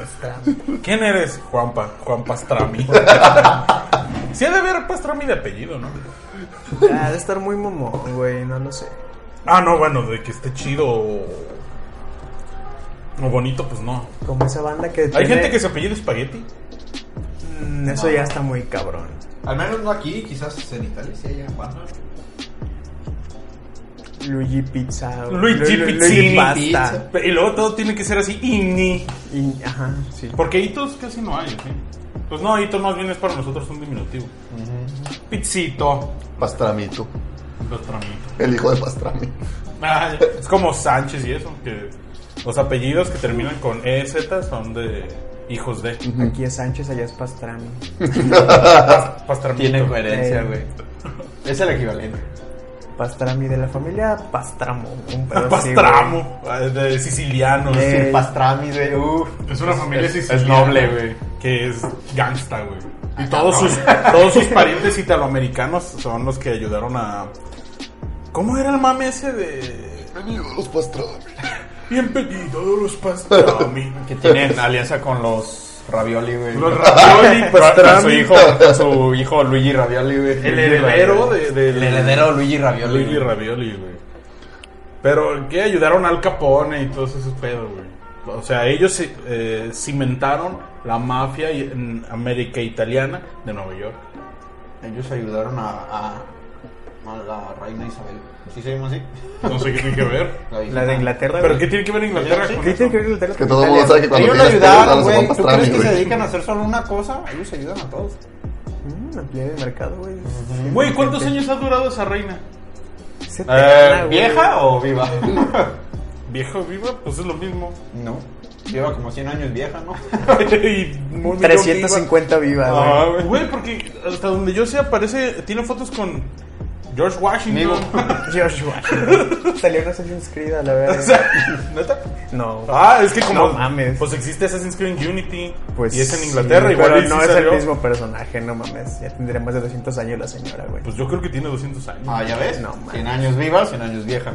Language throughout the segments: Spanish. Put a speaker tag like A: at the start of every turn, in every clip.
A: Pastrami. ¿Quién eres? Juanpa, Juan Pastrami. sí, ha de haber Pastrami de apellido, ¿no?
B: Ah, debe estar muy momón, güey, no lo sé.
A: Ah, no, bueno, de que esté chido o o bonito, pues no.
B: Como esa banda que
A: Hay
B: tiene-
A: gente que se apellida espagueti.
B: Mm, eso ya está muy cabrón.
C: Al menos no aquí, quizás en Italia sí hay en Juan.
B: Luigi Pizza. o-
A: Luigi
B: Lu- Lu-
A: Pizzini.
B: Luigi Pasta.
A: Y luego todo tiene que ser así, inni.
B: Y- ajá, sí.
A: Porque hitos casi no hay, ¿sí? Pues no, hito más bien es para nosotros un diminutivo. Pizzito.
D: Pastramito.
A: Los tramitos.
D: El hijo de Pastrami.
A: Ah, ya. es como Sánchez y eso, que los apellidos que terminan con EZ son de hijos de
B: Aquí es Sánchez, allá es Pastrami.
A: Pastramito.
C: Tiene coherencia,
B: Eh.
C: güey. Es el equivalente.
B: Pastrami de la familia Pastramo. Un pedo así, güey.
A: Pastramo, ah, es de siciliano.
B: Eh,
C: El pastrami, güey. Uf.
A: Es una familia
C: es,
A: siciliana.
C: es noble, güey.
A: que es gangsta, güey. Y todos sus, todos sus parientes italoamericanos son los que ayudaron a. ¿Cómo era el mame ese de.?
D: Bienvenido a los Pastrami.
A: Bienvenido a los pastrami.
C: Que tienen alianza con los ravioli, güey.
A: Los ravioli,
C: Con su
A: pastrami.
C: hijo, con su hijo Luigi Ravioli, güey.
A: El
C: Luigi
A: heredero
C: Ravioli.
A: de- del-
C: El heredero Luigi Ravioli.
A: Luigi
C: güey.
A: Ravioli, güey. Pero que ayudaron al Capone y todos esos pedos, güey. O sea, ellos eh, cimentaron la mafia y- en América Italiana de Nueva York.
C: Ellos ayudaron a, a, a la reina Isabel. ¿Sí se llama así?
A: No sé qué tiene que ver.
B: La de Inglaterra.
A: Pero
B: güey.
A: ¿qué tiene que ver Inglaterra
C: Sí,
A: con
B: ¿Qué
A: eso?
B: tiene que ver Inglaterra
D: Que
B: con
D: todo el
B: Italia?
D: mundo sabe que cuando
C: Ellos le
D: tienes pedos
C: ayudaron,
D: hablas de
C: güey.
D: Juan
C: ¿Tú crees
D: Pastrami,
C: que se
D: güey.
C: dedican a hacer solo una cosa? Ellos ayudan a todos.
B: Mm, la plebe de mercado, güey.
A: Güey, ¿cuántos años ha durado esa reina?
B: Se te
C: Eh,
B: gana, güey.
C: ¿Vieja o viva?
A: Viejo viva, pues es lo mismo.
C: no. Lleva como 100 años vieja, ¿no?
A: Y muy millón
B: 350 viva,
A: viva.
B: güey.
A: Ah, güey. Güey, porque hasta donde yo sé aparece, tiene fotos con George
C: Amigo.
A: Washington.
B: George Washington. Ah. Salió una Assassin's Creed a la verga.
A: O sea, ¿neta?
B: no.
A: Ah, es que como
B: No mames.
A: pues existe Assassin's Creed Unity
B: Pues,
A: y es en Inglaterra,
B: sí,
A: igual
B: Pero
A: y sí
B: no es
A: salió.
B: el mismo personaje, no mames. Ya tendría más de 200 años la señora, güey.
A: Pues yo creo que tiene 200 años.
C: Ah, ya ves.
B: No,
C: 100 años viva, 100 años vieja.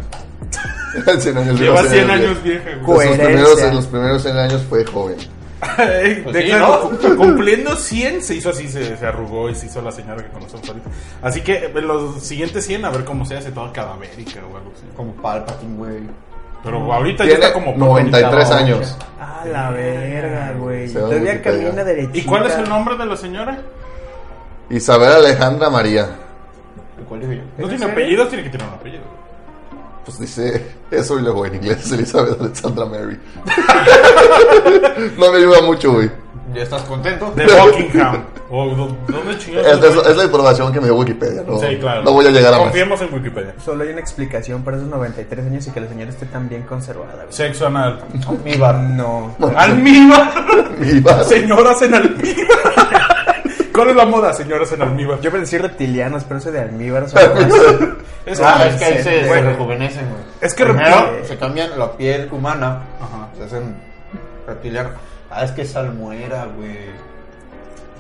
D: 100 años
A: Lleva
D: viva,
A: 100 años vieja, güey.
D: En sus
B: Coherencia.
D: primeros- En los primeros 100 años fue joven.
A: Ey,
C: Pues
A: de
C: sí,
A: claro,
C: ¿no?
A: cu- Cumpliendo 100 se hizo así, se, se arrugó y se hizo la señora que conocemos ahorita. Así que en los siguientes 100 a ver cómo se hace toda cadavérica o algo así.
C: Como Palpatine, güey.
A: Pero ahorita ya
D: Tiene
A: está como
D: 93
A: bonita,
D: años.
B: Ah, la verga, güey.
D: Se va
B: Todavía
D: multiplicando.
B: camina derechita.
A: ¿Y cuál es el nombre de la señora?
D: Isabel Alejandra María.
C: ¿Cuál digo yo?
A: No tiene
B: serio?
A: apellido, tiene que tener un apellido.
D: Pues dice eso y luego en inglés Elizabeth Alexandra Mary. no me ayuda mucho, güey.
C: ¿Ya estás contento?
A: De Buckingham. o do- ¿Dónde chingados?
D: Es, es- es la información que me dio Wikipedia. No,
A: Sí, claro.
D: no voy a llegar a más.
A: Confiemos en Wikipedia.
B: Solo hay una explicación para esos 93 años y que la señora esté tan bien conservada, güey.
A: Sexo anal.
C: Viva.
B: No.
A: ¡Almíbar!
D: Viva.
A: Señoras en almíbar. ¿Cuál es la moda, señoras en almíbar?
B: Yo pensé reptilianos, pero eso de almíbar son más-
A: Es,
C: Ah, es que ahí se, se
A: Bueno,
C: rejuvenecen, güey.
A: Es que
C: Primero
B: reptil-
C: se cambian la piel humana.
A: Ajá.
C: Se hacen reptiliano. Ah, es que es salmuera, güey.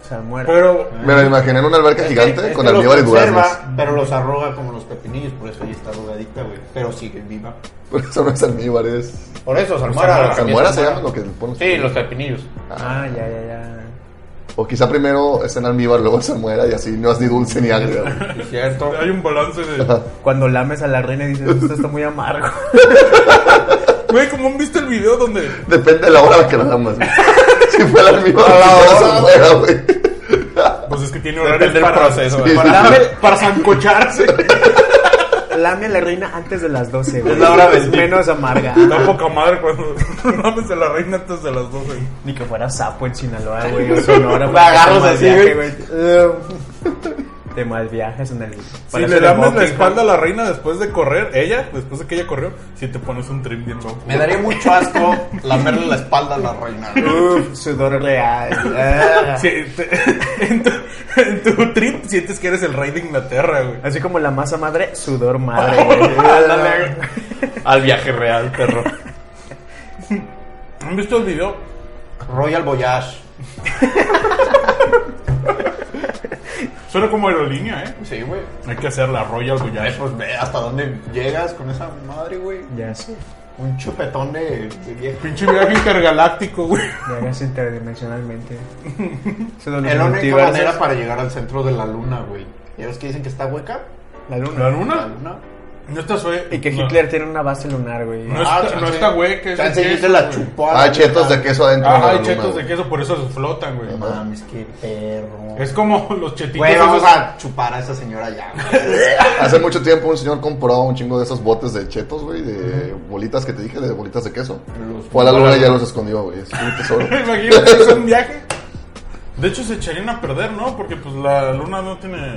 B: O sea, muera.
A: Pero
D: Me lo imaginé en una alberca
C: Es que-
D: gigante
C: es
D: con
C: que los
D: almíbar y
C: conserva,
D: duraznos.
C: Pero los arruga como los pepinillos, por eso ella está arrugadita, güey. Pero sigue viva.
D: Por eso no es almíbar, es.
C: Por eso,
A: salmuera.
C: salmuera. la
D: Salmuera Pues se llama
C: cambian
D: lo que pones.
C: Sí, los pepinillos.
B: Ah, ya, ya, ya.
D: O quizá primero es en almíbar, luego salmuera y así no es ni dulce ni agrio. güey.
C: Es cierto.
A: hay un balance de.
B: Cuando lames a la reina y dices, esto está muy amargo.
A: Güey, como han visto el video donde.
D: Depende de la hora a la que lo hagas. güey. Si fue el almíbar, si fue la salmuera, güey.
A: Pues es que tiene
C: Depende
A: horarios
C: del
A: para,
C: proceso,
A: para,
D: güey.
A: para, para sancocharse.
B: Lame a la reina antes de las 12, güey.
C: Es la hora bendita.
B: menos amarga.
A: Da poca madre cuando. Mames a la reina antes de las 12.
B: Ni que fuera sapo en Sinaloa, güey, o Sonora.
C: Me agarras así, güey.
B: Te mal viajes en el...
A: Si le damos la espalda a la reina después de correr, ella, después de que ella corrió, si te pones un trim bien loco.
C: Me daría mucho asco lamerle la espalda a la reina.
B: Uf, sudor real. Ah.
A: Si te- en, tu, en tu trip sientes que eres el rey de Inglaterra, güey.
B: Así como la masa madre, sudor madre, güey.
C: Ándale. Al viaje real, perro.
A: ¿Han visto el video?
C: Royal Voyage.
A: Suena como aerolínea, ¿eh?
C: Sí, güey.
A: Hay que hacer la Royal
C: Eh,
A: Voyage.
C: Pues ve hasta dónde llegas con esa madre, güey.
B: Ya sé.
C: Un chupetón de, de vieja.
A: Pinche viaje intergaláctico, güey.
B: Viajas interdimensionalmente. Eso de los
C: Es la única
B: multiversos.
C: manera para llegar al centro de la luna, güey. ¿Ya ves que dicen que está hueca?
B: La luna.
A: ¿La luna?
C: La luna.
A: No está suave.
B: Y que
A: no.
B: Hitler tiene una base lunar, güey.
A: No está- no está hueca, es
C: Ah, Chance
A: de
C: yo
A: queso,
C: se la
A: güey.
C: chupó. a la
D: Hay Ah, chetos
C: luna.
D: de queso adentro. de
A: Ajá,
D: la
A: hay
D: luna,
A: chetos de
D: güey.
A: queso, por eso se flotan, güey.
C: Mames, qué perro.
A: Es como los chetitos.
C: Güey, vamos
A: esos-
C: a chupar a esa señora ya. güey.
D: Hace mucho tiempo un señor compró un chingo de esos botes de chetos, güey, de bolitas que te dije, de bolitas de queso.
C: Los-
D: Fue a la luna y ya los escondió, güey. Es un tesoro.
A: Imagínate, es un viaje. De hecho, se echarían a perder, ¿no? Porque pues la luna no tiene.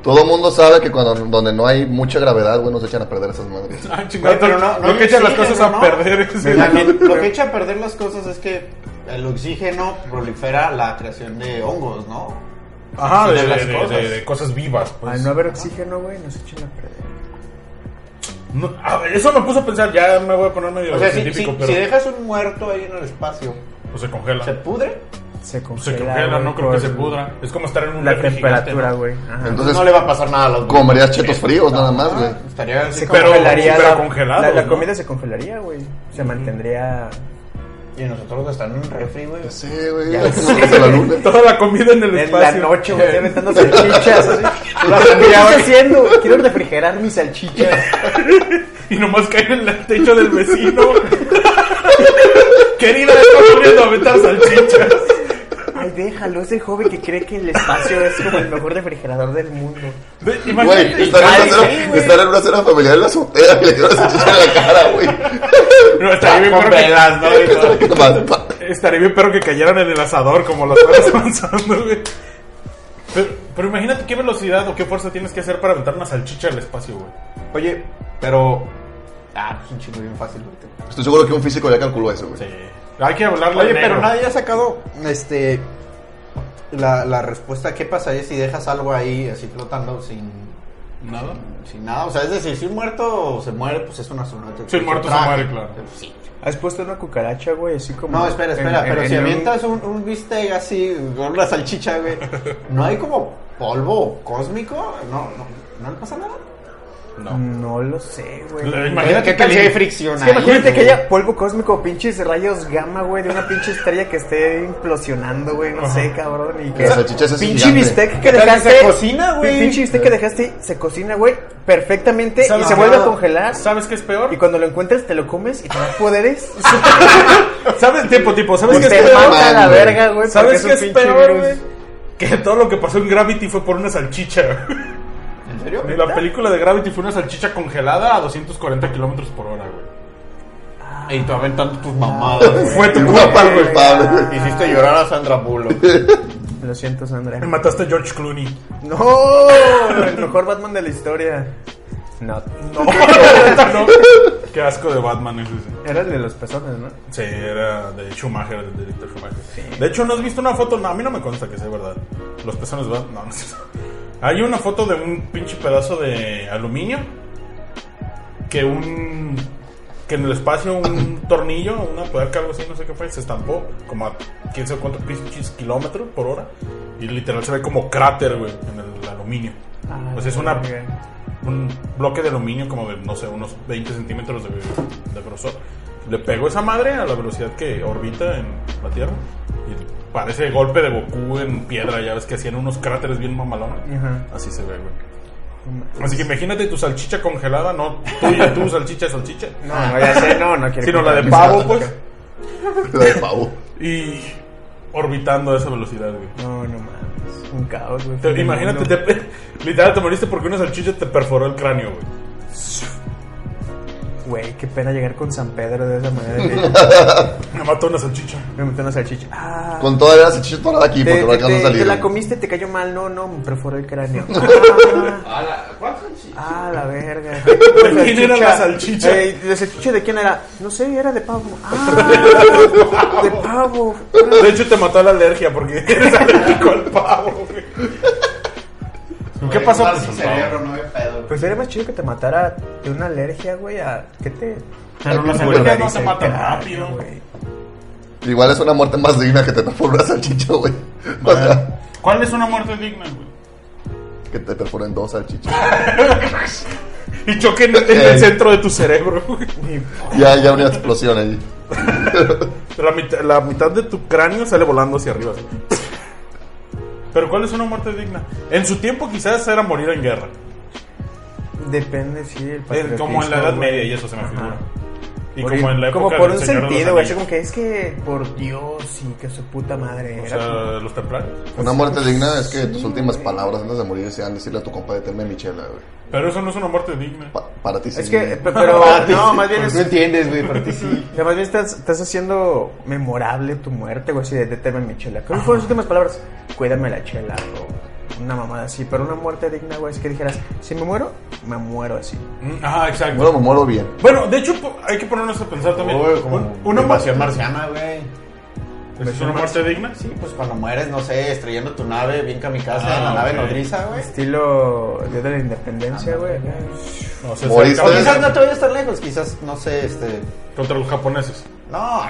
D: Todo el mundo sabe que cuando donde no hay mucha gravedad, güey, nos echan a perder esas madres.
A: Ah, chingada.
C: Güey, pero no- no
A: lo que
C: hay
A: echan las
C: oxígeno,
A: cosas a
C: ¿no?
A: perder es el-
C: La que- lo que echa a perder las cosas es que el oxígeno prolifera la creación de hongos, ¿no?
A: Ajá, de,
C: de las
A: de- de- de- de cosas.
C: cosas.
A: vivas. pues.
B: Al no haber oxígeno, güey, nos echan a perder.
A: No, a ver, eso me puso a pensar, ya me voy a poner medio
C: O sea, si,
A: científico,
C: si-
A: pero
C: si dejas un muerto ahí en el espacio,
A: pues, se congela.
C: ¿se
A: Se,
C: pudre?
B: Se congela.
A: congela,
B: güey,
A: no creo que
B: por
A: se pudra. Es como estar en un
B: La
A: refrigerante,
B: temperatura,
A: ¿no?
B: güey. Ajá.
D: Entonces,
C: no le va a pasar nada a los Ah,
D: comerías chetos fríos nada más, güey.
C: Estaría así
B: Se
C: como-
A: Pero-
B: congelaría.
A: pero
B: la-
A: congelado,
B: la, la
A: ¿no?
B: comida se congelaría, güey. Se mantendría.
C: Y nosotros están en un refri, güey.
D: Sí, güey.
B: Ya
D: ya que
B: sé.
D: nos vamos a la luna.
A: Toda la comida en el
B: En la
A: espacio.
B: noche, güey, aventando salchichas. así. ¿Qué estás haciendo? Quiero refrigerar mis salchichas.
A: Y nomás caen en el techo del vecino. Querida, está volviendo a aventar salchichas.
B: Ay, déjalo, ese joven que cree que el espacio es como el mejor refrigerador del mundo.
A: Ve,
D: Güey,
A: Imagínate.
D: estar, en
B: Ay,
D: una cena-
B: sí, güey.
D: estar en una cena familiar en la azotea y le dieron esa chicha en la cara, güey.
A: No,
B: Ah,
A: estaría bien
C: Con
A: perro que-
C: velas, ¿no?
D: Que estaba aquí nomás, pa.
A: Estaría bien pero que cayeran en el asador como las horas avanzando, güey. Pero, pero imagínate qué velocidad o qué fuerza tienes que hacer para aventar una salchicha al espacio, güey.
C: Oye, pero... Ah, es un chingo bien fácil, güey.
D: Estoy seguro que un físico ya calculó eso, güey.
A: Sí. Hay que hablarle
C: Oye,
A: al negro.
C: pero nadie ha sacado este la, la respuesta qué pasaría si dejas algo ahí así flotando sin
A: ¿Nada?
C: sin nada, o sea, es decir, si un muerto se muere, pues es un astronauta.
A: Si un muerto se muere, claro.
C: Sí.
B: ¿Has puesto una cucaracha, güey? Así como.
C: No, espera, espera,
B: en- en-
C: pero si
B: en un-
C: avientas un, un bistec así con una salchicha, güey, ¿no hay como polvo cósmico? No, no, no le pasa nada.
A: No.
B: No lo sé, güey.
A: La-
B: Es
A: Imagínate
C: ¿Qué
A: que
C: tal si hay
A: le-
C: fricción
B: que
C: ahí,
B: imagínate
C: güey?
B: que haya polvo cósmico, pinches rayos gamma, güey, de una pinche estrella que esté implosionando, güey, no sé, cabrón. Y que
D: La salchicha es ese
B: pinche
D: gigante.
B: bistec que
C: ¿Qué tal si
B: dejaste.
C: se cocina, güey?
B: Pinche bistec que dejaste se cocina, güey, perfectamente y
A: ¿Sabes
B: se
A: qué?
B: vuelve a congelar.
A: ¿Sabes qué es peor?
B: Y cuando lo encuentras, te lo comes y te da poderes.
A: ¿Sabes? Tipo, tipo, ¿sabes qué
B: Pues
A: es
B: te
A: peor?
B: mata a la
D: güey.
B: verga, güey. porque
A: ¿Sabes qué
B: un
A: es
B: pinche
A: peor,
B: virus.
A: güey? Que todo lo que pasó en Gravity fue por una salchicha.
C: ¿En serio?
A: En la película de Gravity fue una salchicha congelada a 240 kilómetros por hora, güey.
C: Y tú aventando tus mamadas, güey.
A: Fue tu
D: Fue
A: culpa,
D: el
A: güey.
D: culpable, güey.
C: Hiciste llorar a Sandra Bullock.
B: Lo siento, Sandra.
A: Mataste a George Clooney.
B: ¡No! El mejor Batman de la historia. No.
A: No, no. Qué asco de Batman es ese.
B: Era el de los pezones, ¿no?
A: Sí, era de Schumacher, del director Schumacher. De hecho, ¿no has visto una foto? No, a mí no me consta que sea verdad. Los pezones van... No, no es cierto. Hay una foto de un pinche pedazo de aluminio que un... Que en el espacio un tornillo, una puerca, algo así, no sé qué fue, se estampó como a quién sabe cuántos pinches kilómetros por hora. Y literal se ve como cráter, güey, en el aluminio.
B: Ah,
A: pues es una un bloque de aluminio como de, no sé, unos 20 centímetros de, de grosor. Le pegó esa madre a la velocidad que orbita en la Tierra. Y parece golpe de Goku en piedra, ya ves que hacían unos cráteres bien mamalones.
B: Ajá.
A: Así se ve, güey. Así que imagínate tu salchicha congelada, no tuya, tu salchicha, salchicha,
B: No, no, ya sé, no, no quiero.
A: sino la de
B: contar
A: pavo,
B: mis
A: pues.
D: La de pavo.
A: Y orbitando a esa velocidad, güey.
B: cosas. No, no mames. Un caos, güey.
A: Te- imagínate,
B: No,
A: te- literal te moriste porque una salchicha te perforó el cráneo, güey.
B: no. Güey, qué pena llegar con San Pedro de esa manera.
A: Me mató una salchicha.
B: Me metí una salchicha. Ah.
D: Con toda la salchicha atorada aquí,
B: Te,
D: porque no
B: te-
D: alcanzó a
B: te-
D: salir.
B: te la
D: güey.
B: comiste, te cayó mal, no, no, me perforó el cráneo. Ah,
C: Ah, la- ¿Cuál salchicha?
B: ah, la verga.
A: ¿De quién era la salchicha?
B: Eh, ¿La salchicha de quién era? No sé, era de pavo. Ah, de pavo.
A: De hecho, te mató la alergia porque eres alérgico al pavo, güey. ¿Qué
C: Güey,
A: pasó?
C: más
A: Pues,
C: sin
A: el
C: cerebro,
A: pavo.
C: no había pedo.
B: Pues sería más chido que te matara de una alergia, güey, a que te...
A: Pero las
D: Güey,
A: alergias no
B: Dice,
A: se matan
B: "Ay,
A: rápido.
B: güey".
D: Igual es una muerte más digna que te perforen una salchicha, güey. O sea,
A: ¿Cuál es una muerte digna, güey?
D: que te perforen dos salchichas.
A: Y choquen en el centro de tu cerebro, güey.
D: Ya, ya habría explosión ahí.
A: La mitad, la mitad de tu cráneo sale volando hacia arriba. así. Pero ¿cuál es una muerte digna? En su tiempo quizás era morir en guerra.
B: Depende, Pues sí, el
A: Eh, Como en la
B: patriotismo,
A: Edad
B: güey.
A: Media y eso se me
B: Ajá.
A: figura. Y
B: Por-
A: como en la época
B: por
A: del
B: un
A: Señor de los
B: sentido, güey. así
A: Anillos.
B: como que es que por Dios y que su puta madre.
A: O
B: era
A: sea,
B: como-
A: los templarios.
D: Una muerte digna es que tus
B: Sí,
D: últimas
B: güey.
D: palabras antes de morir sean decirle a tu compa de mi chela, güey.
A: Pero eso no es una muerte digna.
D: Pa- para ti sí.
B: es que, pe- pero
C: Ah, sí,
B: no,
C: sí.
B: más bien
C: No
B: es.
C: entiendes, güey, para ti sí.
B: que más bien estás, estás haciendo memorable tu muerte, güey, así de deteme mi chela. ¿Cuáles fueron las últimas palabras? Cuídame la chela, o una mamada así. Pero una muerte digna, güey, es que dijeras, si me muero, me muero así.
A: Mm, Ah, exacto.
D: Bueno, me muero bien.
A: Bueno, de hecho, po- hay que ponernos a pensar también.
C: Uy, como
A: Un- una
C: invasión
A: muerte-
C: marciana, güey.
A: ¿Es una muerte digna?
C: Sí, pues cuando mueres, no sé, estrellando tu nave, bien kamikaze,
A: Ah,
C: en la nave
A: ok.
C: nodriza, güey.
B: Estilo Día de la Independencia, güey.
A: No, o sea,
D: Moriste.
A: se
C: O
A: acaba-
C: quizás no te vayas tan lejos, quizás, no sé, este...
A: Contra los japoneses.
C: No,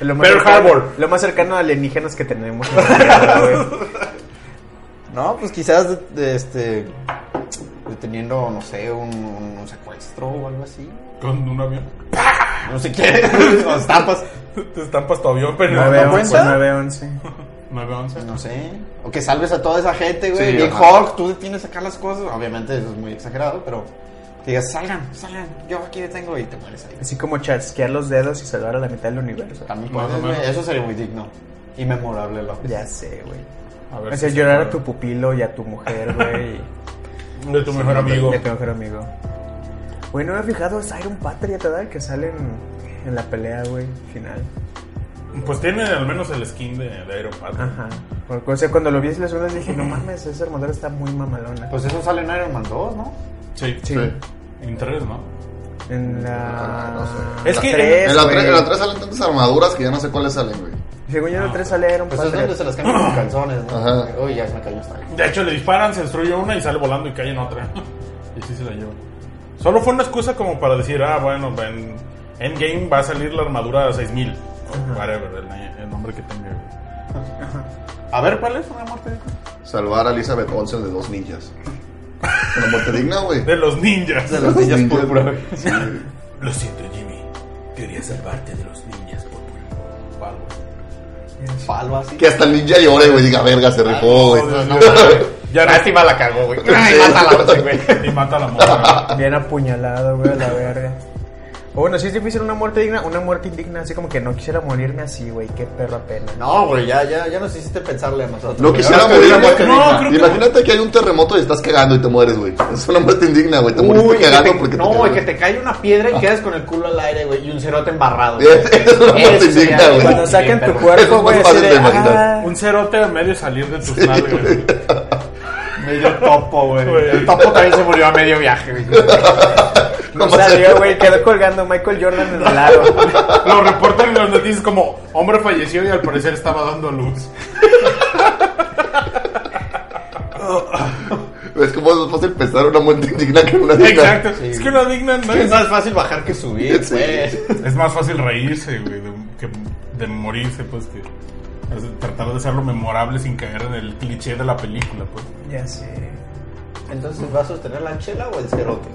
B: Lo
A: Pearl
B: cercano-
A: Harbor.
B: Lo más cercano a alienígenas que tenemos. en la tierra, güey.
C: no, pues quizás, de- de este... Deteniendo, no sé, un, un- un secuestro o algo así.
A: Con un avión.
C: No sé qué, o estampas,
A: Te estampas tu avión, pero
C: No,
A: no,
C: veo.
B: 9-11,
C: cuenta?
B: 9-11.
A: 911.
C: no sé. O que salves a toda esa gente, güey.
D: Sí,
C: Bien
D: ajá.
C: Hulk, tú detienes acá las cosas. Obviamente eso es muy exagerado, pero... Que digas, salgan, salgan, yo aquí detengo y te mueres ahí.
B: Así como chasquear los dedos y salvar a la mitad del universo.
C: También
A: Más
C: puedes,
A: o menos.
C: güey. Eso sería muy digno. Y memorable, lo
B: Ya sé, güey.
A: A
B: O
A: si
B: sea,
A: se
B: llorar a tu
A: acuerda.
B: pupilo y a tu mujer, güey.
A: De tu mejor amigo.
B: De tu mejor amigo. Güey, no me he fijado, es Iron Patriot, ¿verdad? El Que sale en, en la pelea, güey, final.
A: Pues tiene al menos el skin de, de Iron Man.
B: Ajá. Porque, o sea, cuando lo vi la segunda vez dije, no mames, esa armadura está muy mamalona.
C: Pues eso sale en Iron Man 2, ¿no?
A: Sí.
B: sí.
D: sí.
A: En tres, ¿no?
B: En la...
D: Pues, No
A: sé. Es que
B: tres,
D: En la,
B: güey.
D: 3, en la tres salen tantas armaduras que ya no sé cuáles salen, güey.
B: Según yo, en la 3 sale Iron
C: Pues es
B: Patriot.
C: donde se las cambian los calzones, ¿no?
D: Ajá.
C: Uy, ya se me cayó esta.
A: De hecho, le disparan, se destruye una y sale volando y cae en otra. Y sí se la lleva. Solo fue una excusa como para decir, ah, bueno, en Endgame va a salir la armadura 6000. O whatever, el, el nombre que tenga.
C: A ver, ¿cuál es una muerte? digna?
D: Salvar a Elizabeth Olsen de dos ninjas. Una muerte digna, güey.
A: De los ninjas.
C: De los ninjas púrpura, güey.
D: Sí.
A: Lo siento, Jimmy. Quería salvarte de los ninjas por tu palo.
C: Palo así.
D: Que hasta el ninja llore, güey. Diga, verga, se
C: Ah,
D: rifó, Oh, güey.
A: Dios mío, güey. Ya no-
C: Lástima la cagó, güey. Ay,
D: Sí.
C: mátala, güey.
A: Y mata a la morra.
B: Bien apuñalado, güey, a la verga. O bueno, si es difícil una muerte digna, una muerte indigna, así como que no quisiera morirme así, güey, qué perra pena.
C: No, güey, ya, ya, ya nos hiciste pensarle a nosotros.
D: No
C: güey.
D: quisiera
C: Ahora es que
D: morir,
C: una muerte
A: no,
C: digna.
A: creo que-
D: Imagínate que hay un terremoto y estás cagando y te mueres, güey. Es una muerte indigna, güey. Te
C: Uy,
D: moriste
C: que
D: cagando
C: te-
D: porque
C: no,
D: te
C: güey,
D: cagaste.
C: que te cae una piedra y quedas con el culo al aire, güey, y un cerote embarrado. güey.
D: Es una muerte
C: Eso sería-
D: indigna, güey.
B: Cuando saquen tu cuerpo,
D: Es lo más
B: güey, así
D: fácil
B: de,
D: de imaginar.
B: "Ah".
A: Un cerote a medio salir de tus nalgas.
C: Medio topo, güey.
A: Güey.
C: El topo también se murió a medio viaje, güey.
D: No
B: O
D: más
B: sea,
D: sería-
B: yo, güey, quedó colgando Michael Jordan en el aro.
A: Lo reportan en las noticias como hombre falleció y al parecer estaba dando a luz.
D: Es como es más fácil pensar una muerte indigna que una digna.
A: Exacto.
C: Sí.
A: Es que una digna no
C: Es
A: es,
C: más fácil bajar que subir,
D: Sí.
C: güey.
A: es más fácil reírse, güey, de, que de morirse, pues que es tratar de hacerlo memorable sin caer en el cliché de la película, pues.
B: Ya sé.
C: Entonces, ¿vas a sostener la chela o el cerote?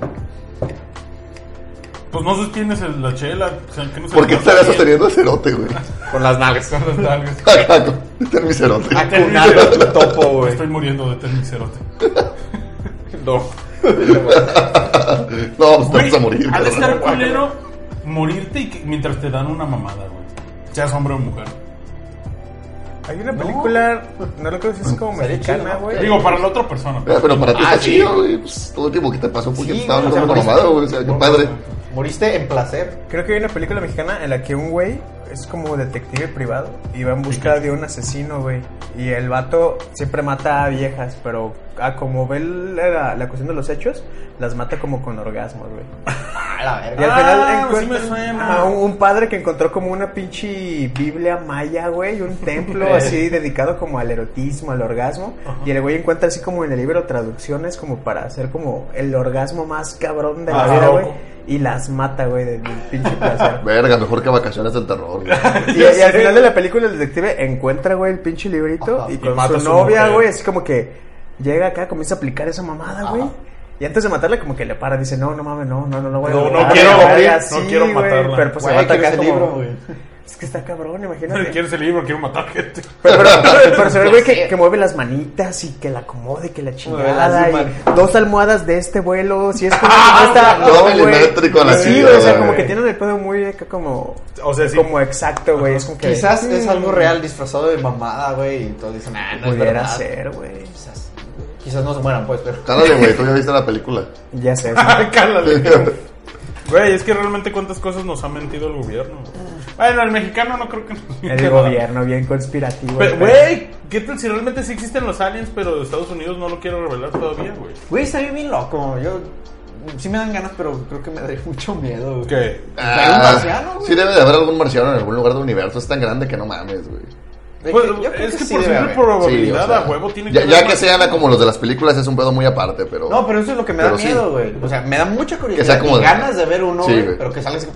A: Pues no sostienes el- la chela, o sea, que no se
D: ¿Por qué
A: le pasa
D: estaría
A: bien?
D: sosteniendo el cerote, güey?
C: Con las nalgas.
A: Con las nalgas.
D: Acá, con- Este es mi cerote.
C: Acunado, tu topo,
A: Me
C: güey.
A: Estoy muriendo de termicerote.
C: No.
D: No, pues te vas a morir.
A: Ha de
D: cabrón.
A: estar culero morirte y que- mientras te dan una mamada, güey. Seas hombre o mujer.
B: Hay una película, no lo creo si es como
C: Sería
B: mexicana,
C: chido, ¿no?
B: güey.
A: Digo, para la otra persona.
D: Eh, Pero para ti
C: Ah,
D: está
C: sí.
D: chido, güey. Pues, todo el tiempo que te pasó porque
C: Sí,
D: te estaban
C: güey, o sea,
D: dando una
C: moriste.
D: mamada, güey. O sea, qué padre.
C: Moriste en placer.
B: Creo que hay una película mexicana en la que un güey es como detective privado y va en busca de un asesino, güey. Y el vato siempre mata a viejas, pero a como ve la, la cuestión de los hechos, las mata como con orgasmos, güey.
C: A la
B: Y al
C: verga.
A: Ah,
B: final
A: sí
B: encuentra
A: me suena.
B: a un, un padre que encontró como una pinche Biblia maya, güey, un templo así dedicado como al erotismo, al orgasmo. Y el güey encuentra así como en el libro traducciones como para hacer como el orgasmo más cabrón de la
A: Ajá,
B: vida,
A: loco.
B: güey. Y las mata, güey, del pinche placer.
D: Verga, mejor que vacaciones del terror, güey.
B: Y, y al final de la película el detective encuentra, güey, el pinche librito
C: Ajá.
B: y
A: Y
B: con
A: mata
B: su,
A: a su
B: novia,
A: mujer.
B: güey, así como que llega acá, comienza a aplicar esa mamada, güey. Y antes de matarla, como que le para, dice, no, no mames, no, no, no, no voy a
A: No, no
B: matarla,
A: quiero
B: la verga,
A: morir, no quiero
B: güey,
A: matarla.
B: Pero pues se va a
C: Güey, quiero
B: atacar
C: ese
B: como...
C: libro, güey.
B: Es que está cabrón,
A: Quiero
B: imagínate.
A: ¿Quieres el libro? Quiero matar gente.
B: Pero, pero, pero se ve el güey que, que mueve las manitas y que la acomode, que la chingada.
C: Mueve las
B: y dos almohadas de este vuelo. Si es como
A: Ah,
B: que no está.
D: todo
B: no, güey.
D: milimétrico, la
B: Sí,
D: chingada,
B: güey, o sea, como
D: güey.
B: que tienen el pedo muy acá como.
A: O sea, sí.
B: Como exacto, güey. Es como que.
C: Quizás es
B: mm,
C: algo real disfrazado de mamada, güey. Y todos dicen, ah, no es
B: Pudiera
C: verdad.
B: ser, güey.
C: Quizás, quizás no se mueran, pues, pero.
D: Cálale, güey, tú ya viste la película.
B: Ya sé. sí.
A: Cálale. Güey, es que realmente cuántas cosas nos ha mentido el gobierno. Bueno, el mexicano no creo que nos
B: El gobierno bien conspirativo.
A: Pero,
B: el pedo.
A: Güey, ¿qué tal si realmente sí existen los aliens, pero Estados Unidos no lo quiere revelar todavía, güey?
C: Güey, estaría bien loco. Yo. Sí me dan ganas, pero creo que me daría mucho miedo, güey.
A: ¿Qué?
C: Hay un marciano, güey.
D: Ah, sí debe de haber algún marciano en algún lugar del universo. Es tan grande que no mames, güey.
C: De que-
A: Pues,
C: yo creo
A: es
C: que,
A: que,
C: sí
A: por
C: debe
A: simple
C: haber.
D: Sí,
A: probabilidad
D: o sea,
A: a huevo tiene
D: ya,
A: que
D: ya
A: haber
D: que
A: más-
D: sean como los de las películas es un pedo muy aparte, pero...
C: No, pero eso es lo que me
D: Pero
C: da
D: sí.
C: miedo, güey. O sea, me da mucha curiosidad.
D: Que sea como
C: y
D: de-
C: ganas de ver uno,
D: Sí,
C: güey,
D: güey.
C: Pero que sales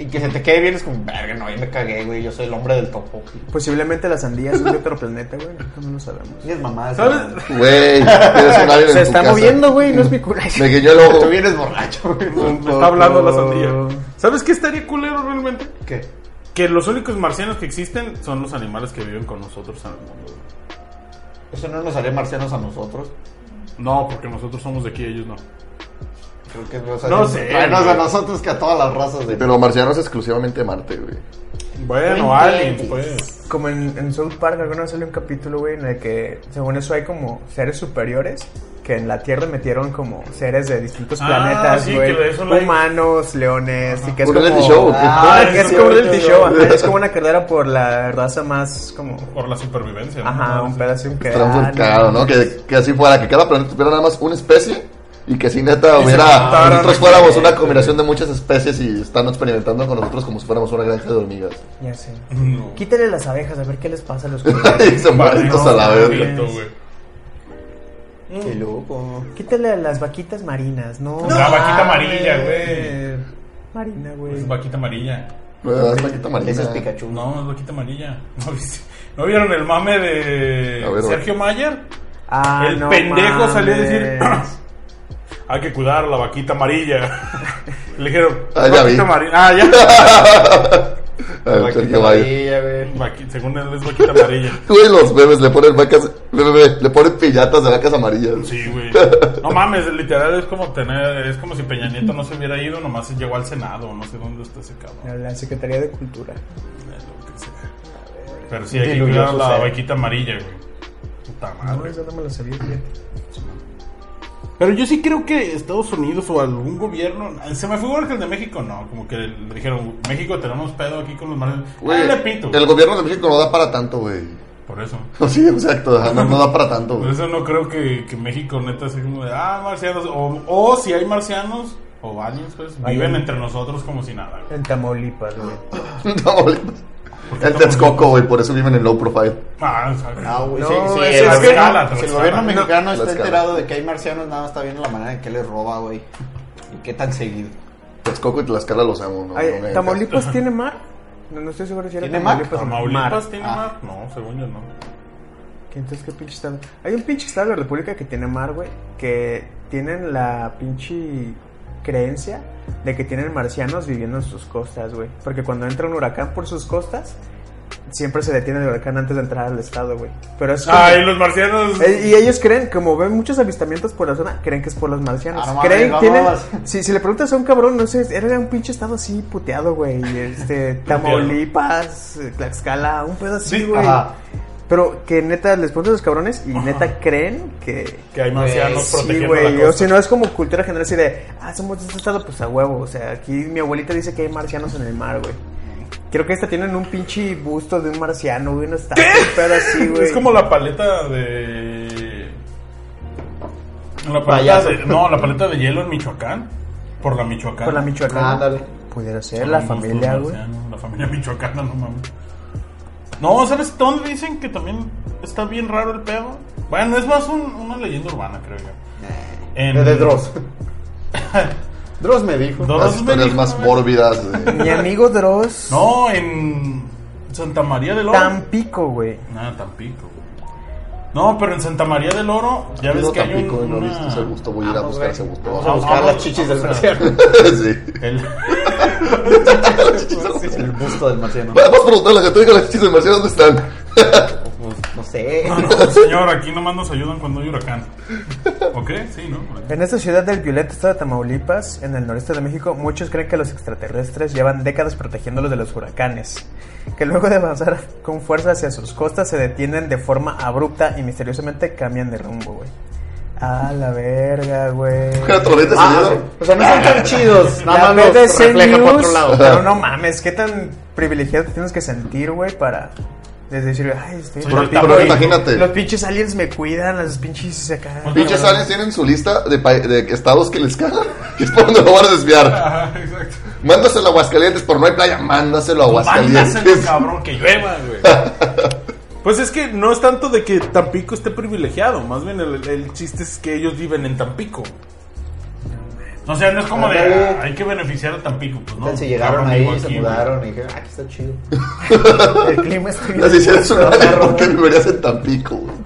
C: y que se te quede bien es como, verga, no, yo me cagué, güey. Yo soy el hombre del topo.
B: Posiblemente la sandía es de otro planeta, güey. ahorita No lo sabemos.
C: Y es mamada.
A: ¿Sabes?
C: esa mamada.
D: Güey, tienes un alien
B: Se
D: en tu
B: está
D: casa.
B: moviendo, güey. No es mi culpa.
D: Me guiñó el ojo.
C: Tú vienes borracho, güey.
A: Me está hablando la sandía. ¿Sabes qué estaría culero realmente?
C: ¿Qué?
A: Que los únicos marcianos que existen son los animales que viven con nosotros en el mundo. güey.
C: Eso no nos haría marcianos a nosotros.
A: No, porque nosotros somos de aquí, ellos no.
C: Creo que nos haría
A: No sé,
C: marcianos a
A: güey.
C: nosotros que a todas las razas de.
D: Pero marcianos exclusivamente Marte, güey.
A: Bueno,
C: No
A: aliens,
C: entiendes.
A: pues.
B: Como en, en South Park alguna vez salió un capítulo, güey, en el que según eso hay como seres superiores que en la Tierra metieron como seres de distintos
A: Ah,
B: planetas,
A: sí,
B: güey.
A: que de eso no hay-
B: Humanos, leones, y que es
D: Un
B: como...
D: reality show, ¿o qué?
B: Ah,
A: Ah,
B: que es
A: sí,
B: como un
A: sí,
B: reality
A: sí,
B: show,
A: sí.
B: ajá, es como una carrera por la raza más como...
A: Por la supervivencia. ¿no?
B: Ajá, un
A: Sí.
B: pedazo y un
D: Estaría muy
B: quedado,
D: cagado, ¿no? Que, que así fuera, que cada planeta tuviera nada más una especie y que si neta
A: se
D: hubiera.
A: juntaran
D: Nosotros
A: aquí,
D: fuéramos una
A: güey.
D: combinación de muchas especies y están experimentando con nosotros como si fuéramos una granja de hormigas.
B: Ya sé.
A: No.
B: Quítale las abejas a ver qué les pasa a los
D: y
B: culeros.
D: son malditos a la
A: No,
D: verga.
A: no, güey.
C: Qué loco.
B: Mm. Quítale a las vaquitas marinas, ¿no?
A: La vaquita
B: Ah,
A: amarilla, güey.
B: Marina, güey.
A: Es vaquita amarilla.
D: Ah, es vaquita marina.
C: Ese es Pikachu.
A: No, es vaquita amarilla. ¿No, viste? ¿No vieron el mame de
D: A ver,
A: Sergio Mayer?
B: Ah,
A: el
B: no
A: pendejo salió a decir:
B: mames.
A: Hay que cuidar la vaquita amarilla. Le dijeron:
D: Ah, ya vi.
A: vaquita amarilla. Ah, ya.
D: A ver, Sergio Valle.
A: Vaqui- según él es vaquita amarilla.
D: Güey, los bebés le ponen vacas. bebé, le ponen pillatas de vacas amarillas.
A: Sí, güey. No mames, literal es como tener, es como si Peña Nieto no se hubiera ido, nomás llegó al Senado, no sé dónde está ese cabrón.
B: La Secretaría de Cultura.
A: Lo que sea. Pero sí, hay que
C: Diluyó
A: cuidar
C: su
A: la
C: ser.
A: vaquita amarilla, güey. Puta
B: No,
A: madre.
B: eso no me lo sabía, fíjate.
A: Pero yo sí creo que Estados Unidos o algún gobierno, se me figura que el de México no, como que le dijeron, México tenemos pedo aquí con los males.
D: Güey,
A: Ah, le pito.
D: el gobierno de México no da para tanto, güey.
A: Por eso.
D: Sí, exacto, ajá, no, no da para tanto,
A: Por
D: güey.
A: eso no creo que, que México neta sea como de, ah, marcianos, o, o si hay marcianos, o aliens, pues, viven entre nosotros como si nada, güey.
B: En Tamaulipas, güey.
D: No, güey. El Texcoco, güey, por eso viven en low profile.
A: Ah, o sea,
C: Ah, güey,
B: No,
C: sí, sí,
B: es-
C: el
B: es que-
C: gobierno-
A: Tlaxcala,
C: si el
A: Tlaxcala.
C: gobierno mexicano está
D: Tlaxcala.
C: enterado de que hay marcianos, nada más está viendo la manera en que les roba, güey. Y qué tan seguido.
D: Texcoco y Tlaxcala los amo, ¿no?
B: Ay,
D: no me-
B: ¿Tamaulipas tiene mar? No, no estoy seguro si era
C: ¿Tiene mar?
B: Tamaulipas. o no.
A: ¿Tamaulipas
B: Mar.
A: tiene
C: Ah.
A: mar? No, según yo no.
B: ¿Qué, entonces, ¿qué pinche estado? Hay un pinche estado de la República que tiene mar, güey. Que tienen la pinche creencia de que tienen marcianos viviendo en sus costas, güey. Porque cuando entra un huracán por sus costas, siempre se detiene el huracán antes de entrar al estado, güey. Pero es. como-
A: Ay, los marcianos.
B: Eh, Y ellos creen, como ven muchos avistamientos por la zona, creen que es por los marcianos.
C: Ah, no mames,
B: creen,
C: no
B: tienen-
C: mames.
B: si, si le preguntas a un cabrón, no sé, era un pinche estado así puteado, güey. Este, Tamaulipas, eh, Tlaxcala, un pedo así,
A: Sí,
B: güey.
C: ajá.
B: Pero que neta les preguntas a los cabrones y neta creen que.
A: que hay marcianos
B: Sí,
A: protegiendo la
B: güey, o
A: costa.
B: si no es como cultura general así de, ah, somos de este estado, pues a huevo, o sea, aquí mi abuelita dice que hay marcianos en el mar, güey. Creo que esta tienen un pinche busto de un marciano, güey, no está, pero así, güey.
A: Es como la paleta de. La paleta
C: Payaso.
A: de... No, la paleta de hielo en Michoacán. Por la Michoacán.
B: Por la Michoacán.
C: Ándale.
B: Pudiera ser
A: Son
B: la
A: monstruos
B: familia, güey.
A: marcianos, La familia michoacana, no mames. No, ¿sabes dónde dicen que también está bien raro el pedo? Bueno, es más un- una leyenda urbana, creo yo.
B: Eh,
A: En...
C: De Dross. Dross me dijo.
A: Dross
D: Las
A: me
D: historias
A: dijo,
D: más
A: güey.
D: mórbidas. güey.
B: Mi amigo Dross.
A: No, en Santa María del Oro.
B: Tampico, güey.
A: Nada, Tampico. güey. No, pero en Santa María del Oro, ya
D: Yo
A: ves
D: no
A: que hay
D: Tampico,
A: un, Ah,
D: no he
A: una-
D: visto ese gusto. Voy a ir a
B: Vamos,
D: buscar
B: güey.
D: ese gusto.
C: Vamos a buscar las chichis del marciano.
D: Sí.
A: el-
C: El busto del marciano.
D: Vamos a preguntarle a la gente, oiga, las chichis del marciano, ¿dónde están?
C: Pues, no sé.
A: No, no, señor, aquí nomás nos ayudan cuando hay huracán. ¿Ok? Sí, ¿no?
B: En esta ciudad del violento estado de Tamaulipas, en el noreste de México, muchos creen que los extraterrestres llevan décadas protegiéndolos de los huracanes, que luego de avanzar con fuerza hacia sus costas se detienen de forma abrupta y misteriosamente cambian de rumbo, güey. A la verga, güey.
D: Una tormenta se
C: Ah,
D: lleva.
C: o sea, no son tan chidos. Nada
B: La
C: más los
B: BBC
C: refleja por otro
B: News,
C: lado.
B: Pero no mames, qué tan privilegiado te tienes que sentir, güey, para es decir, ay, estoy
A: Soy
D: Pero,
A: Ahorita,
D: pero
A: güey,
D: imagínate.
B: Los pinches aliens me cuidan, los pinches acá.
D: Pinches aliens tienen su lista de, pa- de estados que les cagan, que es por donde lo van a desviar.
A: Ajá, Ah, exacto.
D: Mándaselo a Aguascalientes, pero no hay playa, mándaselo a
A: Mándaselo,
D: Aguascalientes.
A: cabrón, que llueva, güey. Pues es que no es tanto de que Tampico esté privilegiado, más bien el, el chiste es que ellos viven en Tampico. O sea, no es como de
C: Ándale.
A: "Ah, hay que beneficiar a Tampico, pues no.
C: Se llegaron
A: Cabrón, vivo
C: ahí, se
A: aquí,
C: mudaron y dijeron, ah, aquí está chido.
B: El clima está bien.
D: Las hicieras un área, ¿por qué vivirías en Tampico? güey?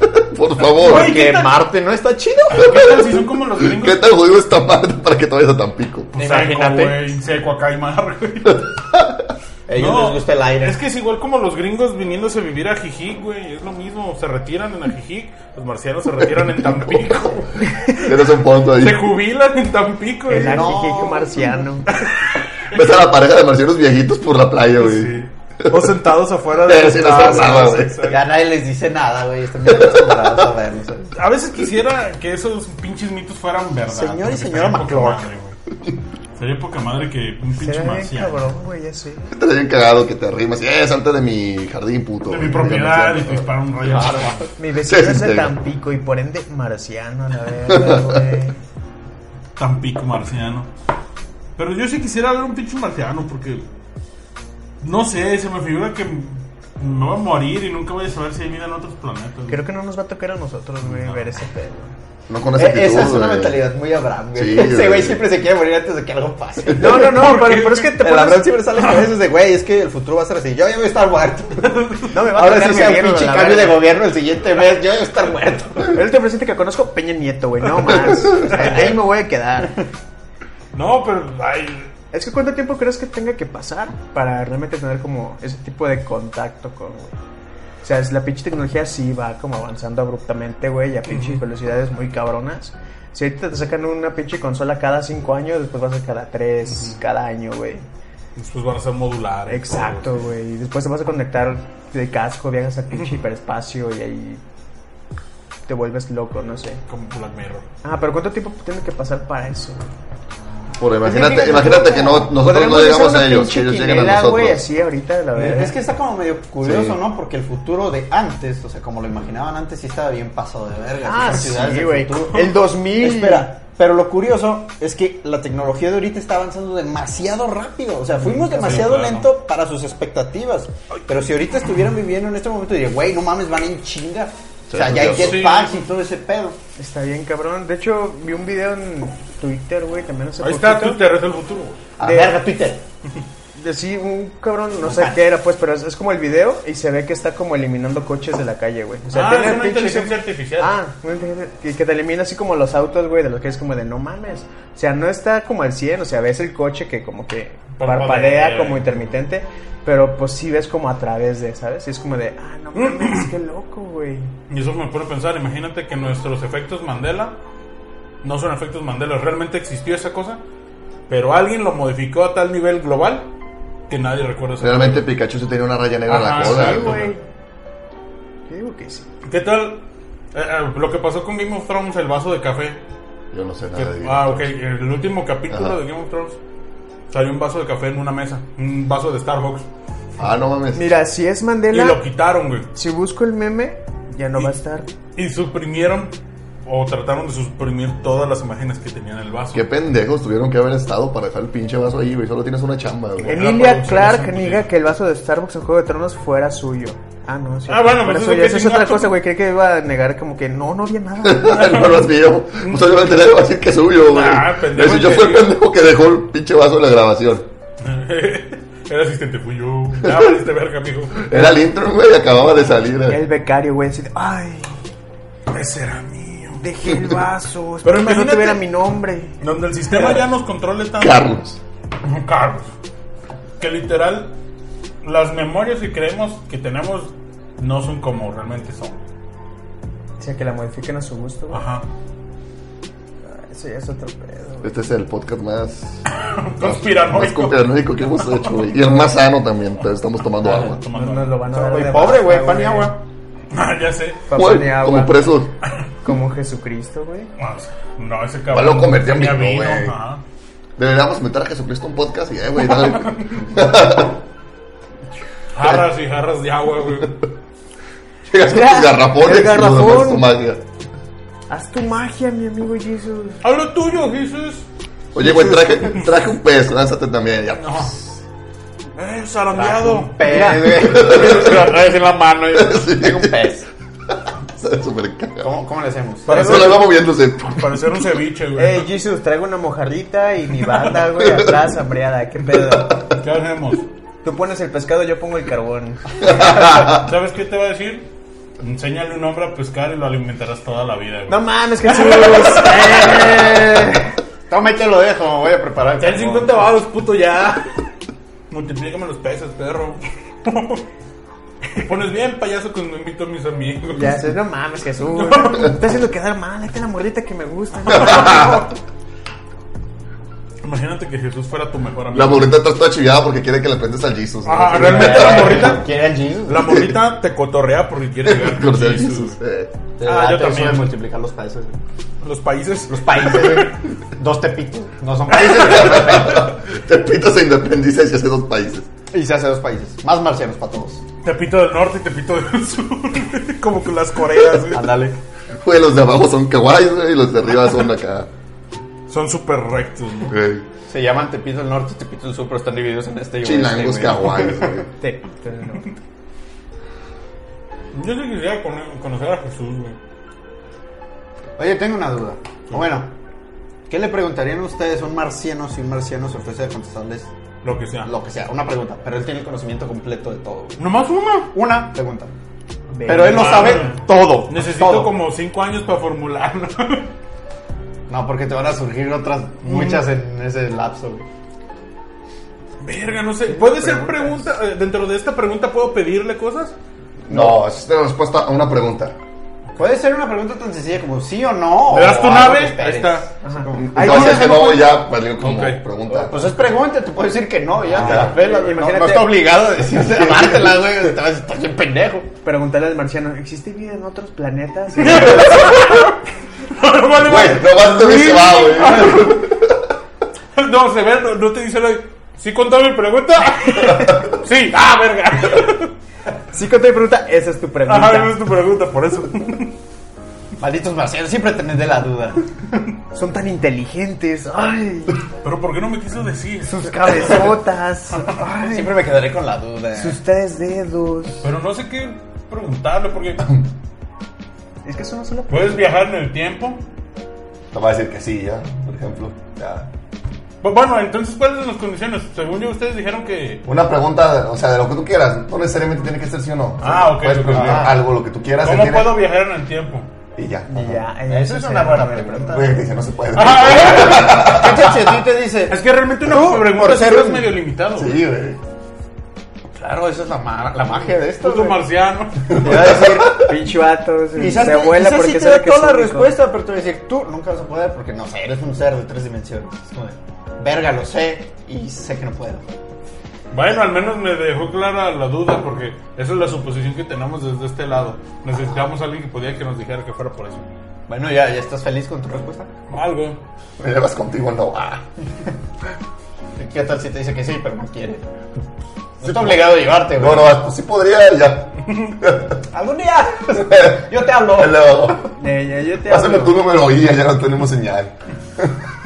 D: Por favor.
A: Güey,
C: Que Marte no está chido.
A: güey. ¿Qué tal si son como los gringos?
D: ¿Qué tan jodido está Marte para que te vayas a Tampico?
A: Pues
C: Imagínate.
A: Seco, güey, seco acá y mar, güey.
C: A ellos
A: No,
C: les gusta el aire.
A: Es que es igual como los gringos viniéndose a vivir a Jijic, güey. Es lo mismo. Se retiran en Ajijic. Los marcianos se retiran en Tampico.
D: Tienes un punto ahí.
A: se jubilan en Tampico. güey.
B: El
A: No,
B: ajijique marciano.
D: Ves Pues a la pareja de marcianos viejitos por la playa, güey.
A: sí. Ah, O sentados afuera
D: Sí,
A: de
D: sí,
A: las
D: no
A: casas,
D: son nada, güey.
A: exacto.
C: Ya nadie les dice nada, güey. Están bien acostumbrados a verlos. ¿sabes?
A: A veces quisiera que esos pinches mitos fueran verdad.
C: Señor y
A: porque
C: señora
A: sería poca
C: McClure.
A: madre, güey. Sería poca madre que un pinche
B: Será bien
A: marciano.
B: cabrón, güey, ya sé.
D: Estaría bien cagado que te arrimas. Eh, salte de mi jardín, puto.
A: De mi propiedad y te
D: Marciano.
A: dispara un rayo.
B: Mi vecino es de
D: Desintegra.
B: Tampico y por ende marciano, la verdad, güey.
A: Tampico marciano. Pero yo sí quisiera ver un pinche marciano porque. No sé, se me figura que me voy a morir y nunca voy a saber si hay vida en otros planetas. güey.
B: Creo que no nos va a tocar a nosotros, güey, ver ese pedo.
D: No con esa
C: Eh,
D: actitud,
C: Esa es una
D: güey.
C: mentalidad muy Abraham, güey.
D: Sí,
C: Ese güey
D: güey.
C: siempre se quiere morir antes de que algo pase.
B: No, no, no,
A: ¿Por
B: pero,
A: qué?
B: pero es que te
C: El Abraham
B: pones...
C: siempre sale con eso de, güey, es que el futuro va a ser así. Yo ya voy a estar muerto.
B: No me va a
C: Ahora
B: tocar
C: sí sea
B: mi mierda,
C: pinche
B: la
C: cambio de
B: verga.
C: gobierno el siguiente mes. Yo ya voy a estar muerto.
B: El último presidente que conozco, Peña Nieto, güey, no más. O sea, ahí me voy a quedar.
A: No, pero. ay,
B: Es que ¿cuánto tiempo crees que tenga que pasar para realmente tener como ese tipo de contacto con, güey? O sea, es- la pinche tecnología sí va como avanzando abruptamente, güey, y a pinches velocidades muy cabronas. Si ahorita te sacan una pinche consola cada cinco años, después va a ser cada tres, cada año, güey.
A: Después van a ser modulares.
B: Exacto, güey. Y después te vas a conectar de casco, viajas al pinche hiperespacio y ahí te vuelves loco, no sé.
A: Como Black Mirror.
B: Ah, pero ¿cuánto tiempo tiene que pasar para eso?
D: Por imagínate, imagínate que no, nosotros no
B: Podríamos
D: llegamos
B: hacer una
D: a ellos,
B: pinche
D: que ellos llegan a
B: quiniela,
D: nosotros.
B: güey, así ahorita, la verdad.
C: Es que está como medio curioso,
D: Sí.
C: ¿no? Porque el futuro de antes, o sea, como lo imaginaban antes, sí estaba bien pasado de verga.
B: Ah,
C: Esas ciudades
B: sí,
C: del
B: güey.
C: futuro.
B: El 2000.
C: Espera, pero lo curioso es que la tecnología de ahorita está avanzando demasiado rápido. O sea, fuimos demasiado
A: claro.
C: lento para sus expectativas. Pero si ahorita estuvieran viviendo en este momento, diría, güey, no mames, van en chinga. O sea,
D: Sí,
C: ya hay
D: Dios.
C: jetpacks y todo ese pedo.
B: Está bien, cabrón. De hecho, vi un video en Twitter, güey, también hace
A: Ahí está,
B: poquito.
A: Twitter es el futuro. güey.
C: A
B: De-
C: verga, Twitter.
B: De sí, un cabrón, no sé qué era, pues, pero es, es como el video y se ve que está como eliminando coches de la calle, güey. O sea,
A: Ah,
B: tiene
A: es una
B: pinche-
A: inteligencia artificial.
B: Ah, una inteligencia- que, que te elimina así como los autos, güey, de los que es como de no mames. O sea, no está como al 100, o sea, ves el coche que como que
A: Parpadea. eh.
B: parpadea como intermitente, pero pues sí ves como a través de, ¿sabes? Y es como de, ah, no mames, qué loco, güey.
A: Y eso me pone a pensar, imagínate que nuestros efectos Mandela no son efectos Mandela, realmente existió esa cosa, pero alguien lo modificó a tal nivel global que nadie recuerda esa
D: Realmente Pikachu se tenía una raya negra en la
A: Ajá,
D: cola.
A: Ah, sí,
D: güey.
B: Güey. Yo digo que sí.
A: cosa. ¿Qué tal eh, eh, lo que pasó con Game of Thrones, el vaso de café?
D: Yo no sé
A: Que-
D: nada de
A: ah, ok, el último capítulo
D: Ajá.
A: de Game of Thrones salió un vaso de café en una mesa, un vaso de Starbucks,
D: Ah, no mames.
B: Mira, si es
A: y lo
B: Mandela,
A: quitaron, güey.
B: si busco el meme, ya no va a estar.
A: Y suprimieron o trataron de suprimir todas las imágenes que tenían el vaso.
D: Qué pendejos tuvieron que haber estado para dejar el pinche vaso ahí, güey. Solo tienes una chamba, güey.
A: El-
B: Emilia
A: producción es
B: Clark
A: un
B: niega
A: poquito.
B: que el vaso de Starbucks en Juego de Tronos fuera suyo. Ah, no, sí.
A: Ah, bueno, pues
B: fuera
A: eso
B: suyo.
A: que
B: eso es otra
A: chingazo.
B: cosa, güey. Creí que iba a negar como que no, no había nada.
D: El no es mío. Pues obviamente nadie va a decir que es suyo, güey.
A: Ah, pendejo
D: Eso yo
A: que-
D: fui el pendejo que dejó el pinche vaso en la grabación.
E: Era asistente, fui yo. Ya valiste verga, amigo.
D: Era el intro, güey, acababa de salir. eh.
B: El becario, güey, así de, ay,
E: Ese era mío.
B: dejé el vaso.
E: Pero
B: Pero que no
E: imagínate-
B: tuviera mi nombre.
E: Donde el sistema ya nos controle tanto.
D: Carlos.
E: Carlos. Que literal, las memorias que creemos que tenemos no son como realmente son.
B: O sea, que la modifiquen a su gusto, güey.
E: Ajá.
B: Eso ya Ah, es otro pedo, güey.
D: Este es el podcast más, más
E: Conspiranoico.
D: conspiranoico que hemos hecho, güey. Y el más sano también, pero estamos tomando agua.
B: No nos lo van a dar.
C: Güey,
B: de
C: pobre,
B: baja,
C: güey, pan y agua.
E: Ah, ya sé.
B: Pa'
D: Güey,
B: pan y agua.
D: como preso.
B: Como Jesucristo, güey.
E: Ah, No, ese cabrón.
D: Lo convertí en
E: tenía
D: vino, güey.
E: ajá.
D: Deberíamos meter a Jesucristo un podcast y, eh, güey, dale.
E: Jarras y jarras de agua, güey.
D: Llegas con
B: Ya,
D: tus garrafones.
B: el garrafón.
D: y nos das tu magia.
B: Haz tu magia, mi amigo Jesús.
E: A lo tuyo, Jesús.
D: Oye, güey, traje, traje un pez, lánzate también. Ya.
E: Eh, zarandeado.
C: Pez. en la mano.
D: Sí.
C: Tengo un pez.
D: Está súper cagado.
C: ¿Cómo, cómo le hacemos?
D: Eso lo va moviéndose.
E: Parecer un ceviche, güey.
B: Ey, Jesús, traigo una mojarrita y mi banda, güey, atrás, hambreada. ¿Qué pedo?
E: ¿Qué hacemos?
B: Tú pones el pescado, yo pongo el carbón.
E: ¿Sabes qué te va a decir? Enséñale un hombre a pescar y lo alimentarás toda la vida, güey.
B: No mames, Jesús. Eh.
C: Toma y te lo dejo, voy a preparar. el
E: Ten
C: carbón.
E: 50 baros, puto, ya. Multiplícame los pesos, perro. Te pones bien, payaso, cuando invito a mis amigos.
B: Ya sé, no mames, Jesús. Me Está haciendo quedar mal. Esta es la morrita que me gusta. ¿no?
E: Imagínate que Jesús fuera tu mejor amigo.
D: La morrita atrás está chillada porque quiere que le prendas al Jesus. ¿no?
E: Ah, realmente la morrita.
C: ¿Quiere el Jesus?
E: La morrita te cotorrea porque quiere llegar
D: Con
E: con
D: el
E: Jesús.
D: Jesus. eh.
E: Ah, yo también.
C: multiplicar los países. güey.
E: Los países.
C: Los países, güey. Dos tepitos. No son países. güey.
D: Tepito se independiza y se hace dos países.
C: y se hace dos países. Más marcianos para todos.
E: Tepito del norte y Tepito del sur. Como con las Coreas, güey.
C: Ándale.
D: Güey, los de abajo son kawaii, güey, y los de arriba son acá.
E: Son súper rectos, ¿no?
D: güey.
C: Se llaman Tepito del Norte y Tepito del Sur, pero están divididos en este y oeste,
D: Chilangos
C: güey.
D: kawaii, güey.
B: Te- te- no.
E: Yo sí quisiera con- conocer a Jesús, güey.
C: Oye, tengo una duda. Bueno, ¿qué le preguntarían ustedes a un marciano si un marciano se ofrece a contestarles
E: Lo que sea.
C: lo que sea? Una pregunta, pero él tiene el conocimiento completo de todo. güey.
E: Nomás una.
C: Una pregunta. Pero él no
E: Ah,
C: sabe
E: güey.
C: todo.
E: Necesito
C: Pues todo.
E: como cinco años para formularlo.
C: No, porque te van a surgir otras muchas en ese lapso, güey.
E: Verga, no sé. ¿Puede ser pregunta? eh, Dentro de esta pregunta puedo pedirle cosas.
D: No, es una respuesta a una pregunta.
C: Puede ser una pregunta tan sencilla como sí o no.
E: ¿Me das
C: o
E: tu
C: algo
E: nave?
C: que esperes.
E: Ahí está.
C: Así como-
B: Ay,
D: Entonces,
B: ¿cómo
D: no, ya valió como
E: Ok.
D: pregunta.
C: Pues es pregunta, te puedo decir que no, ya te la pelas. güey. No,
B: Imagínate-
C: no está obligado a decirte, dártela, güey. Te vas a estar bien pendejo.
B: Preguntarle al marciano, ¿existe vida en otros planetas?
E: vale, vale.
D: Güey, nomás te dice, va, güey.
E: No, se ve, no, no te dice la... ¿Sí contó mi pregunta? sí. Ah, verga.
B: Sí, que te pregunta, esa es tu pregunta.
E: Ajá, no es tu pregunta, por eso.
C: Malditos marcianos, siempre tenés de la duda.
B: pues, Son tan inteligentes. Ay,
E: Pero ¿por qué no me quiso decir?
B: sus cabezotas. Ay,
C: Siempre me quedaré con la duda.
B: sus tres dedos.
E: Pero no sé qué preguntarle, porque
B: Es que eso no solo.
E: puedes viajar en el tiempo.
D: Te va a decir que sí, ya, por ejemplo. Ya.
E: Bu- Bueno, entonces, ¿cuáles son las condiciones? Según yo, ustedes dijeron que...
D: Una pregunta, o sea, de lo que tú quieras. No necesariamente tiene que ser sí o no. O sea,
E: Ah, ok,
D: Puedes
E: ok,
D: preguntar
E: ok.
D: algo, lo que tú quieras.
E: ¿Cómo
D: él tiene-
E: puedo viajar en el tiempo?
D: Y ya.
B: Y ya,
C: Eso es una
B: sí,
C: buena
B: güey.
C: pregunta.
D: Güey, dice, no se puede.
E: Ah,
C: ¿Qué tal si a ti te dice?
E: Es que realmente una
C: por
E: pregunta
C: ser
E: es
C: un-
E: medio limitado.
D: Sí, güey.
C: Claro, esa es la, ma- la magia de esto.
E: Puto
C: güey.
E: marciano.
B: Te iba a decir, pinche vato. se-
C: Quizás,
B: se
C: te-
B: vuela
C: quizás
B: porque
C: sí te
B: sabe
C: da
B: que es
C: toda la
B: único.
C: respuesta, pero te va a decir, tú nunca vas a poder porque no sé, eres un ser de tres dimensiones. Es como de, verga, lo sé y sé que no puedo.
E: Bueno, al menos me dejó clara la duda, porque esa es la suposición que tenemos desde este lado. Necesitábamos a alguien que podía que nos dijera que fuera por eso.
C: Bueno, ya, ya estás feliz con tu respuesta.
E: Algo.
D: Me llevas contigo, no. Ah.
C: ¿Qué tal si te dice que sí, pero no quiere? No
B: pues.
C: está obligado a llevarte, güey.
D: No, no, pues sí podría, ya.
C: Algún día. Yo te hablo.
D: Hello.
B: Eh, ya, yo te
D: Pásame
B: hablo.
D: tu número y ya, ya no tenemos señal.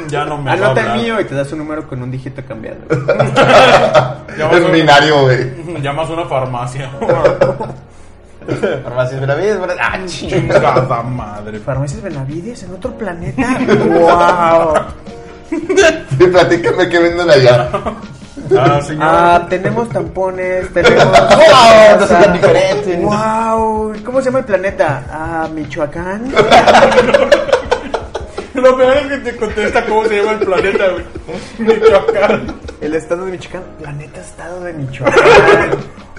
E: Ya no me va a
B: Anota el
E: hablar.
B: mío y Ah, te das un número con un dígito cambiado.
E: Ya
D: Es
E: vas
D: binario, güey.
E: a- Llamas a una farmacia.
C: Farmacias Benavides, ¿verdad? Ah, ching.
E: Chingada madre.
B: ¿Farmacias Benavides en otro planeta? ¡Wow!
D: Sí, platícame qué venden allá.
E: Ah, señor.
B: Ah, tenemos tampones, tenemos.
C: ¡Wow! No son tan diferentes.
B: ¡Wow! ¿Cómo se llama el planeta? Ah, Michoacán.
E: Lo peor es que te contesta cómo se llama el planeta, güey. Michoacán.
B: El estado de Michoacán. Planeta estado de Michoacán.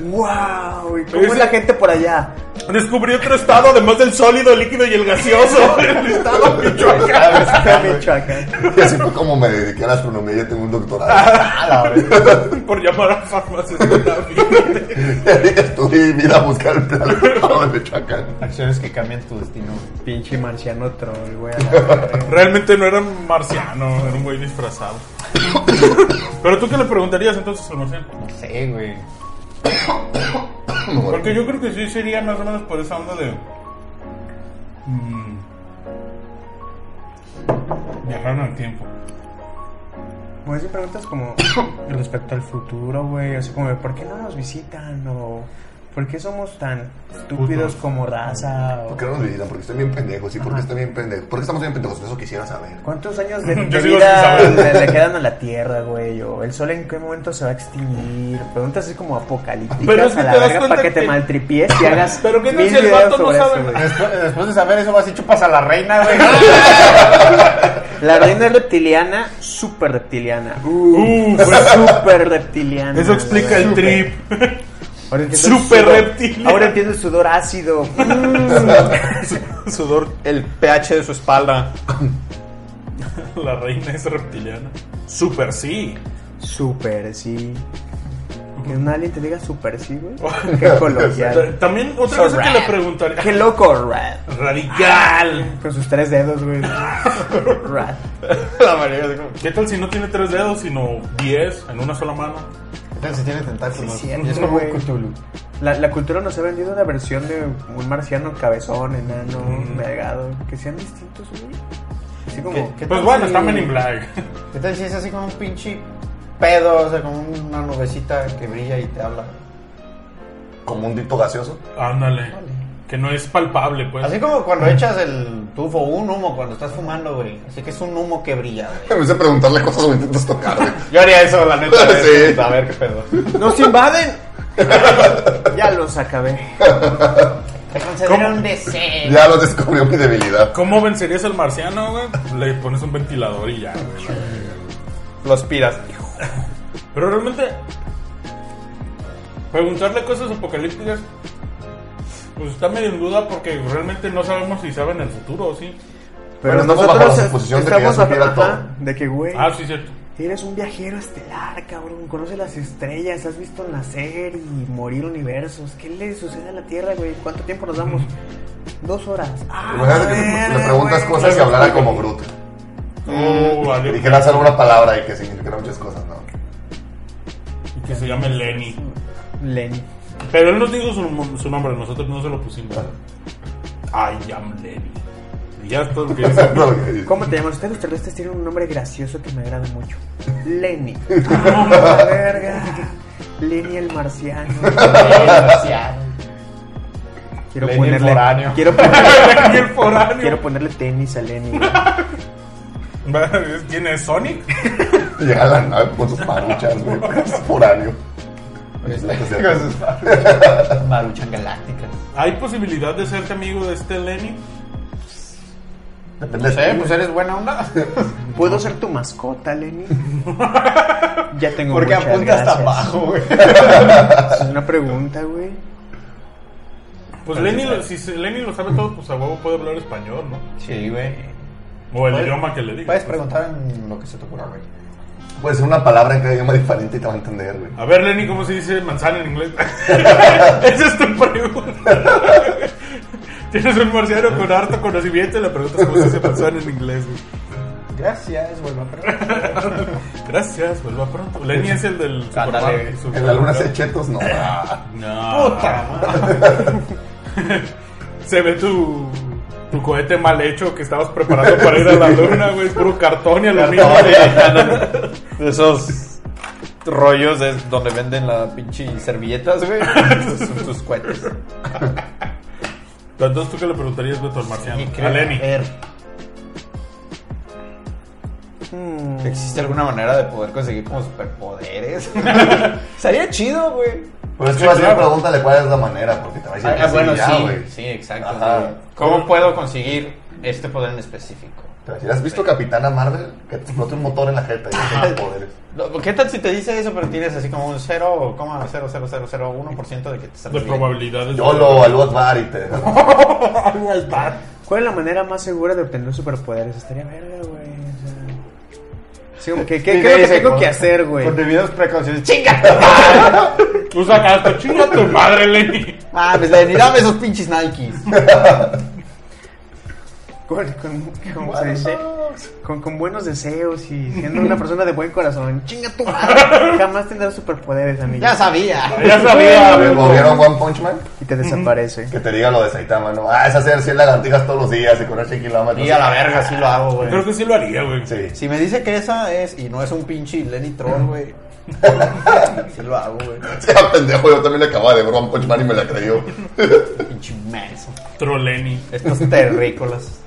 B: ¡Wow! ¿Y cómo
E: Ese-
B: es la gente por allá?
E: Descubrí otro estado, además del sólido, el líquido y el gaseoso. El estado Michoacán.
B: Michoacán.
D: Y así fue como me dediqué a la astronomía y ya tengo un doctorado.
E: Por llamar a farmacias de la vida.
D: Estudié mi vida a buscar el planeta de Michoacán.
C: Acciones que cambian tu destino.
B: Pinche marciano troll, güey. a la verga.
E: Realmente no era un marciano, era un güey disfrazado. Pero tú qué le preguntarías entonces al marciano?
C: No sé, güey.
E: Porque yo creo que sí sería más o menos por esa onda de. mm, viajar en el tiempo.
B: Pues sí, preguntas como respecto al futuro, güey. Así como, de, ¿por qué no nos visitan? O, ¿por qué somos tan estúpidos como raza? O,
D: ¿Por qué no nos visitan? Porque estoy bien pendejo, sí, porque estoy bien pendejo. ¿Por qué estamos bien pendejos? Eso quisiera saber.
B: ¿Cuántos años de,
E: Yo
B: de
E: sigo
B: vida
E: sin saber.
B: le, le quedan a la Tierra, güey? O el sol en qué momento se va a extinguir. Preguntas así como apocalípticas
E: Pero es que
B: a la
E: te das
B: verga
E: cuenta
B: para que,
E: que-
B: te maltripies y hagas.
E: Pero ¿qué tal
B: mil
E: si el
B: videos
E: vato no
B: sobre
E: sabe
B: eso, güey.
C: Después, después de saber eso, vas y chupas a la reina, güey.
B: La reina es reptiliana, súper reptiliana.
E: Uh,
B: Súper reptiliana.
E: eso explica el
B: güey.
E: trip.
B: Ahora entiendo el
E: Súper
B: sudor.
E: reptiliana.
B: Ahora entiendo el sudor ácido. Mm.
E: Sudor,
C: El pH de su espalda.
E: la reina es reptiliana. Super sí.
B: Súper, sí. Que un alien te diga súper, sí, güey. Qué coloquial.
E: También otra
B: So
E: cosa que le
B: rad.
E: preguntaría.
B: Qué loco, Rat.
E: Radical.
B: Con sus tres dedos, güey. Rat.
C: La manera de como.
E: ¿Qué tal si no tiene tres dedos, sino diez en una sola mano?
C: ¿Qué tal si tiene
B: Sí,
C: tentáculos?
B: es cierto,
C: Y es como
B: güey.
C: un Cthulhu.
B: La, la cultura nos ha vendido una versión de un marciano cabezón, enano,
E: Mm.
B: vergado. Que sean distintos, güey. Así como.
C: ¿Qué- qué
E: Pues
C: tal
E: bueno,
C: si-
E: está Men in Black.
C: ¿Qué tal si es así como un pinche pedo? O sea, como una nubecita que brilla y te habla.
D: Como un tipo gaseoso.
E: Ándale. Que no es palpable, pues.
C: Así como cuando echas el tufo, un humo cuando estás fumando, güey. Así que es un humo que brilla, güey.
D: En vez de preguntarle cosas o intentas tocar, güey.
C: Yo haría eso, la neta.
D: Sí.
C: A ver qué pedo.
B: ¡Nos invaden! ya los acabé.
C: Te concederé un deseo.
D: Ya lo descubrió mi debilidad.
E: ¿Cómo vencerías al marciano, güey? Le pones un ventilador y ya, güey.
C: Los piras.
E: Pero realmente, preguntarle cosas apocalípticas, pues está medio en duda porque realmente no sabemos si saben el futuro, ¿sí?
D: Pero estamos bajo la suposición de que ya
B: estamos
D: supiera
B: bajo-
D: todo.
B: ajá, de que, güey,
E: Ah, sí, cierto.
B: eres un viajero estelar, cabrón. Conoces las estrellas, has visto nacer y morir universos. ¿Qué le sucede a la Tierra, güey? ¿Cuánto tiempo nos damos? Dos horas. Ah,
D: Imagínate que
B: verga,
D: le preguntas
B: güey.
D: cosas y hablara como Groot.
B: Mm.
E: Oh,
D: Que
E: vale.
D: dijeras alguna palabra y que significara muchas cosas, ¿no?
E: Y que se llame Lenny.
B: Lenny.
E: Pero él nos dijo su, su nombre, nosotros no se lo pusimos. I am Lenny. Y ya es todo lo que dice.
B: ¿Cómo te llamas? Ustedes los terrestres tienen un nombre gracioso que me agrada mucho. Lenny. Ah, la verga. Lenny el marciano. Quiero
C: Lenny el
B: ponerle.
C: foráneo.
B: Quiero ponerle,
E: Lenny el foráneo.
B: quiero ponerle tenis a Lenny. güey.
E: ¿Quién es Sonic?
D: Llega a la nave con sus paruchas, güey. Es foráneo. Es la que se-
C: Maruchan galácticas.
E: ¿Hay posibilidad de hacerte amigo de este Lenny?
D: Depende
C: No sé,
D: de
C: pues eres buena onda.
B: ¿Puedo ser tu mascota, Lenny? Ya tengo
C: Porque
B: muchas
C: apunta
B: gracias.
C: hasta abajo, güey.
B: Es una pregunta, güey.
E: Pues Lenny, lo- si se- Lenny lo sabe todo, pues a huevo puede hablar español, ¿no?
C: Sí, güey.
E: O el
C: Puedes-
E: idioma que le diga.
C: Puedes preguntar en lo que se te ocurra, güey.
D: Puede ser una palabra en cada idioma diferente y te va a entender, güey.
E: A ver, Lenny, ¿cómo se dice manzana en inglés? Esa es tu pregunta. Tienes un marciano con harto conocimiento y le preguntas cómo se dice manzana en inglés. güey.
C: Gracias, vuelvo a preguntar.
E: Gracias, vuelva pronto. Lenny es el del
C: Ándale.
E: Superman.
D: En la luna se chetos, no. Ah,
E: No.
C: Puta madre.
E: Se ve tu, tu cohete mal hecho que estabas preparando para ir a la luna, güey. Es puro cartón y aluminio.
C: De esos rollos es donde venden las pinche servilletas, güey. Sus, sus cohetes.
E: Entonces, ¿tú qué le preguntarías, Beto, al marciano? a Lenny.
B: Hmm,
C: Hmm. ¿Existe alguna manera de poder conseguir como superpoderes?
F: es. Sería chido, güey.
D: Pero es que más bien pregúntale cuál es la manera, porque te va a decir
C: Ah,
D: que es
C: bueno,
D: y ya, güey.
C: sí, sí, exacto.
D: Ajá.
C: sí. ¿Cómo puedo conseguir este poder en específico?
D: Te va a decir, ¿Has visto Capitana Marvel? Que te explota un motor en la jeta y ya tienes poderes.
C: Lo- ¿Qué tal si te dice eso, pero tienes así como un 0,00001% de que te
E: De
C: sale bien?
E: probabilidades.
D: Yo lo al bar y te dejan.
B: ¿Cuál es la manera más segura de obtener superpoderes? Estaría verga, güey. o sea. Sí, como que, ¿qué,
F: Sí,
B: qué es lo que
F: dice,
B: tengo
F: con-
B: que hacer, güey?
F: Con debidos precauciones. ¡Chinga!
E: Usa carta, chinga tu madre, Lenny.
F: Mames, Lenny, Ah, pues, dame esos pinches Nikes.
B: Con, con- ¿cómo se dice? Con- con buenos deseos y siendo una persona de buen corazón. ¡Chinga tu madre! Jamás tendrás superpoderes, amigo.
F: Ya sabía.
E: Ya sabía.
D: ¿O vieron One Punch Man?
B: Y te desaparece.
D: Que te diga lo de Saitama, ¿no? Ah, es hacer 100 lagartijas todos los días y correr 100 kilómetros.
C: Y a la verga, sí lo hago, güey.
E: Creo que sí lo haría, güey.
D: Sí.
F: Si me dice que esa es y no es un pinche Lenny Troll, güey. Sí lo hago, güey.
D: Ya, pendejo, yo también le acababa de ver One Punch Man y me la creyó.
F: Pinche menso.
E: Troleni.
F: Estos terrícolas.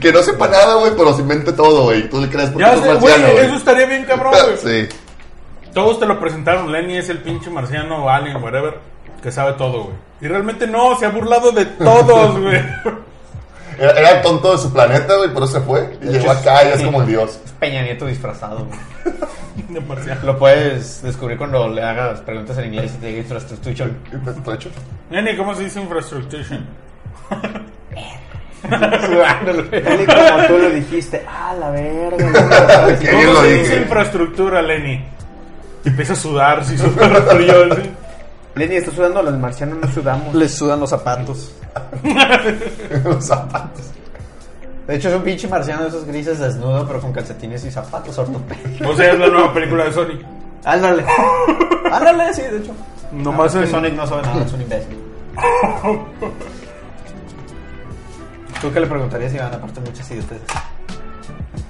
D: Que no sepa nada, güey, pero se invente todo, güey. Tú le crees porque
E: Ya
D: es
E: sé,
D: marciano,
E: güey,
D: güey.
E: eso estaría bien cabrón, güey.
D: Sí.
E: Todos te lo presentaron, Lenny es el pinche marciano, alien, whatever, que sabe todo, güey. Y realmente no, se ha burlado de todos, güey.
D: Era, era el tonto de su planeta, güey, por eso se fue. Y llegó acá y es como el dios.
C: Es Peña Nieto disfrazado, güey.
E: De marciano.
C: Lo puedes descubrir cuando le hagas preguntas en inglés y te diga infraestructura.
D: Y pues, todo hecho.
E: Lenny, ¿cómo se dice infrastructure?
B: Tal y como tú lo dijiste. ¡Ah, la verga! güey.
D: Qué bien
E: ¿Cómo
D: lo
E: se dice
D: dije.
E: infraestructura, Lenny? Y empieza a sudar, si súper frío, así.
B: Lenny, está sudando? Los marcianos no sudamos.
F: Les sudan los zapatos.
D: Los zapatos.
C: De hecho, es un pinche marciano de esos grises desnudo, pero con calcetines y zapatos ortopédicos.
E: O sea, es la nueva película de Sonic.
F: Ándale. Ándale, sí, de hecho.
E: Nomás
C: Que
E: en-
C: Sonic no sabe nada, es un imbécil. ¿Tú qué le preguntarías, Iván? Aparte, muchas idiotas.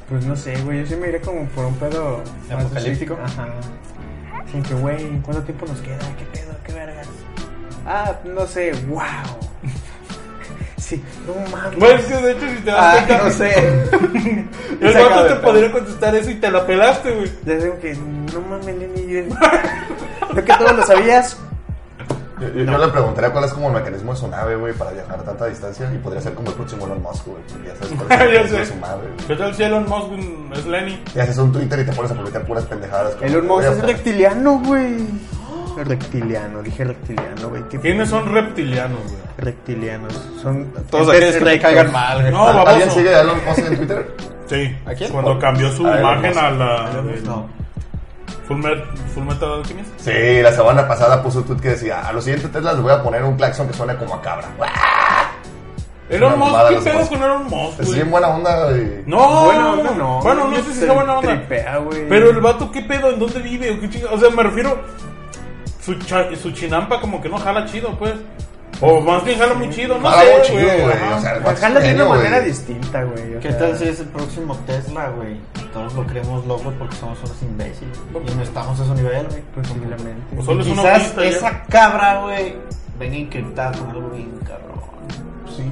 B: Pues no sé, güey. Yo sí me iré como por un pedo. más
C: Apocalíptico.
B: de- Ajá. Como que, güey, ¿cuánto tiempo nos queda? ¿Qué pedo? ¿Qué vergas? Ah, no sé. ¡Wow! Sí, no mames.
E: Güey, es que de hecho, si te das
B: Ah,
E: cuenta,
B: no sé.
E: el
B: Se acaba
E: vato
B: de
E: te
B: pedo.
E: podría contestar eso y te la pelaste, güey.
B: Ya digo que no mames, Lenny. yo- Lo que todo lo sabías.
D: Yo, yo- yo le preguntaría cuál es como el mecanismo de su nave, güey, para viajar a tanta distancia. Y podría ser como el próximo Elon Musk, güey. Ya sabes cuál es el
E: Ya
D: mecanismo
E: sé.
D: de su nave, güey.
E: ¿Qué tal si Elon Musk es Lenny?
D: Y haces un Twitter y te pones a publicar puras pendejadas. como,
B: El Musk
D: "Voy a
B: es
D: poner-
B: reptiliano, güey. Rectiliano, dije rectiliano, güey. ¿Qué
E: ¿Quiénes son reptilianos, güey?
B: Rectilianos. Son
C: Todos
B: entes
C: aquellos que te
B: rectos.
C: caigan mal, güey.
E: No, baboso.
D: ¿Alguien sigue a Elon Musk en Twitter?
E: Sí.
C: ¿A quién?
E: Cuando cambió su
D: A ver,
E: imagen
D: vamos.
E: a la.
C: No.
E: Full, Met- Full Metal Alchemist.
D: Sí, la semana pasada puso un tweet que decía: A los siguientes Teslas les voy a poner un claxon que suene como a cabra.
E: Elon
D: Una
E: Musk,
D: mamada
E: ¿qué
D: los
E: pedo
D: Musk.
E: con Elon Musk,
D: Es
E: güey?
D: bien buena onda, güey.
E: No,
B: Buena onda, no.
E: Bueno, no
B: Yo
E: sé si
B: te
E: sea buena onda.
B: Tripea, güey.
E: Pero el vato, ¿qué pedo? ¿En dónde vive? ¿O, qué chinga- o sea, me refiero. Su, cha- su chinampa como que no jala chido, pues. O más bien jala muy chido, no
D: Ah, muy
E: sé,
D: chido,
E: güey.
D: güey.
E: Ajá.
D: O sea, el vato es
B: Bajarla de
D: genio,
B: una manera
D: güey.
B: distinta, güey. o
C: ¿Qué
B: sea,
C: tal si es el próximo Tesla, güey? Todos lo creemos locos porque somos unos imbéciles. Y no estamos a su nivel, güey.
B: Pues humildemente.
E: O solo es una
C: Quizás
E: pista, ya.
C: esa cabra, güey, venga encriptada con algo bien cabrón.
D: Sí,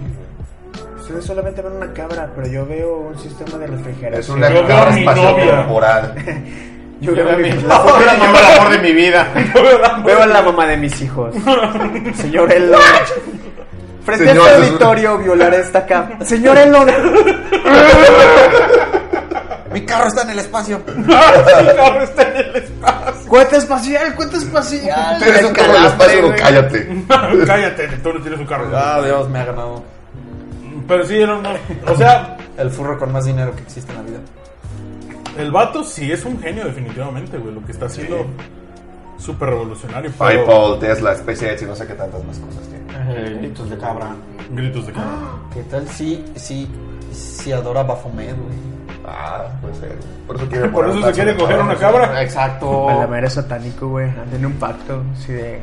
D: güey.
B: Ustedes solamente ven una cabra, pero yo veo un sistema de
D: Es
B: refrigeración.
D: una
E: Yo veo a
D: cabra
E: mi novia.
D: espaciotemporal.
B: Yo veo a mi
C: No, ahora no, el amor de mi vida.
B: Veo a la mamá de mis hijos. Señor Elon. Frente a
D: Señor, es
B: este
D: una-
B: auditorio violaré esta cabra. Señor Elon.
F: Mi carro está en el espacio.
E: Sí, cabrón, está en el
B: Cuenta espacial, cuenta espacial.
D: Tienes un carro en el espacio, no,
B: güey.
D: cállate.
E: espacio. Cállate, tú no tienes un carro.
F: Ah, Dios, me ha ganado.
E: Pero sí, Elon Musk. O sea,
F: El furro con más dinero que existe en la vida.
E: el vato sí es un genio, definitivamente, güey. Lo que está haciendo. Súper revolucionario. pero-
D: PayPal, Tesla, SpaceX y no sé qué tantas más cosas tiene.
C: Gritos de cabra.
E: Gritos de cámara.
F: pues ¿Qué tal si, si, si adora Bafomet, güey?
D: Ah, puede ser. Por eso quiere,
E: Por
D: poner
E: eso
D: un
E: se
D: taxi
E: quiere
D: de
E: coger
D: cabra.
E: una cabra.
F: Exacto.
B: Palamera es satánico, güey. Anden un pacto. Así de.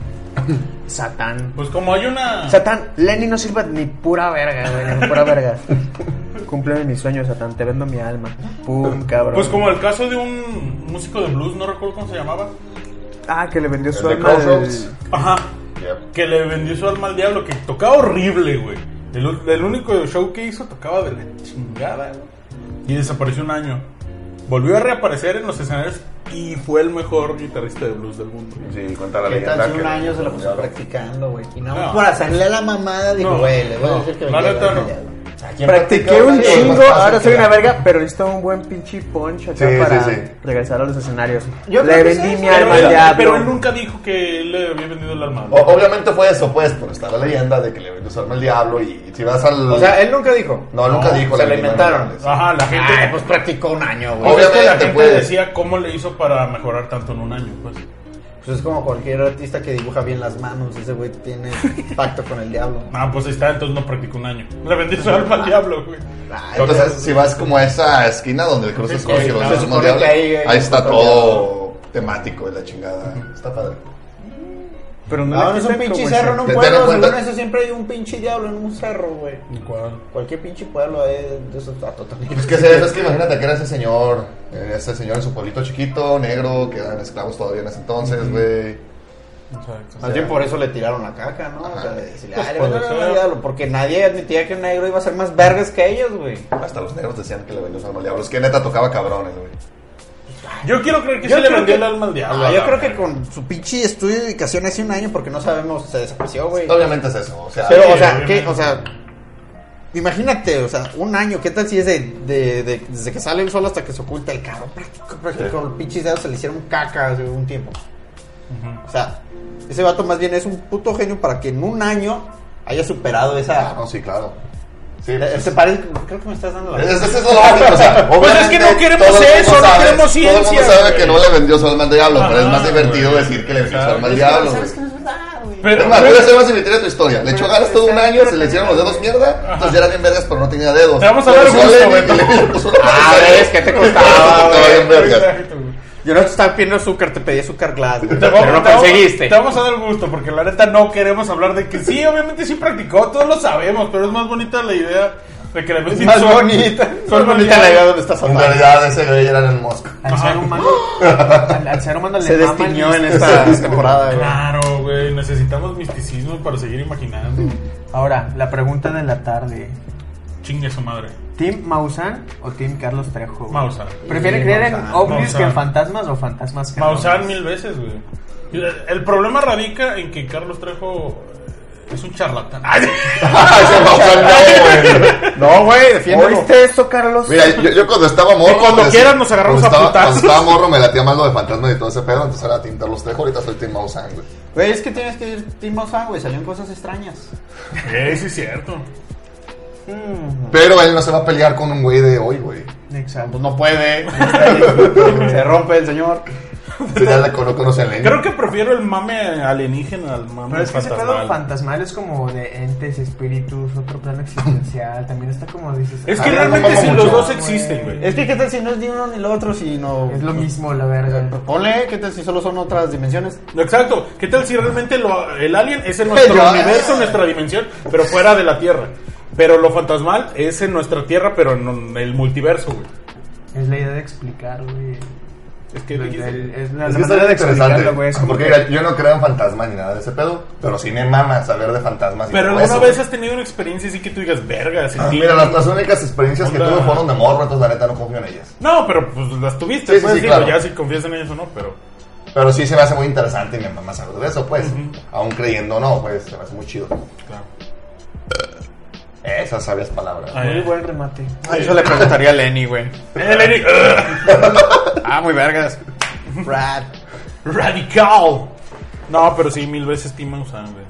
B: Satán.
E: Pues como hay una.
B: Satán, Lenny no sirve ni pura verga, güey, ni pura verga. Cumple mis sueños, Satán, te vendo mi alma. Pum, cabrón.
E: Pues como el caso de un músico de blues, no recuerdo cómo se llamaba.
B: Ah, que le vendió su
D: de
B: alma al-
D: Crossroads.
E: Ajá.
D: Yep.
E: Que le vendió su alma al diablo, que tocaba horrible, güey. El, u- el único show que hizo tocaba de la chingada, güey. Y desapareció un año. Volvió a reaparecer en los escenarios Y fue el mejor guitarrista de blues del mundo.
G: Sí, cuenta la
C: ¿Qué
G: leyenda.
C: tal si
G: que-
C: un año se la puso
G: Claro.
C: practicando, güey? Y nada más
E: No.
C: por hacerle la mamada, digo,
E: No,
C: güey, le voy a
E: no.
C: decir que
E: La
C: quiera,
E: neta,
C: que
E: no.
C: ya, güey.
B: Practiqué un
C: pues,
G: Practicaba,
B: chingo,
G: sí,
B: ahora soy
G: sí,
B: una
G: sí.
B: verga, pero necesito un buen pinche punch acá
G: Sí, sí,
B: para
G: sí.
B: regresar a los escenarios.
A: Yo
B: Le
A: creo que
B: vendí
A: sí,
B: mi
A: pero
B: alma al
E: él-
B: diablo.
E: eh, pero él nunca dijo que él le había vendido el alma.
G: O- obviamente fue eso, pues, pero está la leyenda de que le vendió su alma al diablo y si vas al...
C: O sea, él nunca dijo.
G: no, nunca
C: No,
G: dijo. la
C: se lo
G: leyenda,
C: inventaron.
G: no, no, no,
E: Ajá, la gente.
C: Ay, pues practicó un año,
D: Oh.
C: güey.
G: Obvio.
E: es Ah, que la
G: obviamente,
E: gente
G: pues.
E: decía cómo le hizo para mejorar tanto en un año, pues.
C: Pues es como cualquier artista que dibuja bien las manos. Ese güey tiene pacto con el diablo.
E: Ah, pues ahí está, entonces no practicó un año. Le vendí su alma al diablo, güey.
G: sí.
C: Ay,
G: Entonces,
D: Entonces, si vas como a esa esquina donde el cruce es con
E: Sí,
D: el
E: claro.
D: cruce
E: Se
D: es más
C: supone
D: diablo,
C: que ahí- ahí
D: ahí está
C: está
D: todo temático y la chingada. Está padre.
B: Pero no le
C: Ahora Ah, es un
B: quitan
C: pinche
B: como
C: cerro en
B: ese-
C: un
D: Ten- ten en
C: pueblo.
D: cuenta-
C: Según eso siempre hay un pinche diablo en un cerro, güey. Cualquier pinche pueblo es de esos datos también.
E: pues
D: Es que, se- es que imagínate que era ese señor, eh, ese señor en su pueblito chiquito, negro, que eran esclavos todavía en ese entonces, güey.
C: Más bien por eso le tiraron la caca, ¿no? O sea, de decirle,
E: Pues
C: "Ay,
E: puede
C: le van a dar
E: ser.
C: al diablo", porque nadie admitía que un negro iba a ser más vergas que ellos, güey.
D: Hasta los negros decían que le vendió su alma al diablo. Es que neta tocaba cabrones, güey.
E: Yo quiero creer que
C: Yo
E: sí le
C: creo
E: vendió
C: que-
E: el alma al diablo.
C: Ah, yo
E: la
C: creo que
E: verga.
C: con su pinche estudio y dedicación hace un año, porque no sabemos, se desapareció, güey.
D: Obviamente es eso, o sea,
C: Pero,
E: Sí,
C: o sea,
E: obviamente.
C: ¿qué? O sea, imagínate, o sea, un año, ¿qué tal si es de, de- de- desde que sale el sol hasta que se oculta el carro? Práctico, práctico,
D: Sí.
C: con los pinches dedos se le hicieron caca hace un tiempo.
E: Ujú.
C: O sea, ese vato más bien es un puto genio para que en un año haya superado
D: ah,
C: esa.
G: no, sí, claro. Sí,
C: Eh,
G: pues,
C: se parece- creo que me estás dando la.
D: Es- es- es- es lo lógico, o sea,
E: Pues es que no
D: obviamente
E: queremos
D: todo el mundo
E: eso, no queremos
D: Todo el
E: ciencia,
D: mundo sabe
E: güey.
D: que no le vendió su alma al diablo, pero es
E: Ajá,
D: más divertido
E: güey.
D: decir que le vendió su
E: Claro.
D: alma al diablo. güey.
C: Sabes que no es verdad, güey.
E: Pero,
D: Es más,
E: pero-
D: voy a hacer más divertida tu historia. Le echó ganas todo un año, se le hicieron los dedos mierda, entonces ya era bien vergas, pero no tenía dedos.
E: Te vamos a dar
D: Pero
E: gusto,
D: Lenny
E: güey.
D: que le puso una
C: Ah,
D: cosa,
C: ves, ¿qué te costaba,
D: Estaba
C: güey?
D: bien vergas.
E: Exacto, güey.
C: Yo no te estaba pidiendo azúcar, te pedí azúcar glass, güey,
E: Te vamos-
C: pero no
E: te vamos-
C: conseguiste.
E: Te vamos a dar gusto, porque la neta no queremos hablar de que sí, obviamente sí practicó, todos lo sabemos, pero es más bonita la idea de que le vendí
C: Más
E: su alma.
C: bonita.
E: Son
C: Más bonita la idea
E: bonitas.
C: donde estás
G: en
C: hablando.
G: realidad ese güey era el mosco.
B: Al ser humano, al, al ser humano le
C: Se
B: mama el
C: destiñó en
B: misticismo.
C: esta temporada, güey.
E: Claro, güey, necesitamos misticismo para seguir imaginando.
B: Ahora, la pregunta de la tarde.
E: Chingue su madre.
B: ¿Team Maussan o Team Carlos Trejo? güey?
E: Maussan.
B: ¿Prefiere
C: Sí,
B: creer en
C: Maussan.
B: ovnis
E: Maussan.
B: que en fantasmas o fantasmas que en
E: Maussan
B: ovnis?
E: mil veces, güey. El problema radica en que Carlos Trejo eh, es un charlatán.
C: No, güey, defiéndelo.
B: ¿Oíste eso, Carlos?
G: Mira, yo, yo cuando estaba morro.
E: Y cuando
G: pues,
E: quieran nos agarramos
G: cuando
E: a
G: estaba-
E: putazos.
G: Cuando estaba morro me latía más lo de fantasma y todo ese pedo. Entonces era Team Carlos Trejo. Ahorita soy Team Maussan, güey.
E: Mm.
C: Güey, es que tienes que ir Team Maussan, güey. Salieron cosas extrañas.
E: Eh, sí, es cierto.
G: Pero él no se va a pelear con un güey de hoy, güey.
B: Exacto.
C: Pues no puede. Se rompe el señor.
G: Entonces Pues ya la cono- conocen a Lenny.
E: Creo que prefiero el mame alienígena al mame
B: Pero es que ese pedo
E: fantasmal.
B: fantasmal es como de entes, espíritus, otro plano existencial. También está como dices.
E: Es
B: ah,
E: que
G: Ah,
E: realmente
G: no,
E: si
G: no,
E: los
G: no,
E: dos
B: güey.
E: existen, güey.
C: Es que qué tal si no es ni uno ni el otro, sino...
B: Es lo mismo, la verga.
C: Ponle, qué tal si solo son otras dimensiones.
E: Exacto. ¿Qué tal si realmente lo- el alien es en nuestro
G: Yo-
E: universo, nuestra dimensión, pero fuera de la Tierra? Pero lo fantasmal es en nuestra Tierra, pero en el multiverso, güey.
B: Es la idea de explicar, güey.
E: Es que
B: El-
E: dijiste-
B: el- Es la,
G: Es que está
B: la
G: bien
B: manera de
G: interesante.
B: explicarlo, güey. Es como
G: Porque
B: que-
G: mira, yo no creo en fantasmas ni nada de ese pedo. Pero sí me mama saber de fantasmas. y
E: Pero
G: todo
E: alguna
G: eso,
E: vez
G: güey.
E: has tenido una experiencia así que tú digas, verga,
G: Ah,
E: sentí-
G: Mira, las, las únicas experiencias que
E: Onda.
G: tuve fueron de morro, entonces la neta no confío en ellas.
E: No, pero pues las tuviste,
G: Sí, sí,
E: pues,
G: sí,
E: digo,
G: claro.
E: ya si confías en ellas o no, pero...
G: Pero sí se me hace muy interesante y me mama saber de eso, pues. Aún creyendo o no, pues se me hace muy chido.
E: Claro.
G: Esas sabias palabras.
E: Ay,
B: Muy buen remate.
C: Ah, eso le preguntaría a Lenny, güey.
E: El alien- ¡Ugh!
C: Ah, muy vergas. Brad.
E: ¡Radical! No, pero sí, mil veces Team Maussan, güey.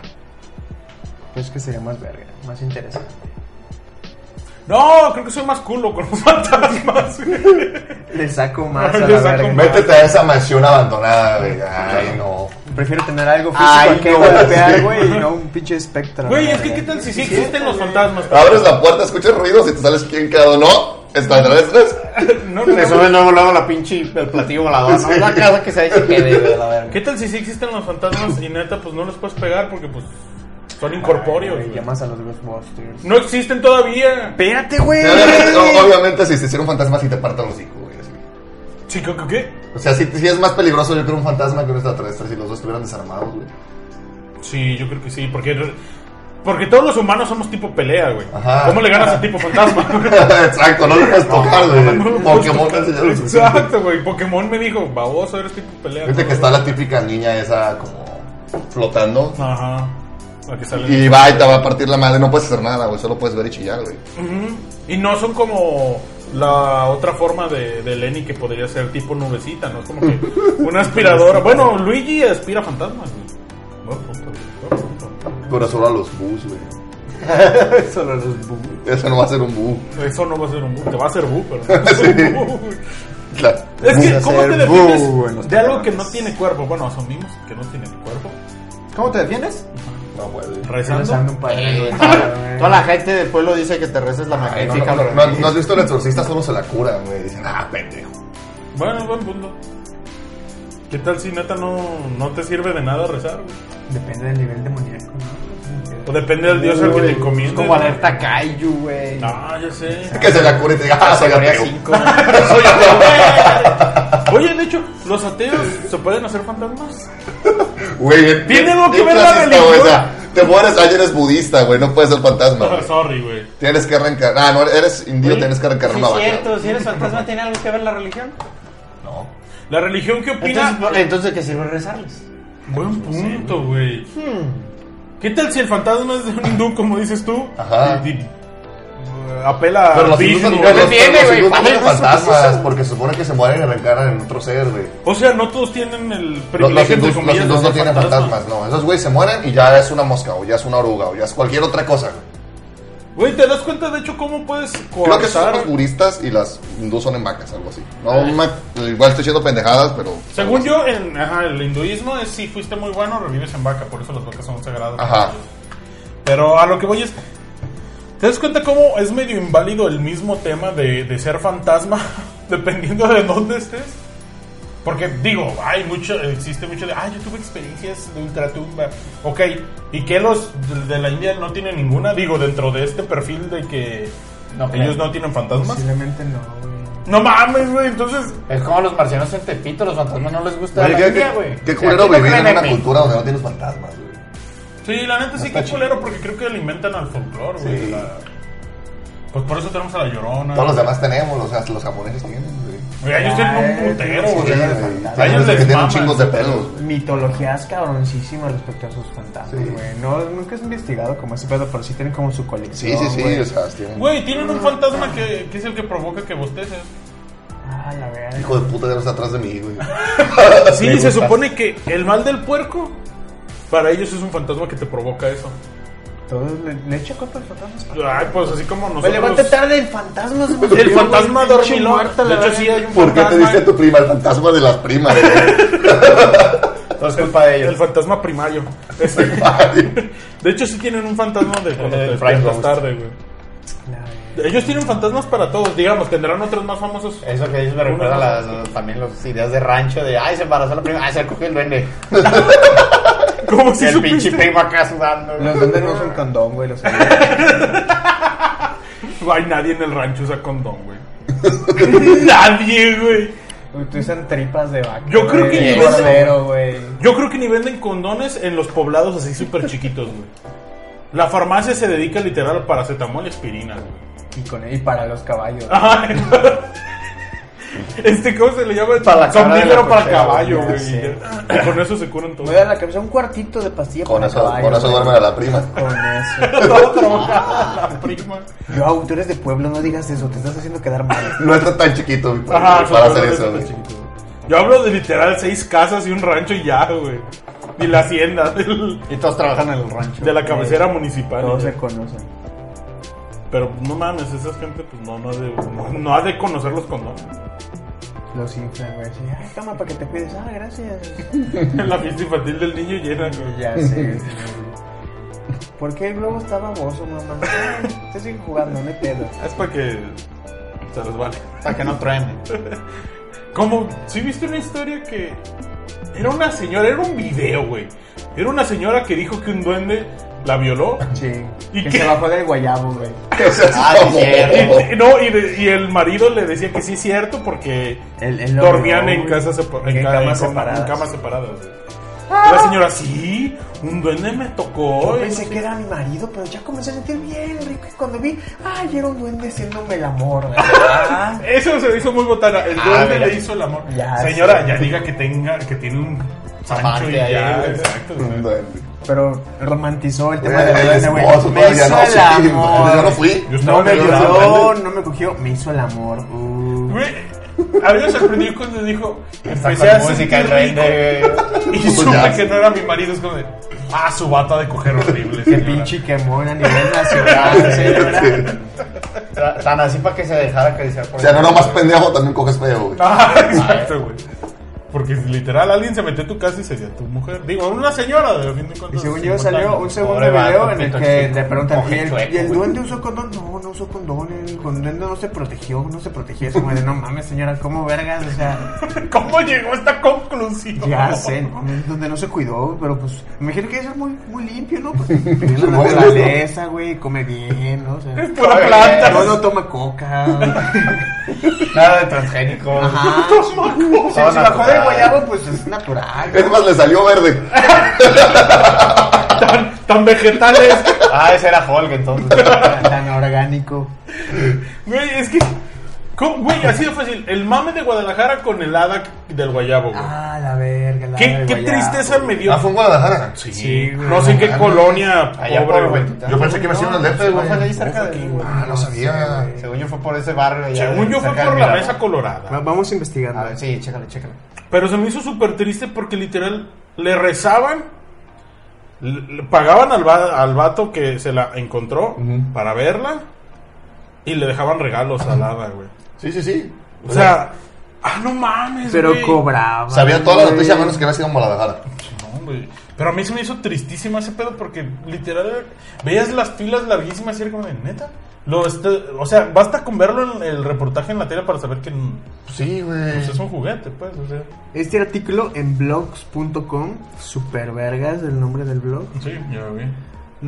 B: Pues que sería más verga, más interesante.
E: No, creo que soy más culo con los fantasmas, güey.
B: Le saco más a
E: Le
B: la
E: saco
B: verga.
E: más.
G: Métete a esa mansión abandonada, güey. Ay, no.
B: Prefiero tener algo físico
C: Ay,
B: que
C: no,
B: golpear, güey, y no un pinche espectro.
E: Güey,
B: la
E: es que
B: verga.
E: qué tal si sí existen los fantasmas.
G: Ah,
D: Abres la puerta, escuchas ruidos y te sales bien cagado. No, extraterrestres.
E: No,
C: Le
E: no,
C: sube luego, luego la pinche, el platillo volador. No, la casa que se dice que debe, la verga.
E: ¿Qué tal si sí existen los fantasmas y neta, pues no los puedes pegar porque pues son incorpóreos?
B: Güey,
E: güey?
B: llamas a los Ghostbusters.
E: No existen todavía.
B: Espérate, güey.
G: Sí, obviamente, no, obviamente, si se hiciera un fantasma, si te parta los hijos, güey. así.
E: Chico, ¿qué? qué?
G: O sea, si, si es más peligroso, yo creo un fantasma que un extraterrestre si los dos estuvieran desarmados, güey.
E: Sí, yo creo que sí, porque Porque todos los humanos somos tipo pelea, güey.
G: Ajá.
E: ¿Cómo le ganas a tipo fantasma?
G: Exacto, no le puedes tocar,
E: No me
G: güey.
E: puedes
G: Pokémon te
E: tocar.
G: enseñó lo suficiente.
E: Exacto, güey. Pokémon me dijo, baboso, eres tipo pelea.
G: Viste
E: ¿no?
G: que está la típica niña esa como flotando.
E: Ajá. Aquí sale.
D: Y va y te va a partir la madre, no puedes hacer nada, güey, solo puedes ver y chillar, güey.
E: Ujú. Y no son como la otra forma de, de Lenny que podría ser tipo nubecita, ¿no? Es como que una aspiradora. Bueno, Luigi aspira fantasmas, güey. Buen punto, güey. Buen punto.
G: Pero solo a los bus, güey.
A: Solo los bu-
G: Eso no va a ser un bu.
E: Eso no va a ser un bug, te va a hacer bug, pero no es un bug, güey.
G: Claey
E: Es que,
A: Vas a
E: ¿cómo
A: ser
E: te
A: boo
E: defines
A: en los
E: de algo
A: programas.
E: que no tiene cuerpo? Bueno, asumimos que no tiene cuerpo.
C: ¿Cómo te defiendes?
G: No puede.
E: Rezando.
A: Rezando un padre
C: Ah, Eh. Toda,
A: nuestro.
C: toda la gente del pueblo dice que te reces la
G: No,
C: magnífica.
G: no, no, no, ¿no has visto el exorcista, solo se la cura, güey. Dicen, ah, pendejo.
E: Bueno, buen punto. ¿Qué tal si neta no, no te sirve de nada rezar, güey?
B: Depende del nivel demoníaco, ¿no?
E: O depende del dios al que te encomiendes.
C: como
E: ¿no?
C: alerta Kaiju, güey.
E: Ah, ya sé.
G: Que se la cura y te diga, ah, soy
C: Categoría
G: ateo.
C: 5.
E: Soy ateo, güey. Oye, de hecho, ¿los ateos se pueden hacer fantasmas?
G: Güey, bien-
E: Tiene
G: bien-
E: algo que
G: bien
E: ver la
G: clasista, güey,
E: religión.
G: o sea, te mueres, ayer eres budista, güey, no puedes ser fantasma. güey.
E: Sorry, güey.
G: Tienes que arrancar. Ah, no, eres indio,
E: Oye,
G: tienes que arrancar una vaca.
C: si eres fantasma, ¿tiene algo que ver la religión?
G: No.
E: ¿La religión qué
C: Entonces,
E: opina?
C: por- entonces ¿qué sirve rezarles?
E: Buen punto, güey.
G: Hmm.
E: ¿Qué tal si el fantasma es de un hindú, como dices tú?
G: Ajá.
E: Y- y- uh, apela
G: Pero
E: a
G: los
E: Vishnu,
G: hindus no
E: güey.
G: los-
C: tiene,
G: los
C: güey,
G: hindus no
C: ¿cuál
G: son
C: es eso?
G: fantasmas, porque se supone que se mueren y arrancaran en otro ser, güey.
E: O sea, no todos tienen el
G: Los,
E: privilegio
G: los
E: entre
G: hindús, los
E: comillas, de
G: hindús no
E: ser
G: tienen fantasmas, no. Esos güeyes se mueren y ya es una mosca, o ya es una oruga, o ya es cualquier otra cosa. güey.
E: Güey, ¿te das cuenta de hecho cómo puedes
D: Creo que son
E: coartar?
D: los budistas y las hindús son en vacas, algo así. No, me- igual estoy diciendo pendejadas, pero.
E: Según yo, en ajá, el hinduismo es si fuiste muy bueno, revives en vaca, por eso las vacas son sagradas.
D: Ajá.
E: Pero a lo que voy es. ¿Te das cuenta cómo es medio inválido el mismo tema de, de ser fantasma? dependiendo de dónde estés. Porque digo, hay mucho, existe mucho de, ah, yo tuve experiencias de ultratumba. Ok, ¿y que los de- de la India no tienen ninguna? Digo, dentro de este perfil de que ellos no tienen fantasmas.
B: Posiblemente no, güey.
E: No mames, güey, entonces
C: Es como los marcianos en Tepito, los fantasmas no les gusta
G: Oye,
C: la
G: qué-
C: India,
G: qué-
C: güey.
G: Qué
C: O sea,
G: culero
C: aquí no
G: vivir en
C: creen
G: una
C: mí.
G: cultura donde no tienes fantasmas, güey.
E: Sí, la neta sí que es culero porque creo que alimentan al folclore, güey.
G: Sí.
E: la- Pues por eso tenemos a la llorona.
G: Todos los demás tenemos, o sea, los japoneses tienen, güey.
E: Güey, ellos tienen un putero,
G: Sí,
E: güey.
G: güey.
E: A ellos
G: Tienes que
E: les
G: tienen
E: mama.
G: chingos de pelos, güey.
B: Mitologías cabroncísimas respecto a sus fantasmas,
G: Sí.
B: güey. No, nunca has investigado como ese pedo, pero sí tienen como su
G: Sí,
B: colección.
G: sí, sí,
B: güey.
G: o sea, tienen.
E: Güey, tienen un fantasma que, que es el que provoca que bosteces.
B: Ah, la verga.
G: Hijo de puta, ya no está atrás de mí, güey.
E: Sí, se supone que el mal del puerco, para ellos es un fantasma que te provoca eso.
B: Todos le, le echa contra los fantasmas.
E: Ay, pues así como
B: Me
E: nosotros...
B: levanté tarde el fantasma. se me olvidó,
E: El fantasma
B: güey.
E: dormilón.
B: Muerta,
E: De
B: la
E: hecho,
B: verga.
E: sí hay un
G: ¿Por qué te
E: fantasma-
G: diste a tu prima el fantasma de las primas? güey?
C: Todo es culpa de
E: El
C: ellos.
E: fantasma primario. Ese. De hecho, sí tienen un fantasma de
G: Eh,
E: cuando te
C: El Frank
E: despiertas
C: Ghost.
E: tarde, güey.
B: La verga.
E: Ellos tienen fantasmas para todos, digamos. Tendrán otros más famosos.
C: Eso que dices me recuerda a las, también las ideas de rancho de ay se embarazó la prima, ay se cogió el duende.
G: Eh,
E: ¿Cómo
C: Y
E: se
C: el pinche
E: supiste?
C: primo acá sudando.
B: Los duendes no usan condón, güey. Los
E: Hay nadie en el rancho usa condón, güey. nadie, güey.
B: utilizan tripas de vaca.
E: Yo creo
B: güey, de
E: que ni venden-
B: cordero, güey.
E: Yo creo que ni venden condones en los poblados así súper chiquitos, güey. La farmacia se dedica literal a paracetamol y aspirina, güey.
B: Y, con- y para los caballos.
E: Ajá. Este, ¿cómo se le llama?
C: Para la cara de
E: Somnífero
C: la
E: para
C: cochera,
E: caballo,
C: ya
E: güey.
C: sé.
E: Y Con eso se curan todos.
B: Me da la cabeza un cuartito de pastilla
G: Con
B: para
G: eso,
B: caballo,
G: con eso
B: güey.
G: duermen a la prima.
B: Con eso.
E: Todo trabajado, la prima.
B: Yo, ah, tú eres de pueblo, no digas eso, te estás haciendo quedar mal.
G: No está tan chiquito güey,
E: Ajá,
G: para
E: son
G: hacer
E: poblados
G: eso,
E: súper
G: güey.
E: chiquitos, güey. Yo hablo de literal seis casas y un rancho y ya, güey. Y la hacienda del-
C: Y todos trabajan en el rancho.
E: de la cabecera municipal.
B: Todos
E: y ya.
B: se conocen.
E: Pero no mames, esa gente pues no, no, ha, de, no, no ha de conocer los condones.
B: Los inflan, güey. así, Ay, toma para que te cuides. Ah, gracias.
E: La fiesta infantil del niño llena. güey.
B: Ya sé. ¿Por qué el globo está baboso, mamá? Te sigue jugando, no hay pedo.
E: Es para que se los vale.
C: Para que no truenen.
E: Como, si viste una historia que era una señora, era un video, güey. Era una señora que dijo que un duende la violó.
B: Sí.
E: ¿Y
B: que
E: qué?
B: se bajó del guayabo, güey.
G: O sea,
C: Ah,
G: es como-
C: sí, cierto.
E: Y, no, y, de- y el marido le decía que sí es cierto porque
B: Él- él lo
E: dormían
B: violó,
E: en
B: güey.
E: casas separ-
B: En
E: ca-
B: camas
E: con-
B: separadas.
E: en camas separadas, güey. Y la señora, sí, un duende me tocó.
B: Yo
E: y no
B: pensé
E: sé
B: que era mi marido, pero ya comencé a sentir bien rico. Y cuando vi, ay, era un duende haciéndome el amor. güey. Ah,
E: Eso se hizo muy botana. El
C: Ah,
E: duende
C: mira.
E: le hizo el amor.
B: Ya,
E: Señora,
B: sí.
E: ya diga que tenga, que tiene un Sancho
C: Amante
E: y ya.
C: ahí, güey.
E: exacto.
D: Un
E: güey.
D: duende.
B: pero romantizó el tema
D: Era
B: del
D: Eh, el
B: duende, güey.
D: esposo,
B: Me
D: pero ya
B: hizo
D: no,
B: el
D: sí,
B: amor.
D: Yo no fui.
E: Yo
B: No
E: estaba
B: me
E: peor, güey.
B: ayudó, no me cogió, me hizo el amor. Uh.
E: Güey, a mí me sorprendió cuando dijo, empecé
C: con
E: a
C: música
E: sentir
C: el duende,
E: rico.
B: Pues
E: Y supe
D: ya.
E: que no era mi marido. Es como de, ah, su bata de coger horrible.
B: Qué
E: señora".
B: pinche quemón a nivel nacional, señora.
C: Ta- Tan así para que se dejara acariciar por
D: O sea,
C: el-
D: no nomás pendejo, también coges feo, güey.
E: Ah, exacto, güey. Porque literal alguien se metió a tu casa y sería tu mujer. Digo, una señora, de fin de cuentas.
B: Y según
E: de
B: yo
E: 50
B: salió
E: años.
B: un segundo
C: Pobre vato,
B: video en el
C: pito
B: que
C: chico,
B: le preguntan
C: coge
B: ¿y el,
C: chueco,
B: y el
C: güey".
B: duende usó condón? No, no usó condón, el condón no se protegió, no se protegió. Es como de, no mames señora, ¿cómo vergas? O sea,
E: ¿Cómo llegó a esta conclusión?
B: ya sé, no mames, donde no se cuidó, pero pues me imagino que debe ser muy, muy limpio, ¿no? Porque
D: Muy
B: vive en la
D: bueno, ¿no?
B: naturaleza, güey, come bien, ¿no? O sea,
E: Es pura planta.
B: no, no toma coca.
C: Nada de transgénico.
B: Ajá. Si
C: Todo
B: se bajó del
C: natural.
B: guayabo, pues es natural.
D: Es más, le salió verde.
E: Tan, tan vegetales.
C: Ah, ese era Hulk entonces.
B: Tan tan orgánico.
E: Güey, es que. ¿cómo? Güey, así de fácil. El mame de Guadalajara con el hada del guayabo, güey.
B: Ah, la verga, la
E: ¿Qué,
B: del
E: qué
B: guayabo.
E: tristeza me dio.
D: Ah, fue en Guadalajara.
E: Sí, güey. No sé en qué colonia.
C: Allá
E: pobre,
C: por
E: güey.
C: Huentitán.
D: Yo pensé que iba a ser una lepe,
C: No
D: güey.
C: fue ahí cerca de
D: Ah, no sabía.
C: Según yo fue por ese barrio. allá
E: Según
C: de-
E: yo fue
C: cerca de
E: por la
C: Miramar.
E: mesa colorada.
B: Va- Vamos investigando.
E: Ah,
C: A ver, sí, chécale, chécale.
E: Pero se me hizo súper triste porque literal le rezaban, le- le pagaban al, va- al vato que se la encontró para verla y le dejaban regalos al hada, güey.
D: Sí, sí, sí.
E: O sea, ah, no mames,
B: Pero
E: güey.
B: cobraba.
D: Sabía toda la
B: güey.
D: noticia, menos que había sido en Guadalajara.
E: No, güey. Pero a mí se me hizo tristísimo ese pedo porque literal veías las filas larguísimas y era como de neta. Lo este- o sea, basta con verlo en el reportaje en la tele para saber que pues,
D: Sí, güey.
E: es un juguete, pues. O sea,
B: Este artículo en blogs.com, super vergas el nombre del blog,
E: sí, ya vi.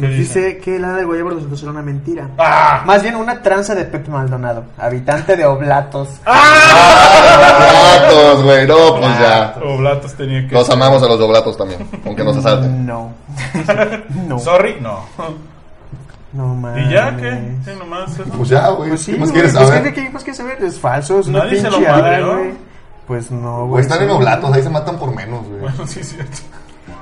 E: ¿Qué
B: nos dice? que el hada de Guayabo resultó ser una mentira.
E: ¡Ah!
B: Más bien una tranza de Pepe Maldonado, habitante de Oblatos.
E: Ah.
D: Doblatos, güey. No, pues ya.
E: Oblatos tenía que.
D: Los amamos a los doblatos también, aunque nos asalten.
B: No. No.
E: Sorry, no.
B: No mames.
E: ¿Y ya qué? Sí, nomás eso.
D: Pues ya, güey.
B: Pues sí,
D: ¿Qué más
B: güey,
D: quieres
B: pues,
D: saber?
B: ¿qué- ¿Qué más quieres saber? Es falso, es una
E: Nadie se
B: pinche
E: lo
B: hada,
E: madreó.
B: güey. Pues no,
D: Güey,
B: güey.
D: están
B: sí.
D: en oblatos, ahí se matan por menos, güey.
E: Bueno, sí, es cierto.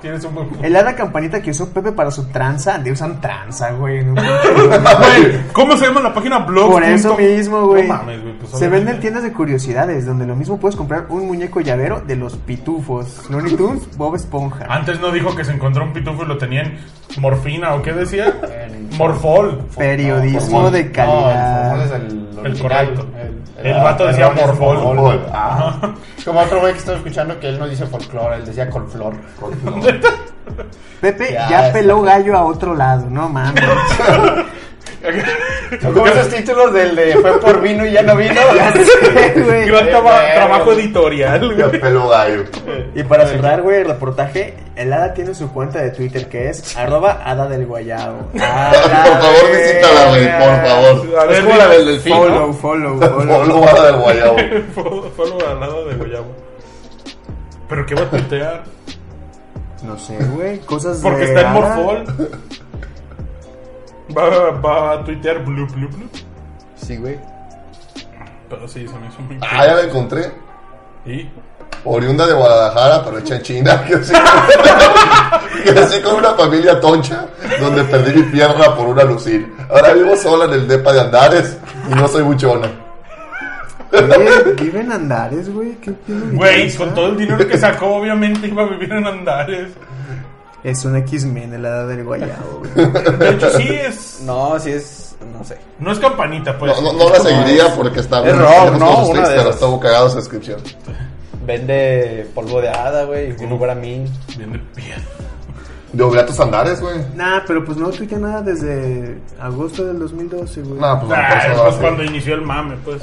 E: Tienes un buen punto.
B: El hada campanita que usó Pepe para su tranza, le usan tranza, güey. no
E: Güey, ¿Cómo se llama la página blog?
B: Por eso mismo, güey.
E: No mames, güey. pues,
B: Se venden
E: obviamente.
B: tiendas de curiosidades, donde lo mismo puedes comprar un muñeco llavero de los pitufos. Looney Tunes, Bob Esponja.
E: Antes no dijo que se encontró un pitufo y lo tenían morfina o qué decía? Morfol.
B: Periodismo de calidad.
C: No, el Formol es el,
E: El
C: original.
E: correcto. El vato decía
C: el- el-
E: Morfol.
C: Morfol. Ah. Como otro güey que estoy escuchando que él no dice folclore, él decía colflor.
B: Pepe
C: Ya
B: ya,
C: está.
B: peló gallo a otro lado, no mames.
C: Son como esos títulos del de fue por vino y ya no vino.
B: Ya sé, güey.
E: Gran traba-
C: Qué
E: trabajo
C: perro.
E: editorial,
D: Ya
E: güey.
D: pelo gallo.
B: Y para cerrar, güey, el reportaje, el hada tiene su cuenta de Twitter que es arroba hada del guayabo.
C: Ah,
D: Por favor, visítala, güey, por favor.
E: A ver,
D: es como la
E: dime.
D: del delfín, ¿no?
B: Follow, follow,
D: Por
B: follow.
D: lo malo del guayabo.
E: Fue lo ganado de Goyabo. Pero qué va a tuitear.
B: No sé, güey, cosas de
E: Porque está en
B: hada.
E: Morfol. Va, va a tuitear blue, blue, blue.
B: Sí, güey.
E: Pero sí, se me hizo muy.
D: Ah, ya la encontré.
E: Y
D: Oriunda de Guadalajara, pero hecha en China. Crecí con, crecí con una familia toncha donde perdí mi pierna por una lucil. Ahora vivo sola en el depa de Andares y no soy buchona.
B: Güey, Vive en Andares, güey, qué pedo.
E: Güey, con todo el dinero que sacó, obviamente iba a vivir en Andares.
B: Es un X-Men, el hada del guayabo, güey.
E: De hecho, sí es.
C: No, si es. No sé.
E: No es campanita, pues.
D: No, no, no la seguiría porque está
C: Es rock,
D: tenemos
C: ¿no?
D: todos sus
C: Una
D: tics,
C: de
D: pero
C: esas.
D: está cagado su descripción.
C: Vende polvo de hada, güey. Un lugar a mí.
E: Viene bien.
D: De Oblatos a Andares, güey.
B: Nah, pero pues no tuitea nada desde agosto del 2012, güey.
D: No, pues no,
E: Ah,
D: por eso
E: es
D: no
E: más
D: la
E: cuando
D: seguí.
E: inició el mame, pues.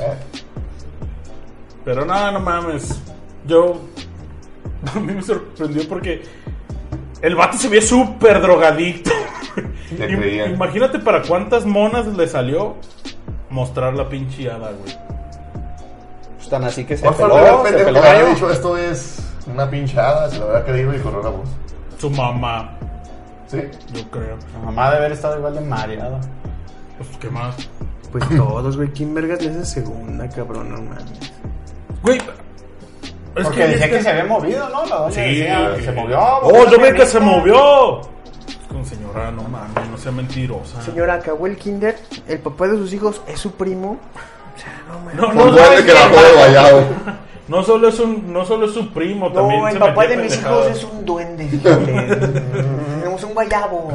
E: Pero nada, no mames. Yo. A mí me sorprendió porque. El vato se ve súper drogadicto.
D: Te
E: Im-
D: creía.
E: Imagínate para cuántas monas le salió mostrar la pinche hada, güey.
C: Pues tan así que se
D: Por
C: peló.
D: favor, el
C: se
D: pendejo
C: peló
D: que haya
C: gallo.
D: dicho esto es una pinchada, se lo había creído y corrió la voz.
E: Su mamá,
D: Sí.
E: yo creo.
C: La mamá debe haber estado igual de mareada.
E: Pues, ¿qué más?
B: Pues todos, güey. ¿Quién vergas le hace segunda, cabrón? No mames.
E: Güey. Es
C: Porque decía que
E: este-
C: se había movido, ¿no? La doña
E: Sí,
C: decía, "Ah,
E: sí.
C: se movió.
E: ¡Oh, yo vi que se movió! Es Con señora, no mames, no sea mentirosa.
B: Señora, acabó el kinder. El papá de sus hijos es su primo. O sea, no mames.
E: No,
D: No
E: no,
D: duele
E: ¿sabes
D: que
E: qué?
D: la todo guayado.
E: no solo es un, no solo es su primo,
B: No,
E: también
B: Oh, el
E: se
B: papá
E: metía
B: de mis hijos
E: pendejadas.
B: es un duende. fíjate. Tenemos un guayabo.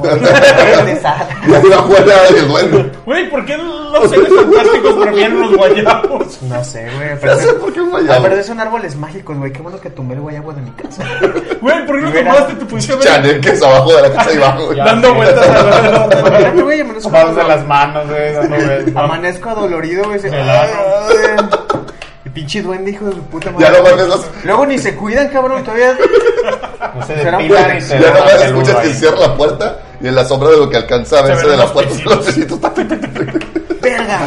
B: de sal.
D: Y hay una buena de duelo.
E: Güey, ¿por qué los seres fantásticos prefieren los guayabos?
B: No sé, güey.
D: Ya
B: Pero,
D: sé por qué un
B: Ah, pero
D: guayabo.
B: son árboles mágicos, güey. Qué bueno que tumbé el guayabo de mi casa.
E: Güey, ¿por qué no
B: Mira.
E: tomaste tu pudiste haber
D: Chanel que es abajo de la casa y abajo.
E: dando vueltas a la
B: Imagínate, güey, amanezco,
C: Vamos de las manos, güey. dando vueltas.
B: amanezco adolorido, güey. se-
C: lado.
B: Ay, El pinche duende, hijo de su puta madre.
D: Ya no mames, los-
B: Luego ni se cuidan, cabrón, todavía.
C: No se
B: Será un
C: depilan y se
D: Ya no
C: dejan
D: me
C: peludo
D: escuchas que
C: ahí.
D: cierra la puerta y en la sombra de lo que alcanza a verse
E: ven
D: de la
E: los
D: puerta son los
E: pesitos.
D: pesitos. tac, tac, tac, tac, tac.
B: Verga,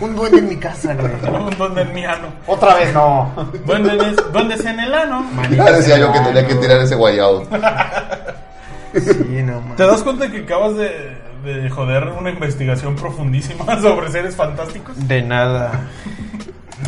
B: un duende en mi casa, güey.
E: Un duende en mi ano.
C: Otra vez no.
E: Duendes, duendes en el ano.
D: Ya decía yo que tenía que tirar ese guayabo.
B: Sí, no mames.
E: ¿Te das cuenta que acabas de, de joder una investigación profundísima sobre seres fantásticos?
B: De nada.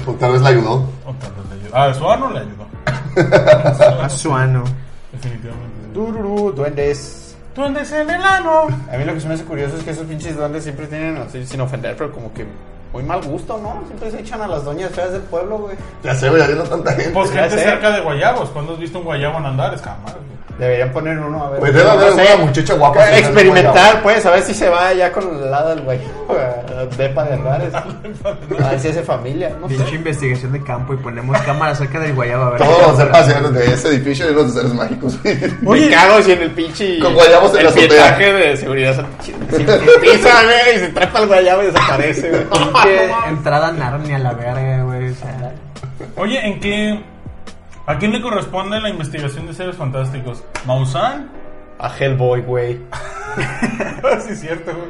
D: O tal vez la ayudó.
E: O tal vez le ayudó. Ah, su ano le ayudó.
B: A Suano.
E: Definitivamente.
C: Tururú, duendes.
E: Duendes en el ano.
C: A mí lo que se me hace curioso es que esos pinches duendes siempre tienen, así, sin ofender, pero como que muy mal gusto, ¿no? Siempre se echan a las doñas feas del pueblo, güey.
D: Ya sé, güey, ya vieron tanta gente.
E: Pues
C: Ya
E: gente
C: sé.
E: cerca de guayabos. ¿Cuándo has visto un guayabo en Andares? Jamás. güey.
C: Deberían poner uno, a ver.
D: Pues debe haber
C: No sé.
D: una muchacha guapa. sin
C: Experimentar, pues, a ver si se va ya con el lado del güey. a Depa de Andares. A ver si hace familia. No sé.
B: Pinche investigación de campo y ponemos cámaras cerca del guayabo a ver.
D: Todos vamos a ser paseantes de ese edificio y los seres mágicos.
C: Oye, ¿qué hago si en el pinche.
D: Con guayabos en
C: el
D: la azotea.
C: pietaje de seguridad se se- se pisa, güey, y se trepa el guayabo y desaparece, güey.
B: Pinche entrada a Narnia, la verga, güey. O sea,
E: Oye, ¿en qué. ¿A quién le corresponde la investigación de seres fantásticos? ¿Mausan?
C: A Hellboy, güey.
E: sí, es cierto, güey.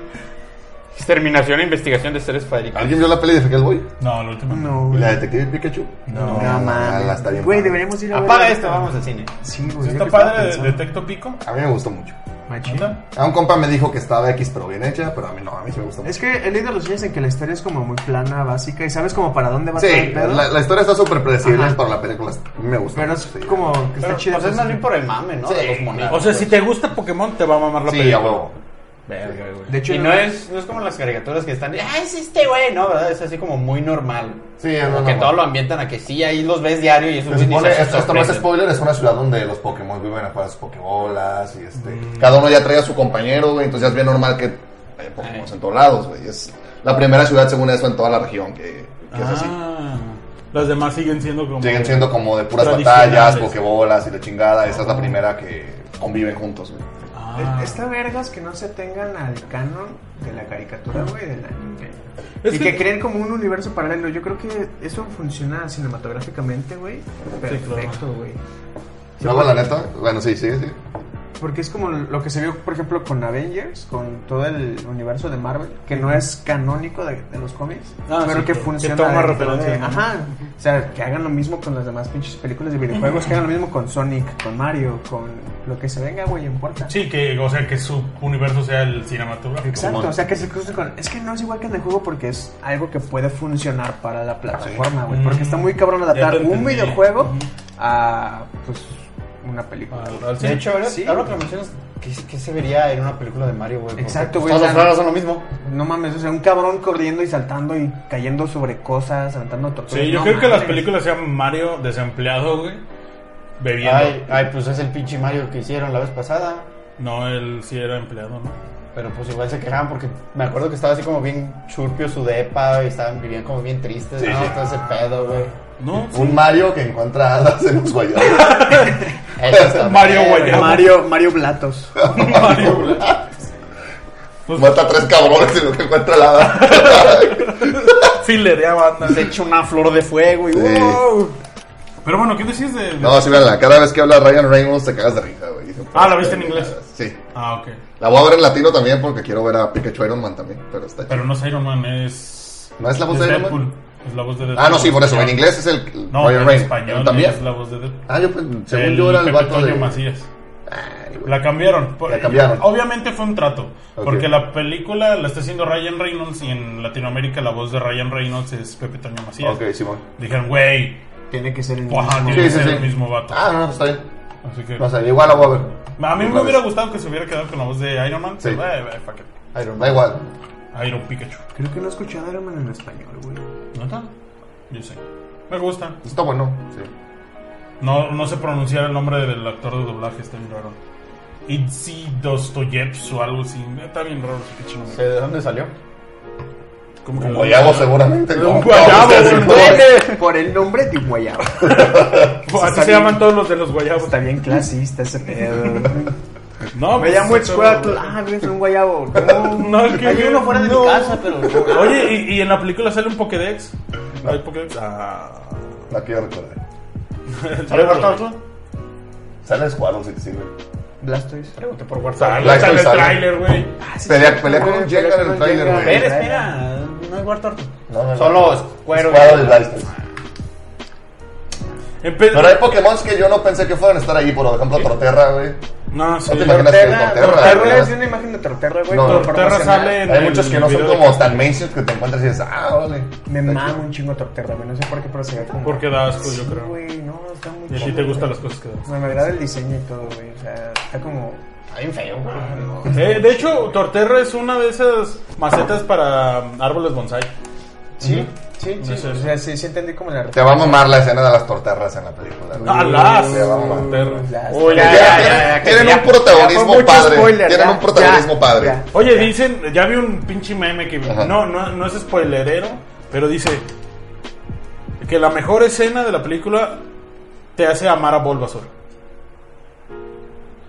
C: Exterminación e investigación de seres féricos.
D: ¿Alguien vio la peli de Hellboy?
E: No, la última.
B: no,
D: ¿Y
B: güey.
D: la detective Pikachu?
E: No.
B: No mames.
D: la está bien
B: Güey,
D: padre.
B: deberíamos ir a ver.
C: Apaga esto, vamos al cine.
B: Sí, güey.
E: Sí
B: yo que
E: está
B: estaba
E: padre de, de
B: pensando.
E: Tecto Pico.
D: A mí me gustó mucho.
B: Machín.
E: Anda.
D: A un compa me dijo que estaba X, pero bien hecha, pero a mí no, a mí sí me gustó mucho.
B: Es que he leído los días en que la historia es como muy plana, básica, y sabes como para dónde va todo
D: Sí,
B: el pedo.
D: la, la historia está súper predecible
B: Ajá.
D: para la película. A mí me gustó.
B: Pero es
D: sí.
B: como que está
C: Pero,
B: chida.
C: pues es más bien por el mame, ¿no? de los monitos.
E: O sea, si te gusta Pokémon, te va a mamar la
D: Sí,
E: película.
D: a huevo.
E: Verga, güey.
B: De hecho,
C: Y no es, no es como las caricaturas que están, ah, es este güey, no, ¿verdad? Es así como muy normal.
D: Sí, es
C: Como
D: muy
C: que
D: normal.
C: todo lo ambientan a que sí, ahí los ves diario y eso
D: Se supone, esto, esto no es spoiler, es una ciudad donde los Pokémon viven afuera de sus Pokébolas y este. Cada uno ya trae a su compañero, güey, entonces ya es bien normal que haya Pokémon en todos lados, güey. Es la primera ciudad, según eso, en toda la región que, que es así.
E: Ah, las demás siguen siendo como.
D: Siguen siendo como de puras
E: Tradicionales.
D: batallas, Pokébolas y la chingada. Esa es la primera que conviven juntos, güey.
E: Ah.
B: Esta vergas que no se tengan al canon de la caricatura, güey, del anime.
E: Es
B: y
E: que-
B: que... creen como un universo paralelo. Yo creo que eso funciona cinematográficamente, güey.
E: claro.
B: Perfecto, güey.
D: Luego, la neta, bueno, sí, sí, sí.
B: Porque es como lo que se vio, por ejemplo, con Avengers, con todo el universo de Marvel, que no es canónico de, de los cómics,
E: Ah,
B: pero
E: sí,
B: que
E: claro.
B: funciona.
E: Que toma
B: dentro
E: referencias,
B: de-
E: ¿no?
B: Ajá. O sea, que hagan lo mismo con las demás pinches películas de videojuegos, que hagan lo mismo con Sonic, con Mario, con lo que se venga, güey, importa.
E: Sí, que, o sea, que su universo sea el cinematográfico.
B: Exacto,
D: Simón.
B: o sea que se cruce con. Es que no es igual que en el juego porque es algo que puede funcionar para la plataforma, güey. Porque está muy cabrón
E: Ya te
B: adaptar un
E: entendí.
B: videojuego
E: Ujú.
B: a. Pues. Una película.
E: Al- al
C: De
E: cine.
C: hecho, ahora,
B: Sí.
C: ahora que lo mencionas, ¿qué, qué se vería en una película de Mario, güey? Porque,
B: Exacto,
C: pues,
B: güey,
C: Todos los
B: o sea,
C: raros son lo mismo.
B: No mames, o sea, un cabrón corriendo y saltando y cayendo sobre cosas, aventando tortugas.
E: Sí, yo
B: No
E: creo que las
B: mames.
E: películas sean Mario desempleado, güey. Bebiendo.
C: Ay, ay, pues es el pinche Mario que hicieron la vez pasada.
E: No, él sí era empleado, ¿no?
C: Pero pues igual se quejaban porque me acuerdo que estaba así como bien churpio su depa y estaban, vivían como bien tristes, ¿no? Todo ese pedo, güey.
E: No, sí.
D: Un Mario que encuentra hadas en los guayabos.
C: Eso está
E: Mario,
C: bien,
E: güey.
C: güey.
B: Mario, Mario Blatos.
E: Mario, güey. Pues,
D: Mata a tres cabrones y lo que encuentra la hada.
E: filerea banda.
C: Se echa una flor de fuego y
D: Sí.
C: wow.
E: Pero bueno, ¿qué decís de.? de-
D: No, sí, véanla. Cada vez que habla Ryan Reynolds te cagas de risa, güey.
E: Ah, ¿la viste en inglés?
D: Sí.
E: Ah, ok.
D: La voy a ver en latino también porque quiero ver a Pikachu Iron Man también, pero está chido.
E: Pero no es Iron Man, es.
D: ¿No es la voz de Iron Man?
E: Deadpool. Es la voz de Deadpool.
D: Ah, no, sí, por eso. En inglés es el
E: No,
D: Ryan
E: en
D: Reynolds.
E: español
D: también.
E: es la voz de Deadpool.
D: Ah, yo pues, según
E: El
D: yo era el
E: Pepe
D: vato
E: Toño
D: de...
E: Macías.
D: Ah, Ay, güey.
E: La cambiaron. Por-
D: La cambiaron.
E: Obviamente fue un trato.
D: Ok.
E: Porque la película la está haciendo Ryan Reynolds y en Latinoamérica la voz de Ryan Reynolds es Pepe Toño Macías.
D: Ok, Simón.
E: Dijeron, güey,
C: Tiene que ser el mismo.
E: ajá, tiene
D: Sí,
E: que
D: sí,
E: ser
D: sí.
E: el mismo vato.
D: Ah, no, no, está bien.
E: Así que-
D: No sé, igual la voy a ver.
E: a mí me
D: Otra
E: hubiera
D: vez.
E: gustado que se hubiera quedado con la voz de Iron Man.
D: Sí.
E: Eh, eh, fuck it.
D: Iron Man. Da igual.
E: Iron Pikachu.
B: Creo que no he escuchado a Iron Man en español, güey.
E: ¿No está? Yo sé. Me gusta.
D: Está bueno. Sí.
E: No, no sé pronunciar el nombre del actor de doblaje, está bien raro. Itzi Dostoyevsky o algo así. Está bien raro, qué chino.
A: Eh, ¿De dónde salió?
E: Como que
D: Un guayabo seguramente. Un guayabo.
B: Por, por el nombre de Guayabo.
E: Así se llaman todos los de los guayabos.
B: Está bien clasista ese pedo.
E: No,
B: Me
E: pues,
B: llamo
E: está
B: Excuatl.
E: todo-
B: Ah, es un Guayabo. No.
E: No, que
C: Hay uno fuera de
E: no.
C: mi casa, Ah, pero.
E: Oye, ¿y, y en la película sale un Pokédex? ¿Hay Pokédex? Ah.
D: La quiero recordar.
E: ¿Sale
D: Sale Squadron si te sirve.
B: Blastoise.
A: Pregunté por WhatsApp.
E: Sale,
D: La
E: sale el
D: sale.
E: tráiler, güey.
D: Pelea, pelea con un
B: Pelea
D: Jenga
B: con
D: en el
B: un
D: trailer,
B: Jenga.
D: güey.
B: Pero-
C: Espera, espera. No hay War Turtle.
D: No, no, no.
A: Son los cueros.
D: Squadron y Blastoise.
E: Empe-
D: Pero hay Pokémon que yo no pensé que fueran a estar ahí. Por ejemplo, Torterra, güey.
E: No, sí.
D: No te imaginas que Torterra.
B: Torterra es
D: güey.
B: una imagen de Torterra, güey.
D: No,
B: pero
D: Torterra
E: Terra
B: promocional.
E: sale en
D: Hay
E: el
D: muchos que no son
E: video de-
D: como tan mainstream que te encuentras y dices, ah, vale.
B: Me mama un chingo Torterra, güey. No sé por qué, pero se ve como.
E: Porque da asco, yo
B: Sí,
E: creo.
B: Güey, no, está muy
E: Y a ti
B: chido,
E: te gustan
B: güey.
E: las cosas que dan.
B: Me me agrada el diseño y todo, güey. O sea, está como.
C: Está bien feo, güey.
E: Eh, de hecho, Torterra es una de esas macetas para um, árboles bonsai.
B: Sí, sí, sí.
E: No sé.
B: O sea, sí, sí entendí como la.
D: Te va a mamar la escena de las torterras en la película. güey.
E: ¡Ah, las!
D: Te va a mamar.
E: Torterra.
B: Las-
E: Oye,
D: Ya,
E: ya,
D: tienen-
E: ya, ya, que
D: tienen
E: ya.
D: un protagonismo
B: mucho
D: padre.
B: spoiler,
D: tienen
B: ya,
D: un protagonismo
B: ya,
D: padre.
B: ya.
E: Oye, dicen, ya vi un pinche meme que
D: Ajá.
E: no, no, no es spoilerero, pero dice que la mejor escena de la película te hace amar a Bulbasaur.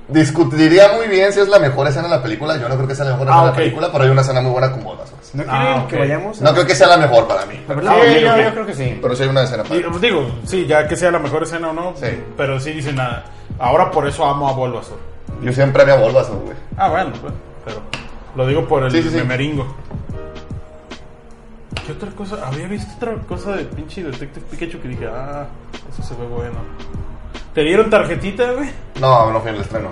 D: Discutiría muy bien si es la mejor escena de la película. Yo no creo que sea la mejor escena
E: Ah,
D: de la
E: ok.
D: película, pero hay una escena muy buena con bolas. güey.
B: ¿No quieren
E: Ah, ok.
B: que vayamos?
D: No creo que sea la mejor para mí.
B: La verdad,
C: Sí,
B: güey,
C: yo,
E: ok.
C: yo creo que sí.
D: Pero sí hay una escena
E: Y,
D: padre.
E: pues, digo, sí, ya que sea la mejor escena o no,
D: Sí.
E: pero sí dice nada. Ahora por eso amo a Bulbasaur.
D: Yo siempre había bolas, güey.
E: Ah, bueno, pues, pero lo digo por el
D: Sí, sí, sí.
E: memeringo. ¿Qué otra cosa? Había visto otra cosa de pinche Detective Pikachu que dije, ah, eso se ve bueno. ¿Te dieron tarjetita, güey?
D: No, no fui en el estreno.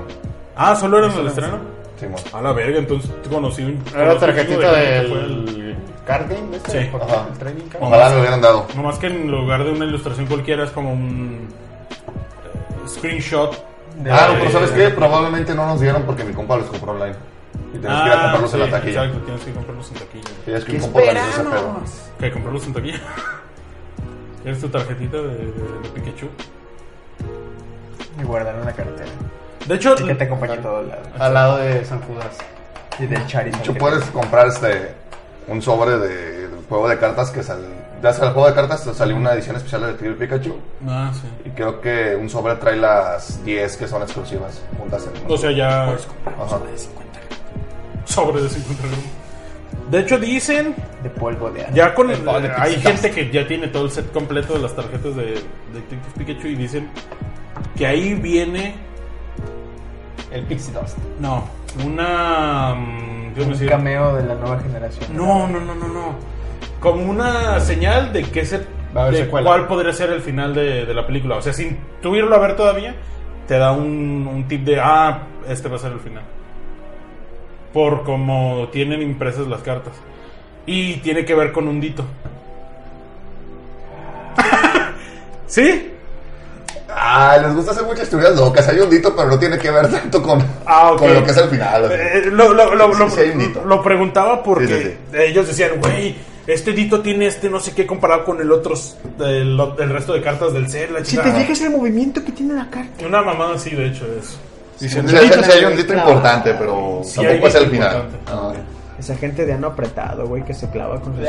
E: Ah, solo era en el estreno.
D: Simón.
E: A la verga, entonces tú conocí un.
C: Era
E: conocí un chingo
C: tarjetita
E: de gente que fue al-
C: del. Card game, este?
E: Sí.
C: ¿Por
D: Ajá.
C: qué? El trading card.
D: Ojalá me lo hubieran dado.
E: Nomás que en lugar de una ilustración cualquiera es como un. eh, screenshot.
D: Ah, no, pero ¿sabes qué? Probablemente no nos dieron porque mi compa los compró online. Y tenemos que
C: Ah,
D: ir a comprarlos en
E: Ah, sí,
D: la taquilla.
E: Exacto, tienes que comprarlos en taquilla.
D: Y es que mi compa organizó ese pedo.
E: Ok, comprarlos en taquilla. ¿Quieres tu tarjetita de, de- de Pikachu?
B: Y guardaron la cartera.
E: De hecho,
B: Así que te acompañé a todos lados.
C: Al lado de San Judas.
B: Y del Charizard.
D: Tú
B: que-
D: puedes comprar este un sobre de, del juego de cartas que sale. Gracias al juego de cartas salió una edición especial de Detective Pikachu.
E: Ah, sí.
D: Y creo que un sobre trae las 10 que son exclusivas juntas en uno.
E: O sea, ya.
D: Ajá.
E: Sobre de 50 gramos. De hecho, dicen
B: De polvo de
E: Ya con el-
D: padre
E: hay
D: Pikachu.
E: gente que ya tiene todo el set completo de las tarjetas de de Detective Pikachu y dicen que ahí viene
C: El Pixie Dust.
E: no una mm, ¿qué voy a
B: Un
E: decir?
B: cameo de la nueva generación.
E: no no no no no como una señal de que se
C: Va a haber
E: de
C: secuela.
E: cuál podría ser el final de, de la película o sea sin tú irlo a ver todavía te da un, un tip de ah este va a ser el final por como tienen impresas las cartas y tiene que ver con un dito sí
D: Ah, les gusta hacer muchas teorías locas. Hay un dito, pero no tiene que ver tanto con,
E: Ah, ok.
D: con lo que es el final. así.
E: Eh, lo, lo- lo-
D: Sí,
E: lo-
D: sí, hay un dito.
E: lo preguntaba porque
D: Sí, sí,
E: ellos decían, güey, este dito tiene este no sé qué comparado con el otro, el, el resto de cartas del set. La chingada.
B: el movimiento que tiene la carta.
E: Una mamada así, de hecho, es.
D: Sí,
E: Dicen,
D: sí, sí, hay un dito importante, pero
E: Sí, hay
D: tampoco es
E: dito
D: el final.
E: importante.
D: Ah,
B: Esa gente de ano apretado, güey, que se clava con sus.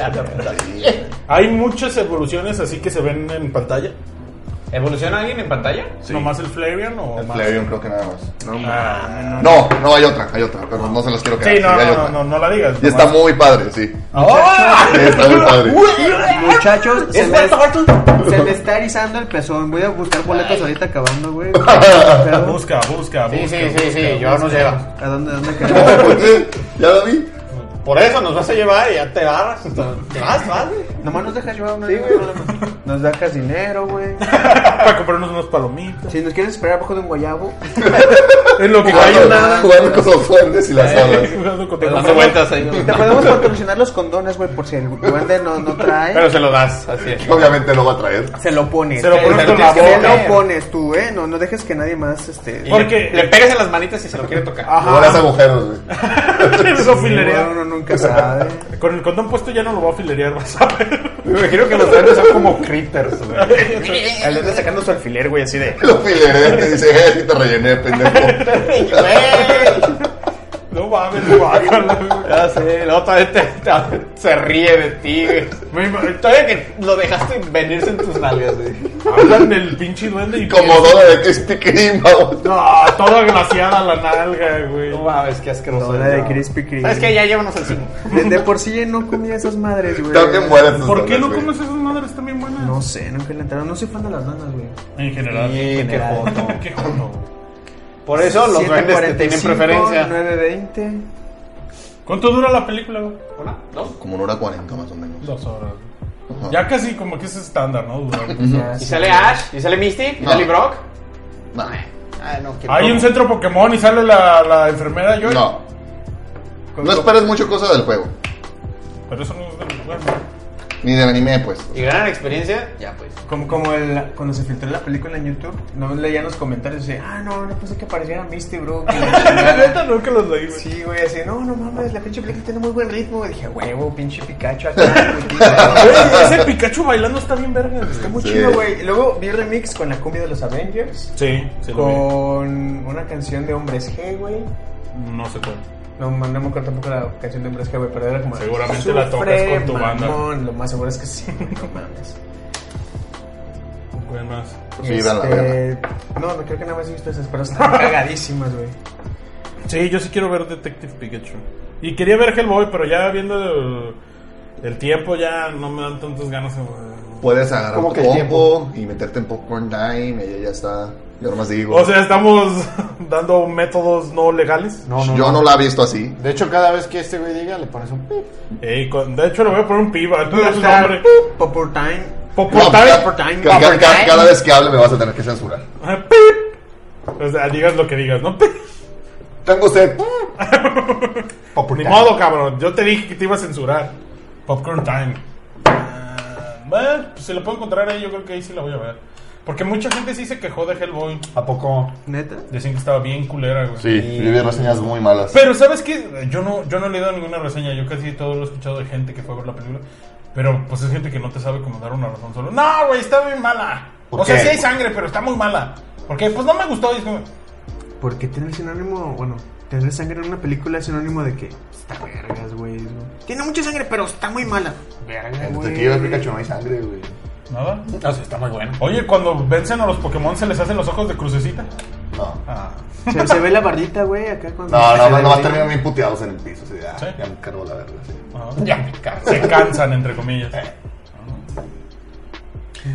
E: Hay muchas evoluciones así que se ven en pantalla.
C: ¿Evoluciona alguien en pantalla?
E: ¿Nomás el Flareon o
D: el
E: más?
D: Flareon creo que nada más.
E: Ah,
D: No, no, hay otra, hay otra, pero no se las quiero
E: Sí,
D: quedar.
E: no,
D: hay
E: no, no,
D: otra.
E: no, Ah, no la digas.
D: Y está
E: nomás.
D: muy padre, sí.
B: Muchachos,
D: Sí, Está muy padre.
B: muchachos, se,
C: ¿Es
B: me,
C: War Turtle?
B: se me está erizando el pezón. Voy a buscar boletos ahorita acabando, güey. Pero,
E: Busca, busca,
C: Sí,
E: busca.
C: sí, sí, sí. Yo nos lleva.
B: ¿A dónde, dónde quedamos?
D: Pues sí, ya lo vi.
C: Por eso nos vas a llevar y ya te vas. Te vas, vas, güey.
B: Nomás nos dejas llevar una
C: Sí,
B: no hay
C: güey.
B: problema. Nos dejas dinero, güey.
E: Para comprarnos unos palomitas.
B: Si nos quieres esperar abajo de un guayabo,
E: Es lo que hay Eh.
D: Jugando,
B: nada.
D: Ah, jugando con los duendes y las olas.
E: jugando con
B: Te
C: Dando vueltas ahí.
B: te podemos patrocinar los condones, güey, por si el duende no, no trae.
C: Pero se lo das, así es.
D: Obviamente no va a traer.
B: Se lo pones.
E: Se lo pones
B: Se
E: con la
B: Se
E: boca.
B: lo pones tú, eh. No, no dejes que nadie más, este.
C: Y
E: Porque-
C: le, le pegas en las manitas y se lo quiere tocar.
D: No las agujeros, güey.
E: Eso filerea.
B: Uno nunca sabe.
E: Con el condón puesto ya no lo va a filerear, vas a ver.
C: Me imagino que los duendes son como critters, güey.
B: Al duende sacando su alfiler, güey, así de.
D: Lo fileré y dice, eh, sí te rellené, pendejo.
E: No mames, no
C: Ya sé, "Ah, la otra vez te- te- se ríe de ti, güey. Todavía que lo dejaste venirse en tus nalgas, güey.
E: Hablan del pinche duende y
D: Como dona de Krispy Kreme, güey.
E: No, toda glaciada la nalga, güey.
C: No mames, qué asqueroso.
B: Dona de Krispy Kreme.
C: ¿Sabes qué? Ya llévanos al cine.
B: De, de por sí no comía esas madres, güey.
D: También mueren sus
E: ¿Por qué
D: donas,
E: no
D: güey.
E: comes esas madres también buenas?
B: No sé, nunca le entraron. No soy fan de las donas, güey.
E: En general.
C: Sí, qué joto.
E: Qué joto.
C: Por eso los duendes te tienen
B: 7:45,
C: preferencia.
B: 9.20.
E: ¿Cuánto dura la película, güey?
C: ¿Una? ¿Dos?
D: Como una hora cuarenta más o menos.
E: Dos horas.
D: Ajá.
E: Ya casi como que es estándar, ¿no? Durar.
B: Ya,
C: ¿Y
B: sí.
C: sale Ash? ¿Y sale Misty? ¿Y
D: No.
C: sale Brock?
D: No,
C: Ah, no, que
E: Hay un centro Pokémon y sale la, la enfermera Joy.
D: no. No esperes mucho cosa del juego.
E: Pero eso no es del lugar, ¿no?
D: Ni del anime, pues.
C: ¿Y ganan experiencia? Ya, pues.
B: Como, como el, cuando se filtró la película en YouTube, no leían los comentarios y decía, ah, no, no pensé que pareciera Misty, bro. que la
E: La
B: chingada".
E: neta nunca los leí, güey.
B: sí, güey, así, no, no mames, la pinche película tiene muy buen ritmo. Y dije, huevo, pinche Pikachu acá. güey, pinche-
E: Güey, Ese Pikachu bailando está bien verga. güey.
B: Está muy
D: Sí.
B: chido, güey. Luego vi remix con la cumbia de los Avengers,
E: Sí, sí lo vi.
B: con una canción de Hombres G, güey.
E: No sé cuál.
B: No, no me acuerdo tampoco la canción de Hombres G, güey, pero era como...
E: Seguramente la tocas
B: "Sufre,
E: con tu banda".
B: mamón. Lo más seguro es que sí, güey, no mames.
E: ¿Cuál más?
D: Sí, vean la
B: Este, No, no creo que nada más he visto esas, pero están cagadísimas, güey.
E: Sí, yo sí quiero ver Detective Pikachu. Y quería ver Hellboy, pero ya viendo el, el tiempo ya no me dan tantas ganas. güey.
D: Puedes agarrar
C: ¿Cómo
D: tu
C: que el
D: combo y meterte en Popcorn Time y ya está. Yo nomás digo.
E: O sea, estamos dando métodos no legales.
C: No, no,
D: yo no la he visto así.
C: De hecho, cada vez que este güey diga, le pones un pip.
E: Ey, con- de hecho, le voy a poner un piba. Tú no su nombre.
B: Popor Time.
E: Popotay.
D: ca- ca- ca- ca- cada vez que hable me vas a tener que censurar.
E: O sea, digas lo que digas, ¿no?
D: Tengo usted.
E: Ni modo, cabrón. Yo te dije que te iba a censurar. Popcorn Time. Ah, bueno, pues si lo puedo encontrar ahí, yo creo que ahí sí la voy a ver. Porque mucha gente sí se quejó de Hellboy.
C: ¿A poco?
B: ¿Neta?
E: Decían que estaba bien culera, güey.
D: Sí, yo vi reseñas muy malas.
E: Pero ¿sabes qué? Yo no, yo no he leído ninguna reseña, yo casi todo lo he escuchado de gente que fue a ver la película. Pero pues es gente que no te sabe cómo dar una razón solo. No, güey, está bien mala.
D: ¿Por
E: O sea,
D: qué?
E: sí hay sangre, pero está muy mala. Porque pues no me gustó. Y es como,
B: ¿Por qué tener sinónimo, bueno, tener sangre en una película es sinónimo de que está vergas, güey? eso. Tiene mucha sangre, pero está muy mala. Verga,
D: En
B: güey.
D: Detective Pikachu no hay sangre, güey.
E: Nada.
C: No, sí, está muy bueno.
E: Oye, cuando vencen a los Pokémon se les hacen los ojos de crucecita.
D: No.
E: Ah,
B: Se, se ve la barrita, güey, acá cuando...
D: No, no,
B: se
D: no,
B: ve
D: nomás
B: ahí.
D: terminan bien puteados en el piso. Así, de, ah,
E: ¿Sí?
D: Ya me cargo la verga. sí.
E: ah.
C: Ya me cansé.
E: Se cansan, entre comillas.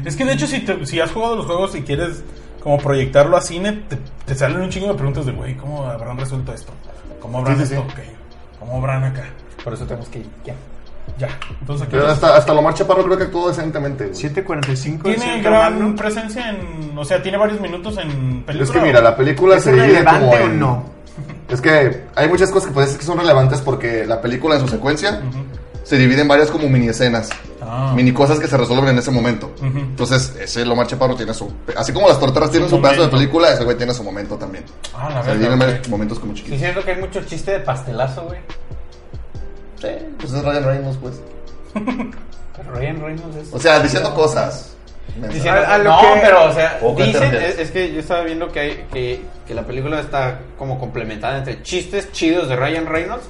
E: Es que de hecho, si, te- si has jugado los juegos y quieres como proyectarlo a cine, te, te salen un chingo de preguntas de, güey, ¿cómo habrán resuelto esto? ¿Cómo habrán
D: Sí, sí,
E: esto? aquello? ¿Cómo habrán acá?
C: Por eso tenemos que ir ya.
E: Ya. Entonces aquí
D: Pero hasta, hasta Lomar Chaparro creo que actuó decentemente, güey.
B: 7.45
E: tiene
B: es
E: gran
B: hermano.
E: presencia en, o sea, tiene varios minutos en película.
D: Es que mira, la película
B: ¿Es
D: se divide
B: relevante
D: como
B: o
D: en-
B: no?
D: Es que hay muchas cosas que puede ser que son relevantes porque la película en su secuencia se divide en varias como mini escenas,
E: Ah.
D: mini cosas que se resuelven en ese momento.
E: Ujú.
D: Entonces, ese Lomar Chaparro tiene su... Así como las torteras tienen su pedazo de
E: momento.
D: película, ese güey tiene su momento también.
E: Ah, la
D: se
E: verdad.
D: dividen en varios momentos como
C: Sí,
D: chiquitos.
C: siento que hay mucho chiste de pastelazo, güey.
D: Sí, pues es Ryan Reynolds, pues.
C: Pero Ryan Reynolds es...
D: O sea, diciendo cosas.
C: Diciendo-
B: A- a lo
C: no,
B: que-
C: pero, o sea,
D: ¿O qué te
C: dicen,
D: refieres?
C: es, es que yo estaba viendo que, hay, que, que la película está como complementada entre chistes chidos de Ryan Reynolds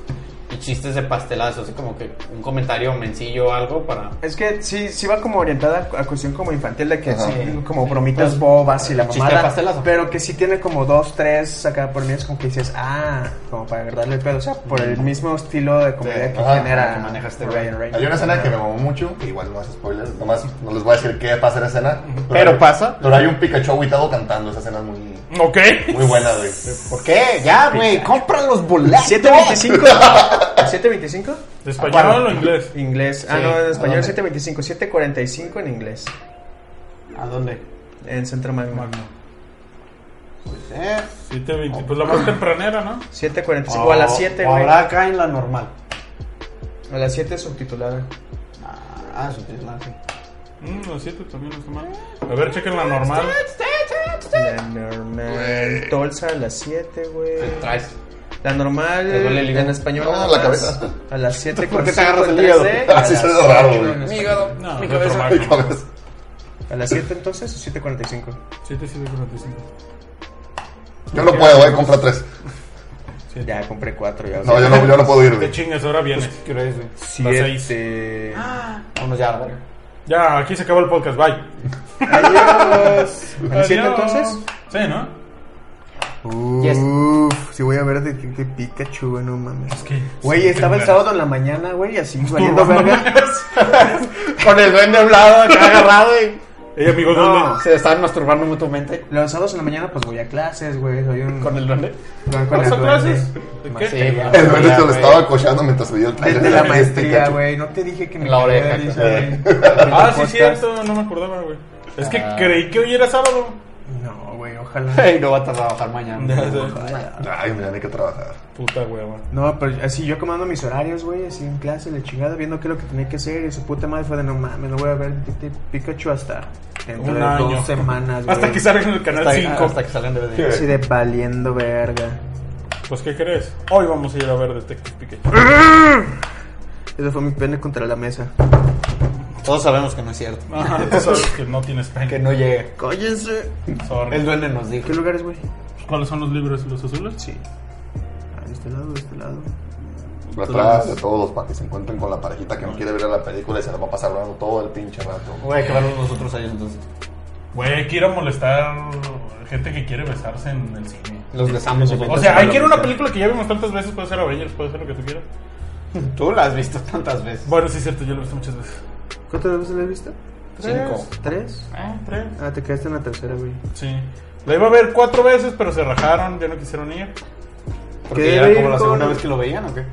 C: y chistes de pastelazo, así como que un comentario, un mencillo, algo para...
B: Es que sí, sí va como orientada a cuestión como infantil de que
D: Ajá.
B: sí, como bromitas bobas y la
C: Chiste de
B: mamada.
C: pastelazo.
B: Pero que sí tiene como dos, tres acá por mí es como que dices, ah, como para agarrarle el pedo. O sea, por el mismo estilo de comedia
D: Sí,
B: que
D: ajá,
B: genera
C: que maneja este
B: Ryan
C: güey.
B: Reynolds.
D: Hay una escena que me mamó mucho, que igual no es spoiler, nomás no les voy a decir qué pasa en la escena.
C: Pero
D: hay-
C: pasa.
D: Pero hay un Pikachu aguitado cantando, esa escena es muy,
E: Ok.
D: muy buena, güey.
C: ¿Por qué? Ya, güey, compra los boletos.
B: 725. ¿725?
E: ¿De español o inglés?
B: Inglés. Ah,
C: Sí.
B: no, en
A: ¿A dónde?
B: español 725, 745 en inglés.
A: ¿A dónde?
B: En Centro Magno.
E: Magno.
A: Pues, eh.
E: 720. Pues la más tempranera, ¿no?
B: 745 o a
C: Oh,
B: las 7,
A: o
B: güey.
A: Habrá acá en la normal.
B: A las 7 subtitulada.
A: Ah, su titular, sí.
E: Mm, los 7 también no está mal. A ver, chequen la normal.
B: La normal. Tolsa a las 7, güey.
C: Te traes.
B: La normal
C: Te duele el hígado.
B: en español.
D: No,
B: nada
D: la
B: más.
D: cabeza.
B: A las 7
A: ¿Por qué te agarras el hígado?
D: Así se ve raro, güey.
C: Mi hígado,
E: No,
C: mi
E: de otro
C: cabeza.
E: Magno.
D: Cabeza.
B: ¿A las 7 entonces o 7.45?
E: 7, 7, 45.
D: Yo no puedo, voy a comprar tres.
B: Ya compré 4.
C: Pues
B: Ya,
D: No, yo no, yo no puedo ir,
E: Te
D: güey.
E: chingas, ahora vienes. las seis.
B: 7.
C: Ah.
A: Vámonos ya, güey.
E: Ya, aquí se acabó el podcast. Bye.
B: Adiós. ¿A las 7
E: Adiós.
B: entonces?
E: Sí, ¿no?
B: Uff, si voy a ver de, de Pikachu, güey, no mames.
E: que-
B: Güey,
E: sí,
B: estaba el
E: primeras.
B: sábado en la mañana, güey, así valiendo verga.
C: Con el duende hablado acá agarrado y
E: Ey, amigos, ¿dónde?
C: se están masturbando mutuamente.
B: Los sábados en la mañana, pues voy a clases, güey. Soy un.
C: ¿Con el duende?
B: con
E: ¿Cuáles
B: el
E: son
B: duende.
E: clases? ¿De qué?
C: Sí, güey.
D: El duende
C: Pues Ya,
D: te lo
C: güey.
D: estaba cochando mientras veía el
B: De,
D: trailer.
B: de la
D: Este
B: maestría,
D: cacho.
B: güey. No te dije que me
C: La oreja,
B: quedé,
D: cabrón.
B: dice,
E: Ah, sí,
B: podcast.
E: cierto. No me acordaba, güey. Es que
C: Ah.
E: creí que hoy era sábado.
B: No, güey, ojalá.
C: Ey, no vas a trabajar mañana.
D: Ay, mira, hay que trabajar.
E: Puta hueva.
B: No, pero así yo comando mis horarios, güey, así en clase, la chingada, viendo qué es lo que tenía que hacer. Y su puta madre fue de no mames, no voy a ver este Pikachu hasta dentro
E: Un
B: de
E: año.
B: dos semanas, güey.
E: Hasta que salga en el canal
C: Hasta,
E: 5.
C: hasta que salen de DVD.
B: Así de valiendo verga.
E: Pues, ¿qué crees? Hoy vamos a ir a ver Detective Pikachu.
B: Eso fue mi pene contra la mesa.
C: Todos sabemos que no es cierto.
E: Ajá, tú sabes que no tienes pene.
C: Que no llegue.
B: Cállense.
E: Sorry.
C: El duende nos dijo.
B: ¿Qué lugares, güey?
E: ¿Cuáles son los libros? ¿Los azules?
B: Sí. Ah, de este lado, de este lado.
D: Atrás de todos para que se encuentren con la parejita que no quiere ver la película y se la va a pasar hablando todo el pinche rato.
C: Voy a acabarlos nosotros ahí entonces.
E: Güey, quiero molestar gente que quiere besarse en el cine.
C: Los besamos
E: O
C: nosotros.
E: sea, hay que ir a una película que ya vimos tantas veces. Puede ser Avengers, puede ser lo que tú quieras.
C: Tú la has visto tantas veces.
E: Bueno, sí, es cierto, yo lo he visto muchas veces.
B: ¿Cuántas veces la has visto?
C: Cinco.
B: ¿Tres?
E: Ah, tres.
B: Ah, te quedaste en la tercera, güey.
E: Sí. La iba a ver cuatro veces, pero se rajaron, ya no quisieron ir.
C: Porque
B: ¿Qué
C: ya era como la
B: rico?
C: segunda vez que lo veían o qué?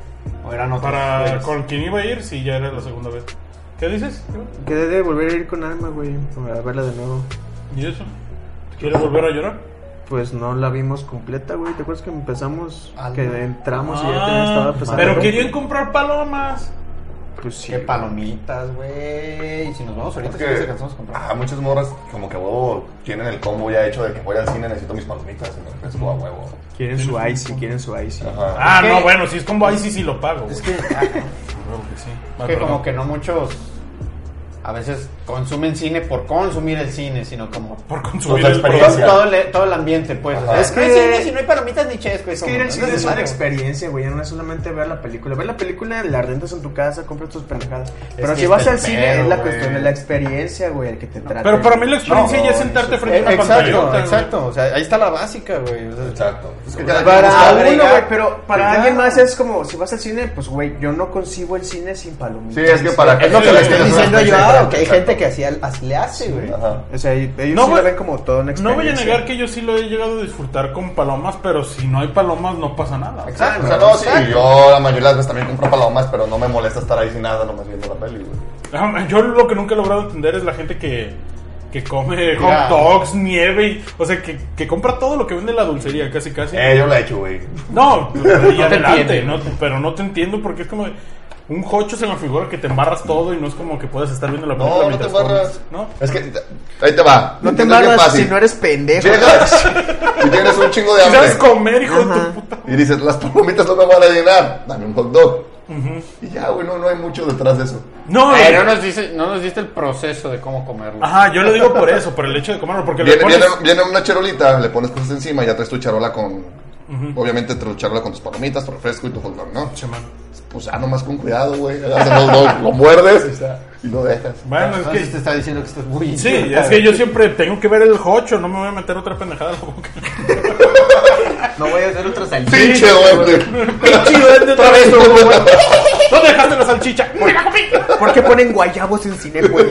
C: O eran otras.
E: Para
C: veces?
E: con quien iba a ir, sí, ya era la segunda vez. ¿Qué dices?
B: Quedé de volver a ir con Alma, güey, para verla de nuevo.
E: ¿Y eso? ¿Quieres volver a llorar?
B: Pues no la vimos completa, güey. ¿Te acuerdas que empezamos,
C: Alma.
B: que entramos y ya tenía,
E: Ah,
B: estaba pasando?
E: pero querían comprar palomas.
B: Pues sí.
C: Qué palomitas, güey. Y Si nos vamos ahorita,
D: Es
C: si
D: que-
C: nos alcanzamos a comprar.
D: Ah, muchas morras como que huevo tienen el combo ya hecho de que voy al cine necesito mis palomitas y me ofrezco a huevo.
B: Quieren su icy, quieren su icy.
D: Ajá.
E: Ah,
C: Es que-
E: no, bueno, si es como ahí sí, sí lo pago.
C: Es
E: güey.
C: que,
E: Claro que sí.
C: ah, que como que no muchos a veces consumen cine por consumir el cine, sino como
E: Por consumir
D: la
E: el
D: experiencia.
E: producto.
C: todo el, todo el ambiente, pues. O sea,
B: Es que-
C: no hay cine si no hay palomitas ni chesco. Es
B: Es que ir al cine es una experiencia, güey. No es solamente ver la película. Ver la película la rentas en tu casa, compras tus pendejadas. Pero
C: que
B: si
C: es
B: vas al
C: el
B: cine,
C: pedo,
B: es la
C: güey.
B: cuestión de la experiencia, güey, el que te trata.
E: Pero para mí la experiencia ya es sentarte frente a una
C: eh, Exacto,
E: pantallota,
C: exacto. O sea, ahí está la básica, güey. O sea,
D: Exacto. Es que cada quien
B: Para
D: busca-
C: agregar.
B: uno, güey, pero para
C: Claro.
B: alguien más es como, si vas al cine, pues, güey, yo no concibo el cine sin palomitas.
D: Sí, es que para
C: Es lo que le estoy
D: Es una
C: diciendo yo,
D: experiencia
C: que hay
D: diferente,
C: gente que así, al- así le hace, güey.
D: Ajá.
B: O sea, y- ellos
E: No
B: sí lo
E: voy-
B: ven como todo una
E: No voy a
B: experiencia.
E: negar que yo sí lo he llegado a disfrutar con palomas, pero si no hay palomas no pasa nada.
C: Ah,
D: O sea, no, sí, yo la mayoría de las veces también compro palomas, pero no me molesta estar ahí sin nada nomás viendo la peli, güey.
E: Ah, Yo lo que nunca he logrado entender es la gente que, que come
C: Mira.
E: hot dogs, nieve, y- o sea, que, que compra todo lo que vende la dulcería, casi casi.
D: Eh, yo la he hecho, güey.
E: No, y adelante,
C: entiendo.
E: no, pero no te entiendo porque es como de- un hocho se me figura que te embarras todo y no es como que puedas estar viendo la película
D: No, no te
E: mientras
D: embarras.
E: comes, ¿no?
D: Es que ahí te va.
B: No te
D: Es bien
B: malas
D: fácil.
B: si no eres pendejo.
D: Llegas y tienes un chingo de
E: Si sabes
D: hambre.
E: comer, hijo de
B: Ajá.
E: tu puta.
D: Y dices, las palomitas no me van a llenar. Dame un hot dog. Y ya, güey, no, no hay mucho detrás de eso.
E: No, eh,
C: Pero no nos, dice, no nos diste el proceso de cómo comerlo.
E: Ajá, yo lo digo por eso, por el hecho de comerlo, porque le
D: Viene,
E: pones...
D: viene, viene una charolita, le pones cosas encima y ya traes tu charola con. Obviamente, tu charola con tus palomitas, tu refresco y tu hot dog, ¿no?
E: Che, man.
D: Pues ya nomás con cuidado, güey. Agarras el hot dog, lo muerdes y ya, y lo dejas.
E: Bueno, es
C: Entonces
E: que...
C: te está diciendo que estás muy
E: Sí,
C: idiota,
E: es que yo siempre tengo que ver el hocho, no me voy a meter otra pendejada a la boca.
B: No voy a hacer otro salto.
D: Pinche hombre.
E: ¡Pinche duende otra vez, güey! ¿Dónde dejaste la salchicha?
B: ¿Por qué ponen guayabos en cine, güey?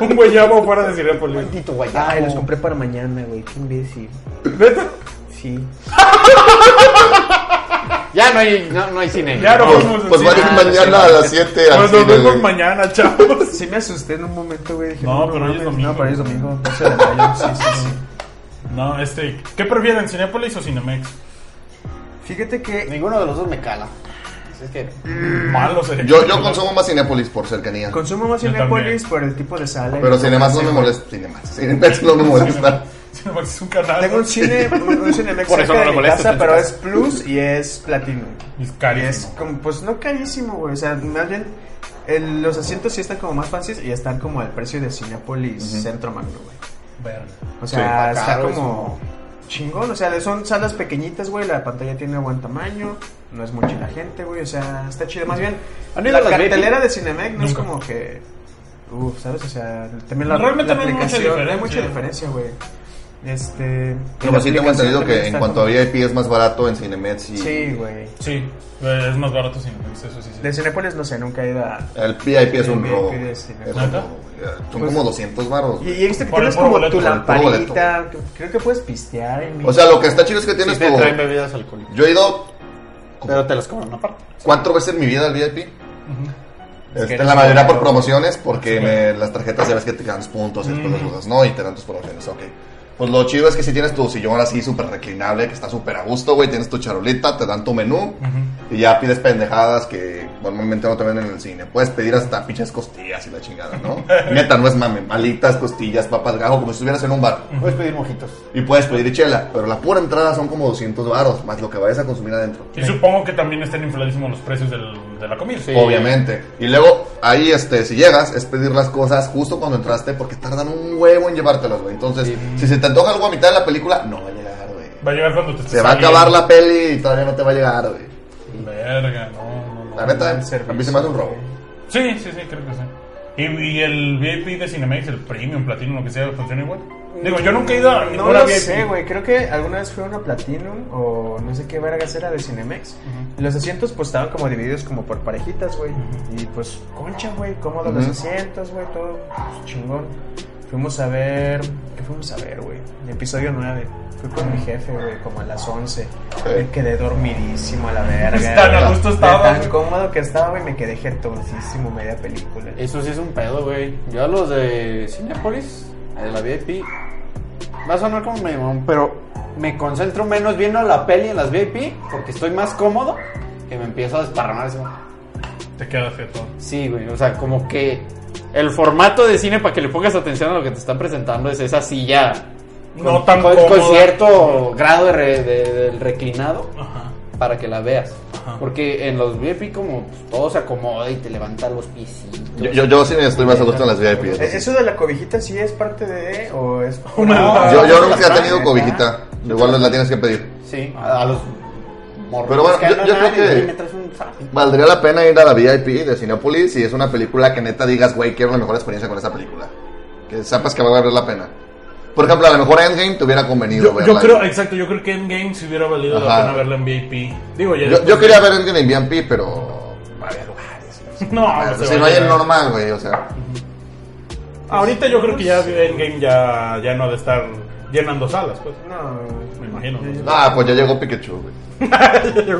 E: Un guayabo fuera de Cinépolis.
C: Maldito guayabo.
B: Ay, los compré para mañana, güey. Qué imbécil.
E: ¿Neta?
B: Sí.
C: Ya no hay, no, no hay cine.
E: Ya no
C: No.
E: vamos
D: Pues
E: al
D: van a ir
E: cine.
D: mañana a las 7 al
E: Pues nos
D: cine,
E: vemos
D: güey.
E: mañana, chavos.
B: Sí me asusté en un momento, güey. Dije,
E: No, pero hoy es
B: mames,
E: domingo.
B: No, pero hoy es domingo. 12 de mayo. Sí, sí, sí.
E: No, este. ¿Qué prefieren, Cinépolis o Cinemex?
B: Fíjate que...
C: Ninguno de los dos me cala. Así es que.
E: Malo sería.
D: Yo, yo consumo más Cinépolis por cercanía.
B: Consumo más
E: Yo
B: Cinepolis por el tipo de sala.
D: Pero Cinemas no me molesta. Cinemas. Cinemex no me molesta.
E: Cinemex es un canal.
B: Tengo un cine, un, un Cinemex
C: Por eso
B: cerca
C: no
B: de
C: lo
B: mi
C: molestas
B: casa,
C: en tu
B: pero
C: casa.
B: es Plus y es Platinum.
E: Y es
B: Y
E: carísimo.
B: es como, pues no carísimo, güey. O sea, más bien, el- los asientos sí están como más fancies y están como al precio de Cinepolis Centro Magno, güey.
E: Verga.
B: O sea,
C: está
B: está
C: caro
B: como chingón. O sea, son salas pequeñitas, güey. La pantalla tiene buen tamaño. No es mucha la gente, güey. O sea, está chido. Más bien,
C: ¿Han ido
B: la
C: a las
B: cartelera de Cinemex no es
E: Nunca.
B: como que. Uf, ¿sabes? O sea, también la, la
E: Realmente no hay mucha
B: aplicación. hay
E: diferencia.
B: mucha diferencia, güey. Este. y la
D: Pero sí tengo
B: aplicación
D: entendido
B: también
D: que en
B: está
D: cuanto a
B: como-
D: VIP es más barato en Cinemex y...
B: Sí, güey.
E: Sí, es más barato Cinemex, eso sí. sí.
B: De Cinepolis no sé, nunca he ido a.
D: El VIP es un
B: El
D: robo.
B: VIP de
D: Es
B: cine.
D: un
E: ¿Neta?
D: robo, güey. Son
B: Pues-
D: como 200 baros.
B: Y, y viste que
E: Por el
B: tienes
E: puro
B: como
E: boleto,
B: tu
E: por
D: el puro boleto.
B: lamparita. Creo que puedes pistear en
D: O sea, lo que está chido es que
C: Sí
D: tienes
C: te traen
D: tu...
C: bebidas alcohólicas.
D: Yo he ido
C: Pero te las cobran aparte.
D: cuatro veces en mi vida al VIP. Este,
B: eres
D: la mayoría por
B: bueno.
D: promociones, porque me- las tarjetas ya ves que te dan puntos y después las usas, ¿no? Y te dan tus promociones, ok. Pues lo chido es que si tienes tu sillón así súper reclinable, que está súper a gusto, güey, tienes tu charolita, te dan tu menú y ya pides pendejadas que normalmente no te venden en el cine. Puedes pedir hasta pinches costillas y la chingada, ¿no? Neta, no es mame, malitas, costillas, papas, gajo, como si estuvieras en un bar.
C: Puedes pedir mojitos.
D: Y puedes pedir chela, pero la pura entrada son como 200 varos, más lo que vayas a consumir adentro.
E: Y supongo que también están infladísimos los precios del- de la comida.
C: Sí.
D: Obviamente. Y luego, ahí, este, si llegas, es pedir las cosas justo cuando entraste, porque tardan un huevo en llevártelas, güey. Entonces, si se te antoja algo a mitad de la película, no va a llegar, güey.
E: Va a llegar cuando te
D: Se va a acabar la peli y todavía no te va a llegar, güey.
E: Verga, no, no, no.
D: La neta,
B: mal servicio,
D: a mí se me hace un robo.
E: Sí, sí, sí, creo que sí. Y, y el VIP de Cinemex, el Premium, Platino, lo que sea, funciona igual. Digo, yo nunca he ido a
B: No
E: ninguna
B: lo
E: VIP.
B: sé, güey. Creo que alguna vez fue una Platinum o no sé qué vergas era de Cinemex. Los asientos pues estaban como divididos como por parejitas, güey. Y pues concha, güey. Cómodos los asientos, güey. Todo pues, chingón. Fuimos a ver... ¿Qué fuimos a ver, güey? El Episodio 9. Fui con mi jefe, güey, como a las 11. Me quedé dormidísimo a la verga.
E: Tan
B: güey.
E: a gusto
B: De
E: estaba, güey.
B: Tan cómodo que estaba, güey. Me quedé jetoncísimo media película.
C: Eso sí es un pedo, güey. Yo a los de Cinepolis, a la VIP, va a sonar como medio mamón, pero me concentro menos viendo la peli en las VIP porque estoy más cómodo que me empiezo a desparramar. así como-
E: Te quedas quieto.
C: Sí, güey, o sea, como que el formato de cine para que le pongas atención a lo que te están presentando es esa silla.
E: No
C: con-
E: tan
C: con,
E: cómoda.
C: con cierto grado de re- de- del reclinado
E: Ajá.
C: para que la veas.
E: Ajá.
C: Porque en los VIP como pues, todo se acomoda y te levanta los piecitos.
D: Yo, yo, yo sí me estoy más a gusto en las VIP.
B: ¿E- ¿Eso de la cobijita sí es parte de... o es... Ah,
E: Una-
D: Yo, yo nunca
C: Las
D: he tenido
C: traen,
D: cobijita. Igual la tienes que pedir.
C: Sí, a, a los morros.
D: Pero bueno,
C: que
D: yo-
C: andan
D: yo creo
C: ahí,
D: que-
C: güey, me traes un zafito.
D: Valdría la pena ir a la VIP de Cinepolis si es una película que neta digas, güey, quiero una mejor experiencia con esa película. Que sepas que va a valer la pena. Por ejemplo, a lo mejor Endgame te hubiera convenido
E: Yo, yo
D: verla
E: creo,
D: ahí.
E: exacto, yo creo que Endgame si hubiera valido la
D: Ajá.
E: pena verla en VIP. Digo, ya.
D: Yo, yo quería ver Endgame en BMP, pero. No había lugares.
E: No,
D: Bueno,
E: se
D: Ah, si
E: va
D: no
E: a
D: hay el
E: llegar.
D: normal, güey, o sea.
E: Ahorita yo creo que ya Endgame ya, ya no ha de estar llenando salas, pues.
B: No,
E: Me imagino. ¿no?
D: Ah, pues ya llegó Pikachu, güey.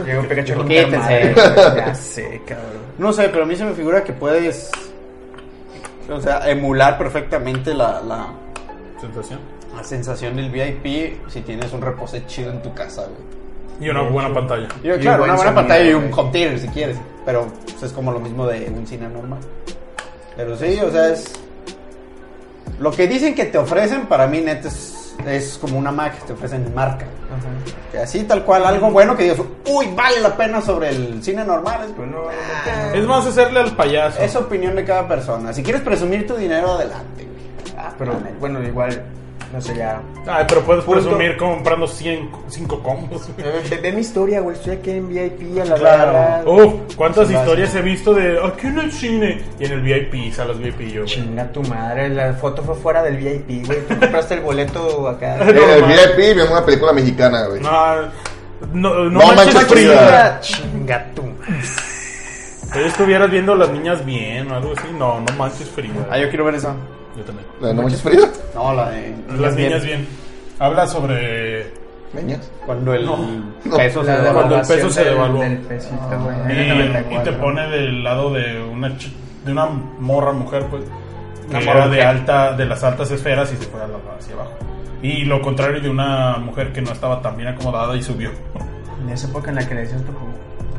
B: Llegó Pikachu con
C: Quítense.
B: madre, güey. Ya sé, cabrón.
C: No sé, pero a mí se me figura que puedes... O sea, emular perfectamente la, la,
E: Sensación.
C: la sensación del VIP si tienes un reposet chido en tu casa, güey.
E: Y una buena pantalla.
C: Yo,
B: Y
C: claro,
B: buen
C: una buena
B: sonido,
C: pantalla y un
B: güey.
C: home theater si quieres. Pero pues, es como lo mismo de un cine normal. Pero sí, o sea, es. Lo que dicen que te ofrecen, para mí, neta, es, es como una Mac, te ofrecen marca.
B: Ajá.
C: Que así, tal cual, algo bueno que digas, uy, vale la pena sobre el cine normal. Es,
B: Pues no, no
E: Es más hacerle al payaso.
C: es opinión de cada persona. Si quieres presumir tu dinero, adelante, güey. Ah,
B: Pero
C: la neta.
B: bueno, igual, no sé, ya.
E: Ay, pero puedes
B: Punto.
E: presumir comprando 5 combos.
B: Ve, ve mi historia, güey. Estoy aquí en VIP a la
C: Claro.
B: verdad.
E: Uf, cuántas
C: Sí,
E: historias he visto de aquí en el cine y en el VIP, salas VIP yo. güey.
B: Chinga tu madre, la foto fue fuera del VIP, güey. Tú compraste el boleto acá.
E: No,
D: En el
E: man.
D: VIP vimos una película mexicana, güey.
E: No, no, no,
D: No
E: manches,
D: manches,
E: Frida.
D: Frida.
B: Chinga tu madre.
E: Que estuvieras viendo a las niñas bien o algo así. No, no manches frío.
C: Ah, yo quiero ver eso.
E: Yo también.
D: Eh, La de No Manches Frida.
C: No, la de.
E: Las niñas bien. Habla sobre
D: Meñas.
C: Cuando el
E: No.
C: peso se
B: La
E: Cuando el
C: devalúa.
B: devaluación
E: peso se
B: del-
E: devaluó. Ah.
B: del pesito, güey.
E: Y,
B: Era
E: y
B: 94.
E: te pone del lado de una chi- de una morra mujer, pues.
C: Una
E: Que
C: morra
E: era de
C: mujer.
E: alta, de las altas esferas y se fue a la- hacia abajo. Y lo contrario de una mujer que no estaba tan bien acomodada y subió.
B: En esa época en la que le decías tu-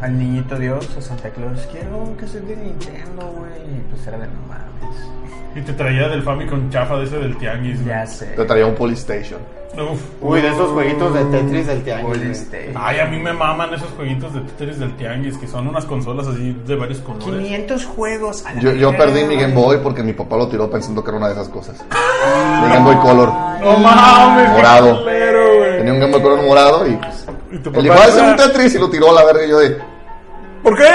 B: al niñito Dios, a Santa Claus, quiero que se de Nintendo, güey. Y pues era de no mames.
E: Y te traía del Famicom chafa de ese del Tianguis.
B: Ya sé.
D: Te traía un Polystation.
E: güey. Uf.
C: Uy, de esos jueguitos de Tetris del tianguis. güey.
B: Polystation.
E: Ay, a mí me maman esos jueguitos de títeres del Tianguis, que son unas consolas así de varios colores.
B: 500 juegos a la
D: Yo, yo
B: verga,
D: perdí mi
B: güey.
D: Game Boy porque mi papá lo tiró pensando que era una de esas cosas. Mi Game Boy Color.
E: No mames, qué
D: Morado.
E: culero, güey.
D: Tenía un Game Boy Color morado y pues.
E: Y tu
D: El
E: papá
D: papá hace
E: era-
D: un Tetris y lo tiró a la verga y yo de.
E: ¿Por qué?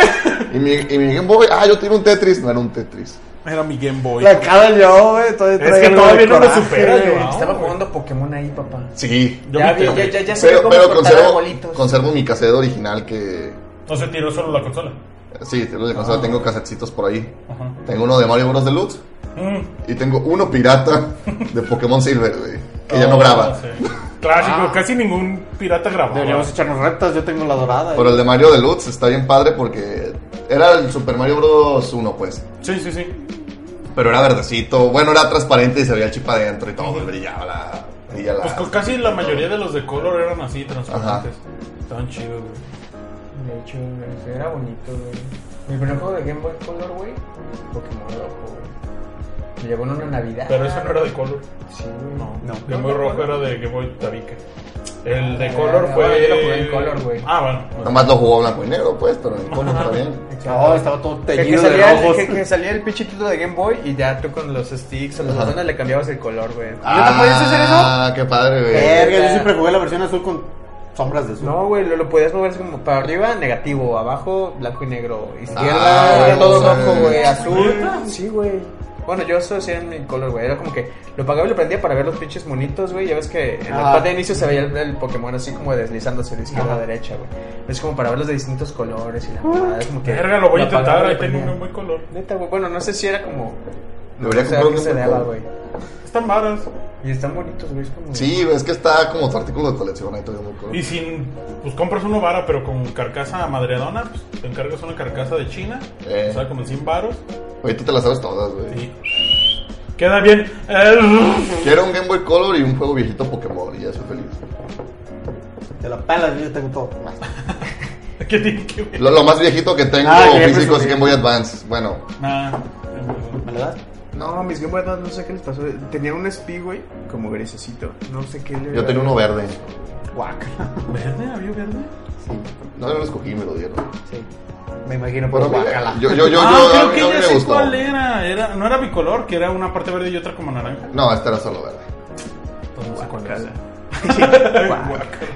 D: Y mi, y mi Game Boy, ah, yo tiro un Tetris. No era un Tetris.
E: Era mi Game Boy.
C: La cara de yo, güey. todavía
E: Es
C: traigo
E: que
C: el
E: todavía no me
C: coraje,
E: supera,
C: güey.
E: yo.
B: Estaba
E: güey.
B: jugando Pokémon ahí, papá.
D: Sí.
E: Yo
B: ya,
E: me
B: vi,
E: tengo.
B: ya, ya, ya sabía
D: Pero,
B: cómo
D: pero
B: cortar
D: conservo,
B: arbolitos.
D: conservo mi cassette original que.
E: No se tiró solo la consola.
D: Sí, te lo de consola, tengo cassetcitos por ahí.
E: Ajá.
D: Tengo uno de Mario Bros. Deluxe
E: Mm.
D: y tengo uno pirata de Pokémon Silver, güey. Que
E: Oh.
D: ya no graba.
E: sé. Ah, Clásico, casi ningún pirata grababa.
C: Deberíamos echarnos rectas, yo tengo la dorada.
D: Pero el de Mario Deluxe está bien padre porque era el Super Mario Bros. 1, pues.
E: Sí, sí, sí.
D: Pero era verdecito, bueno, era transparente y se veía el chip adentro y todo, y brillaba la. brilla la-
E: Pues con casi la mayoría de los de color eran así, transparentes. Estaban chidos, güey.
B: De hecho, güey, era bonito, güey. Mi primer juego de Game Boy Color, güey. Pokémon rojo, güey. Me llevó en una Navidad.
E: Pero ese no era de color.
B: Sí, güey.
E: No,
C: No.
E: Game Boy rojo era de Game Boy Tabique. El de
B: Ah,
E: color
B: ya,
E: fue.
B: yo lo jugué en color, güey.
E: Ah, bueno. bueno.
D: Nomás lo jugó blanco y negro, pues, pero en color está bien.
C: No, estaba todo
B: Que, que
C: teñido
B: salía
C: de
B: el,
C: rojos.
B: que, que salía el pinche título de Game Boy y ya tú con los sticks o las
D: Ajá.
B: zonas le cambiabas el color, güey.
C: te podías hacer eso?
D: Ah, qué padre,
B: Eh,
D: güey.
C: Verga, yo siempre jugué la versión azul con sombras de azul.
B: No, güey, lo, lo podías mover así como para arriba, negativo, abajo, blanco y negro, izquierda,
D: Ah,
B: era todo
D: vamos a
B: rojo,
D: ver.
B: güey, azul. Sí, güey. Bueno, yo eso hacía en mi color, güey. Era como que lo pagaba y lo prendía para ver los pinches monitos, güey. Ya ves que en
C: Ah.
B: la parte de inicio se veía el, el Pokémon así como deslizándose de izquierda
C: Ajá.
B: a derecha, güey. Es como para verlos de distintos colores y la mamada. Es como que.
E: Ah. Verga, lo voy a
B: apagaba y
E: intentar. Ahí
B: lo
E: tengo
B: prendía.
E: un buen color.
B: Neta, güey. Bueno, no sé si era como.
D: Debería
B: o sea,
D: comprar
B: que
D: un
B: se
D: Game
B: daba,
D: Boy.
B: güey.
E: Están varas.
B: Y están bonitos, güey. Es como.
D: Sí, güey, es que está como tu artículo de colección ahí todavía muy
E: Y
D: cool.
E: sin. Pues compras uno vara, pero con carcasa madreadona. Pues, te encargas una carcasa de China.
D: Eh.
E: O sea, como en 100 varos.
D: Oye, tú te las sabes todas, güey.
E: Y. Queda bien.
D: Quiero un Game Boy Color y un juego viejito Pokémon y ya soy feliz.
C: Te la pelas, yo tengo todo.
E: ¿Qué tiene que ver?
D: Lo, lo más viejito que tengo
C: Ah, que ya
D: físico es
C: presumí.
D: Game Boy Advance. Bueno,
E: Nah.
C: ¿Me la das?
B: No, mis Game Boy Advance no sé qué les pasó. Tenía un SP, güey, como grisecito. No sé qué le.
D: yo tenía uno verde.
C: Guac.
E: ¿Verde? ¿Había verde?
D: No, yo lo escogí, me lo dieron.
C: Sí. Me imagino,
D: Pero
C: pero
D: mira,
C: guácala.
D: yo, yo, yo,
E: ah,
D: yo- a
E: creo
D: mí-
E: que
D: a mí
E: ya
D: me
E: sé
D: gustó.
E: cuál era. era. No era bicolor, que era una parte verde y otra como naranja.
D: No, este era solo verde.
E: Entonces, Pues no sé cuál era.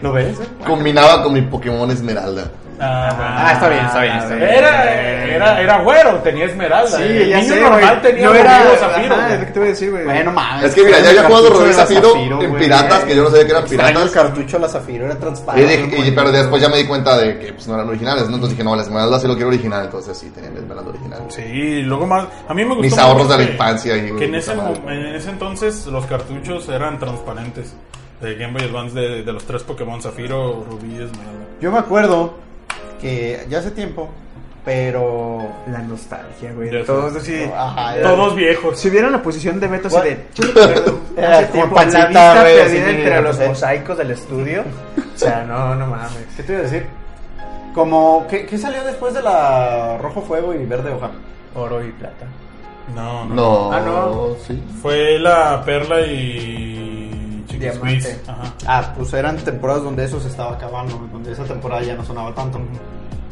C: ¿Lo ves?
D: Combinaba con mi Pokémon Esmeralda.
E: Ah, bueno.
C: Ah, está bien, está bien, está bien.
E: Era, era, era güero, tenía esmeralda.
B: Sí,
E: El
B: ya
E: niño
B: sé,
E: normal
B: güey.
E: tenía
B: no
E: rubí
B: era.
E: o zafiro.
B: Ajá,
E: güey.
B: es lo que te voy a decir, güey.
C: Bueno, mames.
D: Es que mira, ya
C: Extraño el
D: había
C: cartucho
D: jugado Rubí
C: de la
D: Zafiro
C: Zafiro,
D: en
C: güey.
D: piratas, que yo no sabía que eran
C: Extraño el
D: piratas.
C: cartucho de la Zafiro, era
D: Y
C: transparente.
D: dije- y- pero después ya me di cuenta de que pues, no eran originales, ¿no? Entonces dije, no, la Esmeralda sí lo quiero original, entonces sí, tenía la Esmeralda original.
E: Sí, luego más. A mí me gustó.
D: Mis
E: mucho
D: ahorros de la
E: que-
D: infancia y-
E: Que en ese,
D: puta
E: mo-
D: madre.
E: en ese entonces los cartuchos eran transparentes. De Game Boy Advance de, de los tres Pokémon, Zafiro, Rubí y Esmeralda.
C: Yo me acuerdo que ya hace tiempo, pero...
B: La nostalgia, güey.
E: Ya sé.
B: Todos así.
C: Ajá, era-
E: Todos viejos.
B: Si vieran la posición de Beto, así
C: What?
B: de. Hace
C: con
B: tiempo,
C: pancita,
B: la vista
C: güey,
B: perdida
C: así,
B: entre los
C: pues, eh.
B: mosaicos del estudio. O sea, no, no mames.
C: ¿Qué te iba a decir? Como, ¿qué, qué salió después de la Rojo Fuego y Verde Hoja?
B: Oro y plata.
E: No, no.
D: No,
B: Ah, no.
D: sí.
E: Fue la Perla y. Chiquis
B: Diamante.
E: Suisse. Ajá.
C: Ah, pues eran temporadas donde eso se estaba acabando, donde esa temporada ya no sonaba tanto.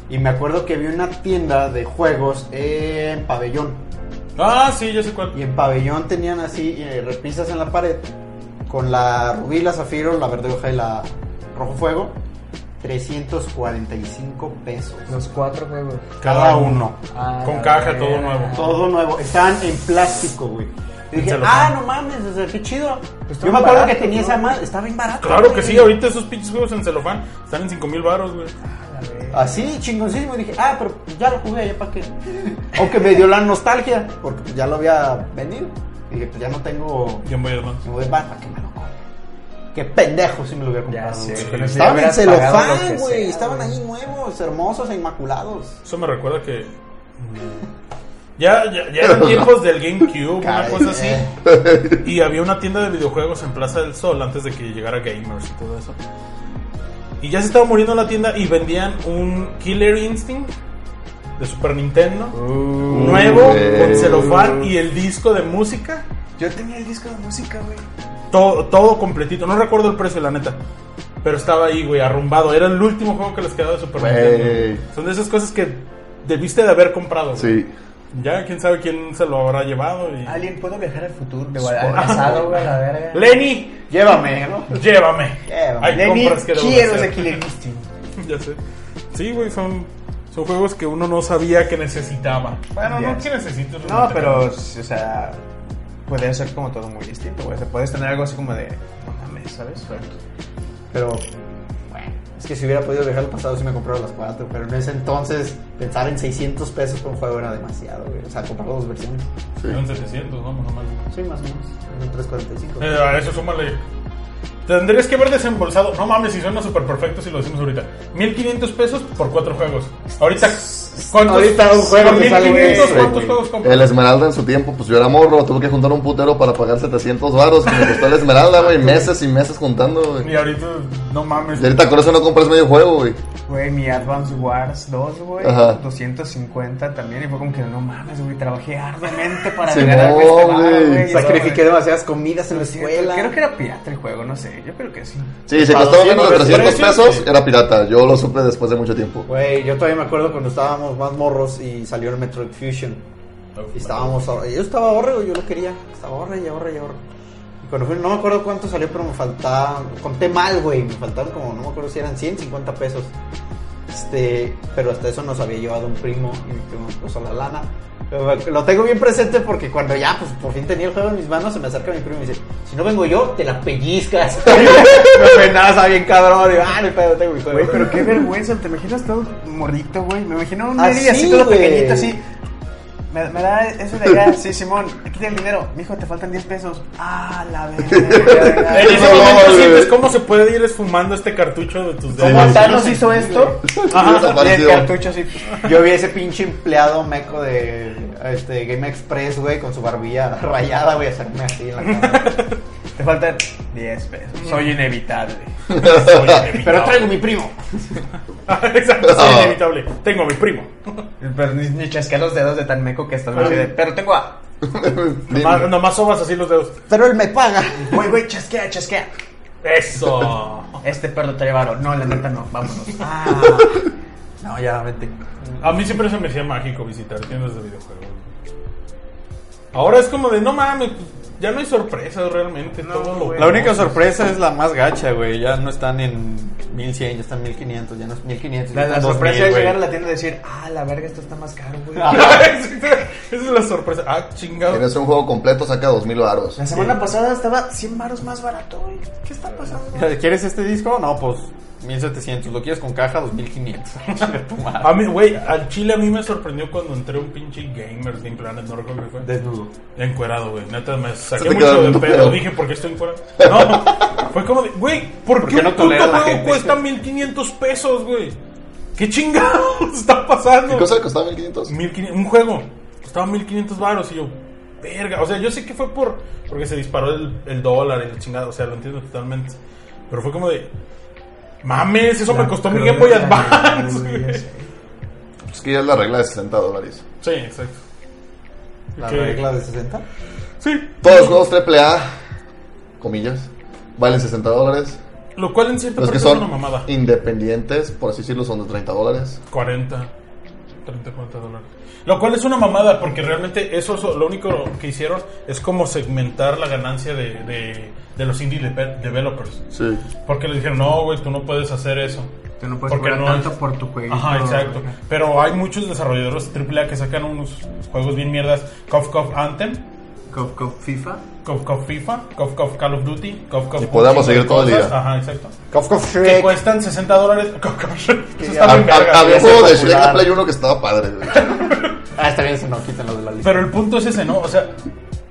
C: Y me acuerdo que vi una tienda de juegos en Pabellón.
E: Ah, sí, ya sé cuál.
C: Y en Pabellón tenían así eh, repisas en la pared con la rubí, la zafiro, la verde hoja y la rojo fuego. 345 pesos.
B: Los cuatro juegos.
E: Cada uno.
B: Ah,
E: Con
B: la
E: caja,
B: verga.
E: todo nuevo.
C: Todo nuevo. Estaban en plástico, güey. Y dije,
E: Celofán.
C: ah, no mames, o sea, qué chido.
B: Pues
C: Yo me acuerdo
B: barato,
C: que tenía
B: ¿no?
C: esa madre, estaba bien barato.
E: Claro que
C: güey.
E: sí, ahorita esos pinches juegos en celofán están en 5 mil baros, güey.
C: Así, chingoncísimo. Y dije, ah, pero ya lo jugué, ya para qué. Aunque me dio la nostalgia, porque pues, ya lo había venido. Y dije, pues ya no tengo.
E: Game Boy Advance.
C: No voy a ¿para qué me lo compro? Qué pendejo si me lo hubiera comprado.
B: sé,
C: güey.
B: con eso ya
C: Estaban en
B: hubieras pagado lo
C: celofán,
B: que
C: güey.
B: sea,
C: Estaban
B: güey.
C: ahí nuevos, hermosos e inmaculados.
E: Eso me recuerda que. mm, Ya, ya, ya eran tiempos del GameCube, una
C: Caray,
E: cosa así.
C: eh.
E: Y había una tienda de videojuegos en Plaza del Sol antes de que llegara Gamers y todo eso. Y ya se estaba muriendo la tienda y vendían un Killer Instinct de Super Nintendo.
D: Uh,
E: nuevo, con celofán y el disco de música.
B: Yo tenía el disco de música, güey.
E: Todo, todo completito. No recuerdo el precio, la neta. Pero estaba ahí, güey, arrumbado. Era el último juego que les quedaba de Super
D: Güey.
E: Nintendo. Son de esas cosas que debiste de haber comprado. güey.
D: Sí.
E: Ya, quién sabe quién se lo habrá llevado. Y...
B: Alien, ¿puedo viajar al futuro? De al pasado, güey, a la verga.
E: Lenny,
C: Llévame, ¿no?
E: llévame.
C: Llévame.
E: Hay
B: Lenny,
E: compras que debo de
B: quiero
E: hacer.
B: ese Killer Instinct.
E: Ya sé. Sí, güey, son, son juegos que uno no sabía que necesitaba. Bueno, no
B: Ya.
E: que necesites.
B: No,
E: realmente,
B: pero, o sea, puede ser como todo muy distinto, güey. O sea, puedes tener algo así como de, no mames, ¿sabes?
C: Pero, bueno, es que si hubiera podido viajar al pasado, si me compraba las cuatro. Pero en ese entonces, pensar en 600 pesos por un juego era demasiado, güey. O sea, comprar dos versiones.
E: Eran 700, vamos, nomás.
C: Sí, más o menos. En 345.
E: Eh, a eso súmale. Tendrías que haber desembolsado. No mames, si suena súper perfecto si lo decimos ahorita. 1500 pesos por cuatro juegos. Ahorita. ¿cuántos,
C: Ahorita un juego
E: con
C: te sale
E: 1500,
C: eso,
E: ¿cuántos
C: güey.
E: juegos compras?
D: El Esmeralda en su tiempo, pues yo era morro, tuve que juntar un putero para pagar 700 varos que me costó el Esmeralda, güey, meses y meses juntando, güey.
E: Y ahorita, no mames.
D: Y ahorita con eso no compras medio juego, güey.
B: Güey, mi Advance Wars 2, güey,
D: Ajá.
B: 250 también. Y fue como que, no mames, güey, trabajé arduamente para
D: Sí,
B: llegar a
D: no,
B: este bar,
D: güey.
B: güey. y
C: Sacrifiqué
B: estaba-
C: demasiadas comidas en la
B: Sí,
C: escuela.
B: Creo que era pirata el juego, no sé, yo creo que sí.
D: Ah, Sí, si
C: Para
D: costaba menos de
C: 200
D: 300 pesos,
E: sí.
D: era pirata. Yo lo supe después de mucho tiempo.
C: Güey, yo todavía me acuerdo cuando estábamos más morros y salió el Metroid Fusion. Y estábamos ahor- Yo estaba ahorre, güey, yo lo quería. Estaba ahorre y ahorre y ahorre. Y cuando fui, no me acuerdo cuánto salió, pero me faltaba. Conté mal, güey. Me faltaron como, no me acuerdo si eran 150 pesos. Este, pero hasta eso nos había llevado un primo y mi primo nos puso la lana. Pero Lo tengo bien presente porque cuando ya, pues por fin tenía el juego en mis manos, se me acerca mi primo y me dice: Si no vengo yo, te la pellizcas. me penaza bien cabrón. Y yo, ah, no, hay pedo, tengo mi juego.
B: Güey, pero qué vergüenza, ¿te imaginas todo morrito, güey? Me imagino un
C: Así,
B: Eddie así todo
C: güey.
B: pequeñito, así. Me, me da eso de allá, sí, Simón, aquí tiene el dinero. Mijo, te faltan 10 pesos. Ah, la verga.
E: En ese
D: No,
E: momento
D: güey.
E: sientes cómo se puede ir esfumando este cartucho de tus dedos.
B: Como Thanos hizo esto, y el
D: Desapareció.
B: cartucho así.
C: Yo vi ese pinche empleado meco de este, Game Express, güey, con su barbilla rayada, güey, hacerme así en la cara.
B: Te faltan 10 pesos. Soy inevitable.
C: Pero traigo mi primo.
E: Exacto, sí, inevitable. Tengo a mi primo.
B: Pero ni, ni chasquea los dedos de tan meco que estás así de, Pero tengo a.
E: Nomás, nomás sobas así los dedos.
C: Pero él me paga.
B: Güey, güey, chasquea, chasquea.
E: Eso.
B: Este perro te llevaron. No, la neta no, vámonos.
C: Ah. No, ya, vete.
E: A mí siempre se me hacía mágico visitar tiendas de videojuegos. Ahora es como de, no mames, pues, ya no hay sorpresas realmente. todo lo
C: La única
E: conoces.
C: sorpresa es la más gacha, güey. Ya no están en 1100, ya están en 1500, ya no es 1500. ya
B: La, la
C: están en
B: sorpresa
C: 2000,
B: es
C: güey.
B: llegar a la tienda y decir, ah, la verga, esto está más caro, güey.
A: Ah,
E: Esa es la sorpresa. Ah, chingado.
D: Tienes un juego completo, saca 2000 varos.
B: La semana pasada estaba 100 baros más barato, güey. ¿Qué está pasando?
C: ¿Quieres este disco? No, pues 1700. ¿Lo quieres con caja? 2500. Chinga tu madre.
E: A mí, güey, al chile a mí me sorprendió cuando entré a un pinche Gamers Game Planet, no recuerdo qué fue.
C: Desnudo.
E: Encuerado, güey. Neta, me
D: Se
E: saqué
D: te
E: mucho
D: quedaron
E: de
D: tu
E: pedo.
D: pedo.
E: Dije, ¿por qué estoy encuerado? No, fue como de, güey, ¿por,
C: ¿Por
E: qué
C: qué no
E: un puto
C: tolera a la
E: juego
C: gente?
E: cuesta 1500 pesos, güey? ¿Qué chingados está pasando?
D: ¿Qué cosa le costaba 1500?
E: 1500 un juego costaba 1500 varos y yo, verga, o sea, yo sé que fue por porque se disparó el, el dólar, el chingado, o sea, lo entiendo totalmente, pero fue como de mames, eso me costó mi Game Boy Advance. güey.
D: Es que ya es la regla de 60 dólares.
E: sí, exacto.
C: La
E: Ok.
C: regla de 60.
E: Sí,
D: Todos los juegos AAA, comillas, valen 60 dólares.
E: lo cual en cierta
D: Los
E: parte
D: que
E: es
D: son
E: una mamada.
D: independientes, por así decirlo, son de 30 dólares.
E: 40 30, 40 dólares. Lo cual es una mamada porque realmente eso es lo único que hicieron es como segmentar la ganancia de, de, de los indie depe- developers.
D: Sí.
E: Porque les dijeron, no, güey, tú no puedes hacer eso.
B: Tú no
E: Porque
B: cobrar
E: no es-
B: por tu juego.
E: Ajá, exacto.
B: güey.
E: Pero hay muchos desarrolladores AAA que sacan unos juegos bien mierdas. Cof Cof Anthem,
B: Cof, cof, FIFA.
E: Cof Cof FIFA, Cof Cof Call of Duty, Cof Cof...
D: Y podamos seguir todo el
E: cosas.
D: día.
E: Ajá, exacto.
C: Cof, cof,
E: Que
C: Shrek.
E: cuestan 60 dólares. Cof Cof Shrek. Eso está
D: Ha-
E: muy verga,
D: ha- Había un
E: güey.
D: juego de Shrek
C: popular.
D: en Play 1 que estaba padre, güey.
C: Ah, está bien, se no quitan lo de la lista.
E: Pero el punto es ese, ¿no? O sea,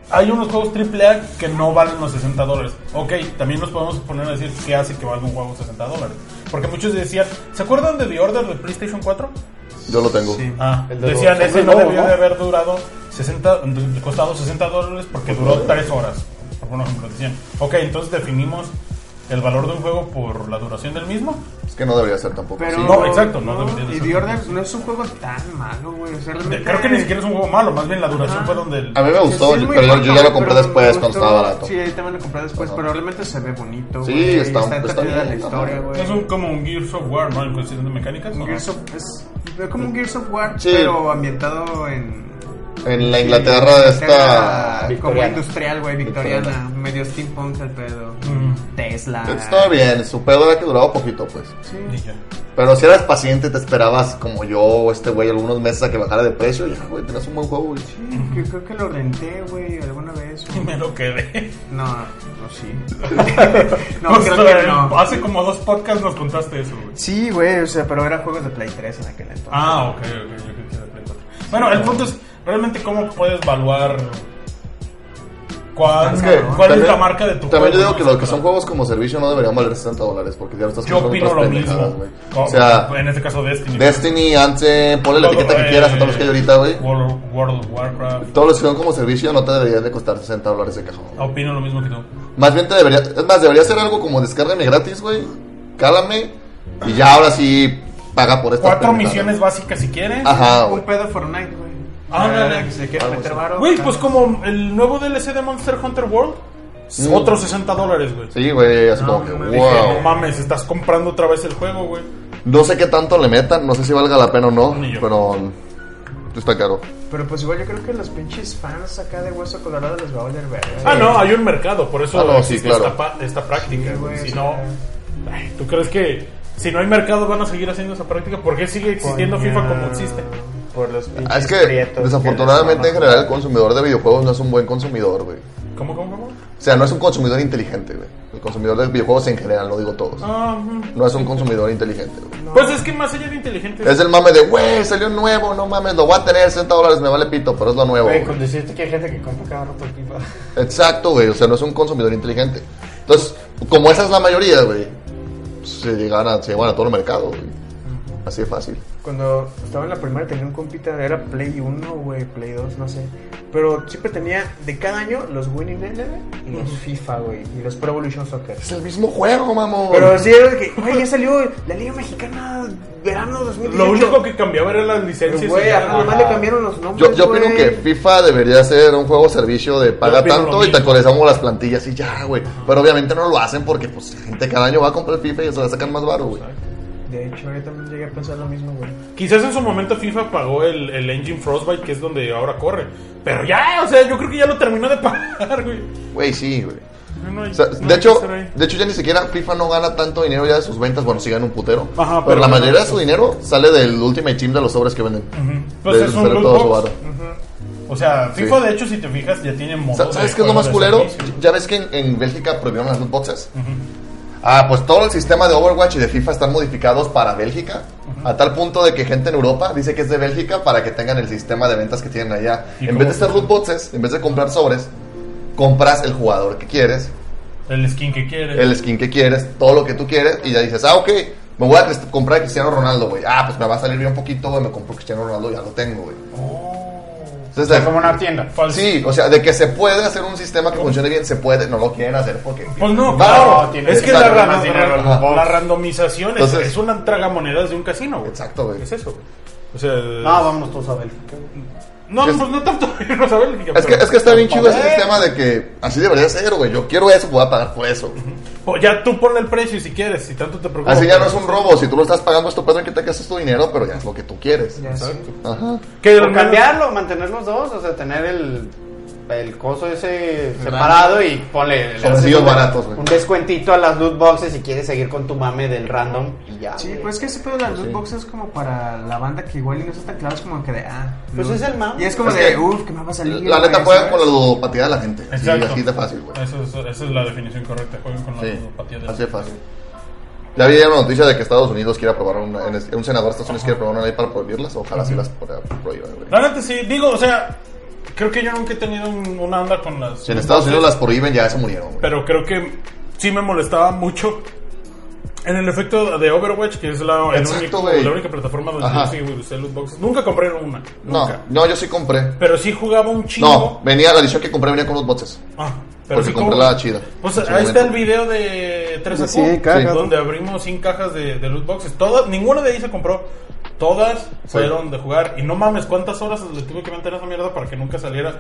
E: hay unos juegos AAA que no valen los 60 dólares. Ok, también nos podemos poner a decir qué hace que valga un juego 60 dólares. Porque muchos decían, ¿se acuerdan de The Order de PlayStation 4?
D: Yo lo tengo.
E: Ah,
C: El de
E: decían,
C: los-
E: ese
C: el
E: no
C: nuevo,
E: debió
C: ¿no?
E: de haber durado 60, de- costado 60 dólares porque
A: Pues
E: duró
A: ¿eh?
E: 3 horas. Por ejemplo, decían, ok, entonces definimos el valor de un juego por la duración del mismo.
D: Es que no debería ser tampoco.
B: Pero-
D: sí.
E: No, exacto, no debería de
B: Y
E: ser.
B: The Order no es un juego tan malo, güey. O sea, realmente-
E: Creo que ni siquiera es un juego malo, más bien la duración fue donde... el-
D: A mí me
B: O sea,
D: gustó,
B: sí es muy
D: pero yo-
B: bonito,
D: yo ya lo compré
B: pero me
D: después cuando
B: gustó.
D: estaba barato.
B: Sí, ahí también lo compré después, pero realmente se ve bonito.
D: Sí,
B: güey,
D: está-
B: está
D: está
B: entretenida
D: bien,
B: la
D: ajá.
B: historia, güey.
E: Es un, como un Gears of War, ¿no? En cuestión de mecánicas. ¿o
B: Un
E: no?
B: Gears of- es es como un Gears of War,
D: Sí.
B: pero ambientado en.
D: En la Inglaterra de esta...
B: Inglaterra Como
C: victoriana.
B: industrial, güey, victoriana.
D: Victoriana.
B: Medio steampunk al pedo.
E: Mm.
B: Tesla.
D: Estaba bien, su pedo era que duraba poquito, pues.
E: Y ya.
D: Pero si eras paciente, te esperabas como yo o este güey algunos meses a que bajara de precio. Y, ah, güey, tenías un buen juego, güey.
B: Yo creo que lo renté, güey, alguna vez.
E: Y
B: güey.
E: me lo quedé.
B: No, no, sí. no,
E: O
B: creo
E: sea,
B: que no.
E: Hace como dos podcasts nos contaste eso, güey.
B: Sí, güey, o sea, pero eran juegos de Play 3 en aquel entonces.
E: Ah, ok, ok, yo creo que era Play 4. Bueno, el punto es, realmente, ¿cómo puedes evaluar cuál,
D: Es que
E: cuál es
D: también-
E: la marca de tu
D: También yo
E: juego?
D: digo que los que son juegos como servicio no deberían valer 60 dólares porque ya lo estás
E: Yo
D: comprando
E: opino
D: otras
E: lo
D: pendejadas,
E: mismo.
D: güey. O sea,
E: en este caso Destiny.
D: Destiny, Anthem, ponle la
E: Todo,
D: etiqueta que
E: eh,
D: quieras a todos los que hay ahorita, güey.
E: World, World of Warcraft.
D: Todos los que son como servicio no te deberían de costar 60 dólares de cajón. güey.
E: Opino lo mismo que tú.
D: Más bien te debería, es más, debería ser algo como descárgame gratis, güey. Cálame y ya ahora sí paga por esta.
E: Cuatro misiones básicas si quieres.
D: Ajá,
B: Un
D: güey.
B: pedo Fortnite, güey. La
E: Ah, no,
B: verdad
E: no.
B: que Si quieres meter varo.
E: Güey, pues como el nuevo DLC de Monster Hunter World,
D: Mm.
E: otros 60 dólares, güey.
D: Sí, güey, así
B: No,
D: como que,
B: no
D: wow.
B: me
E: Dije, no mames, estás comprando otra vez el juego, güey.
D: No sé qué tanto le metan, no sé si valga la pena o no,
E: Ni yo.
D: pero está caro.
B: Pero pues igual yo creo que los pinches fans acá de Hueso Colorado les va a oler verga.
E: Ah, no, hay un mercado, por eso
D: Ah, no,
E: existe
D: sí, claro.
E: esta, pa- esta práctica.
B: Sí,
E: güey.
B: güey,
E: si
B: sí.
E: no, ay, ¿tú crees que si no hay mercado van a seguir haciendo esa práctica? ¿Por qué sigue existiendo
B: Coño,
E: FIFA como existe?
B: Por los pinches
D: Ah, es que
B: prietos
D: desafortunadamente
B: les
D: en general el consumidor de videojuegos no es un buen consumidor, güey.
E: ¿Cómo, cómo, cómo?
D: O sea, no es un consumidor inteligente, güey. El consumidor de videojuegos en general, no digo todos.
E: Ah, mm.
D: No es un consumidor inteligente, güey.
E: Pues es que más allá de inteligente.
D: Es el mame de, güey, salió nuevo, no mames, lo voy a tener, 60 dólares, me vale pito, pero es lo nuevo.
C: Güey,
D: güey.
C: con decirte que hay gente que compra cada rato FIFA.
D: Exacto, güey, o sea, no es un consumidor inteligente. Entonces, como esa es la mayoría, güey, se llegan a, se llevan a todo el mercado, güey. Así de fácil.
B: Cuando estaba en la primaria tenía un compita, era Play 1, güey, Play 2, no sé. Pero siempre tenía de cada año los Winning Eleven y los FIFA, güey, y los Pro Evolution Soccer.
D: Es el mismo juego, mamón.
B: Pero sí era de que, güey, ya salió la Liga Mexicana verano 2018.
E: Lo único que cambiaba eran las licencias. y
B: Güey,
E: ya,
B: a- nomás
E: ajá.
B: le cambiaron los nombres,
D: Yo, yo opino
B: güey.
D: que FIFA debería ser un juego servicio de paga
E: opino lo
D: tanto y
E: mismo.
D: te actualizamos las plantillas y ya, güey. Pero obviamente no lo hacen porque, pues, la gente cada año va a comprar FIFA y se la sacan más baro, güey.
B: De hecho, yo también llegué a pensar lo mismo, güey.
E: Quizás en su momento FIFA pagó el, el engine Frostbite, que es donde ahora corre. Pero ya, o sea, yo creo que ya lo terminó de pagar, güey.
D: Güey, sí, güey.
E: No hay-
D: O sea,
E: no hay
D: de,
E: que
D: hecho,
E: estar ahí.
D: de hecho, ya ni siquiera FIFA no gana tanto dinero ya de sus ventas. Bueno, sí gana un putero.
E: Ajá,
D: pero,
E: pero
D: la
E: no.
D: mayoría de su dinero sale del Ultimate Team de los sobres que venden.
E: Ujú. Pues
D: De-
E: es un
D: pero
E: loot
D: todo su
E: box.
D: varo.
E: Ujú. O sea, FIFA, de hecho, si te fijas, ya tiene modo.
D: Sa- ¿Sabes
E: de
D: qué es lo
E: juego
D: más
E: de
D: culero?
E: servicio.
D: Ya ves que en, en Bélgica prohibieron las loot boxes. Ah, pues todo el sistema de Overwatch y de FIFA están modificados para Bélgica. A tal punto de que gente en Europa dice que es de Bélgica para que tengan el sistema de ventas que tienen allá.
E: ¿Y
D: En
E: cómo
D: vez de hacer loot boxes, en vez de comprar sobres, compras el jugador que quieres,
E: El skin que quieres.
D: el skin que quieres, todo lo que tú quieres y ya dices, ah, ok, me voy a crist- comprar a Cristiano Ronaldo, güey. Ah, pues me va a salir bien poquito, güey, me compro Cristiano Ronaldo, ya lo tengo, güey.
C: O sea, como una tienda.
E: Falso.
D: Sí, o sea, de que se puede hacer un sistema que funcione bien, se puede, no lo quieren hacer porque...
E: Pues no,
D: Varo,
E: claro.
C: tiene
E: es que la,
D: exacto,
E: ra-
C: más dinero
E: ra-
D: en los box.
E: la randomización es-
D: Entonces-
E: es una tragamonedas de un casino, güey.
D: Exacto, güey.
E: Es eso, güey. O sea,
C: No, Ah, vámonos todos a Bélgica.
E: no,
D: es-
E: pues no tanto. no sabe el-
D: Es que,
E: pero-
D: es que está bien chido ese sistema de que así debería ser, güey. Yo quiero eso, voy a pagar por eso.
E: O ya tú ponle el precio si quieres, si tanto te preocupa.
D: Así ya no es un robo. Si tú lo estás pagando, esto puede que te gastes tu dinero, pero ya es lo que tú quieres.
B: Ya sé.
D: Ajá.
E: Que
C: O
E: al menos-
C: cambiarlo, mantener los dos, o sea, tener el, el coso ese separado y ponle... le haces
D: Sobrecillos
C: un-
D: baratos, güey.
C: Un descuentito a las loot boxes si quieres seguir con tu mame del random y ya.
B: Sí,
C: güey.
B: pues es que ese pedo de las loot boxes es como para la banda que igual y no está tan claros como que de ah.
C: Pues
B: loot.
C: es el mame.
B: Y es como
D: Es
B: de,
D: que-
B: uff, que me va a salir.
D: La
B: güey,
D: neta juegan
B: ¿sabes?
D: con la ludopatía de la gente. Sí,
E: Exacto.
D: así de fácil, güey.
E: Eso es- Esa es la definición correcta. Juegan con la
D: Sí,
E: ludopatía de-
D: así de fácil. Ya había una noticia de que Estados Unidos quiere aprobar una. en es- Un senador de Estados Unidos quiere aprobar una ley para prohibirlas. Ojalá sí las pro- prohíban, güey.
E: La neta sí, digo, o sea, Creo que yo nunca he tenido un- una onda con las.
D: Si en Estados Unidos las prohíben, ya se murieron. güey.
E: Pero creo que sí me molestaba mucho en el efecto de Overwatch, que es la, el
D: Exacto,
E: único-
D: güey.
E: la única plataforma donde
D: Ajá.
E: yo sí usé loot boxes. Nunca compré una.
D: no,
E: Nunca.
D: no, yo sí compré.
E: Pero sí jugaba un chingo.
D: No, venía la edición que compré, venía con los boxes.
E: Ah, pero
D: Porque
E: sí
D: compré
E: como-
D: la chida.
E: Pues
D: En su
E: ahí está el
D: momento.
E: video de 3 a
C: De 100 cajas,
E: donde abrimos 100 cajas de, de loot boxes. Todas, ninguna de ahí se compró. Todas fueron de jugar. Y no mames, cuántas horas le tuve que meter a esa mierda para que nunca saliera.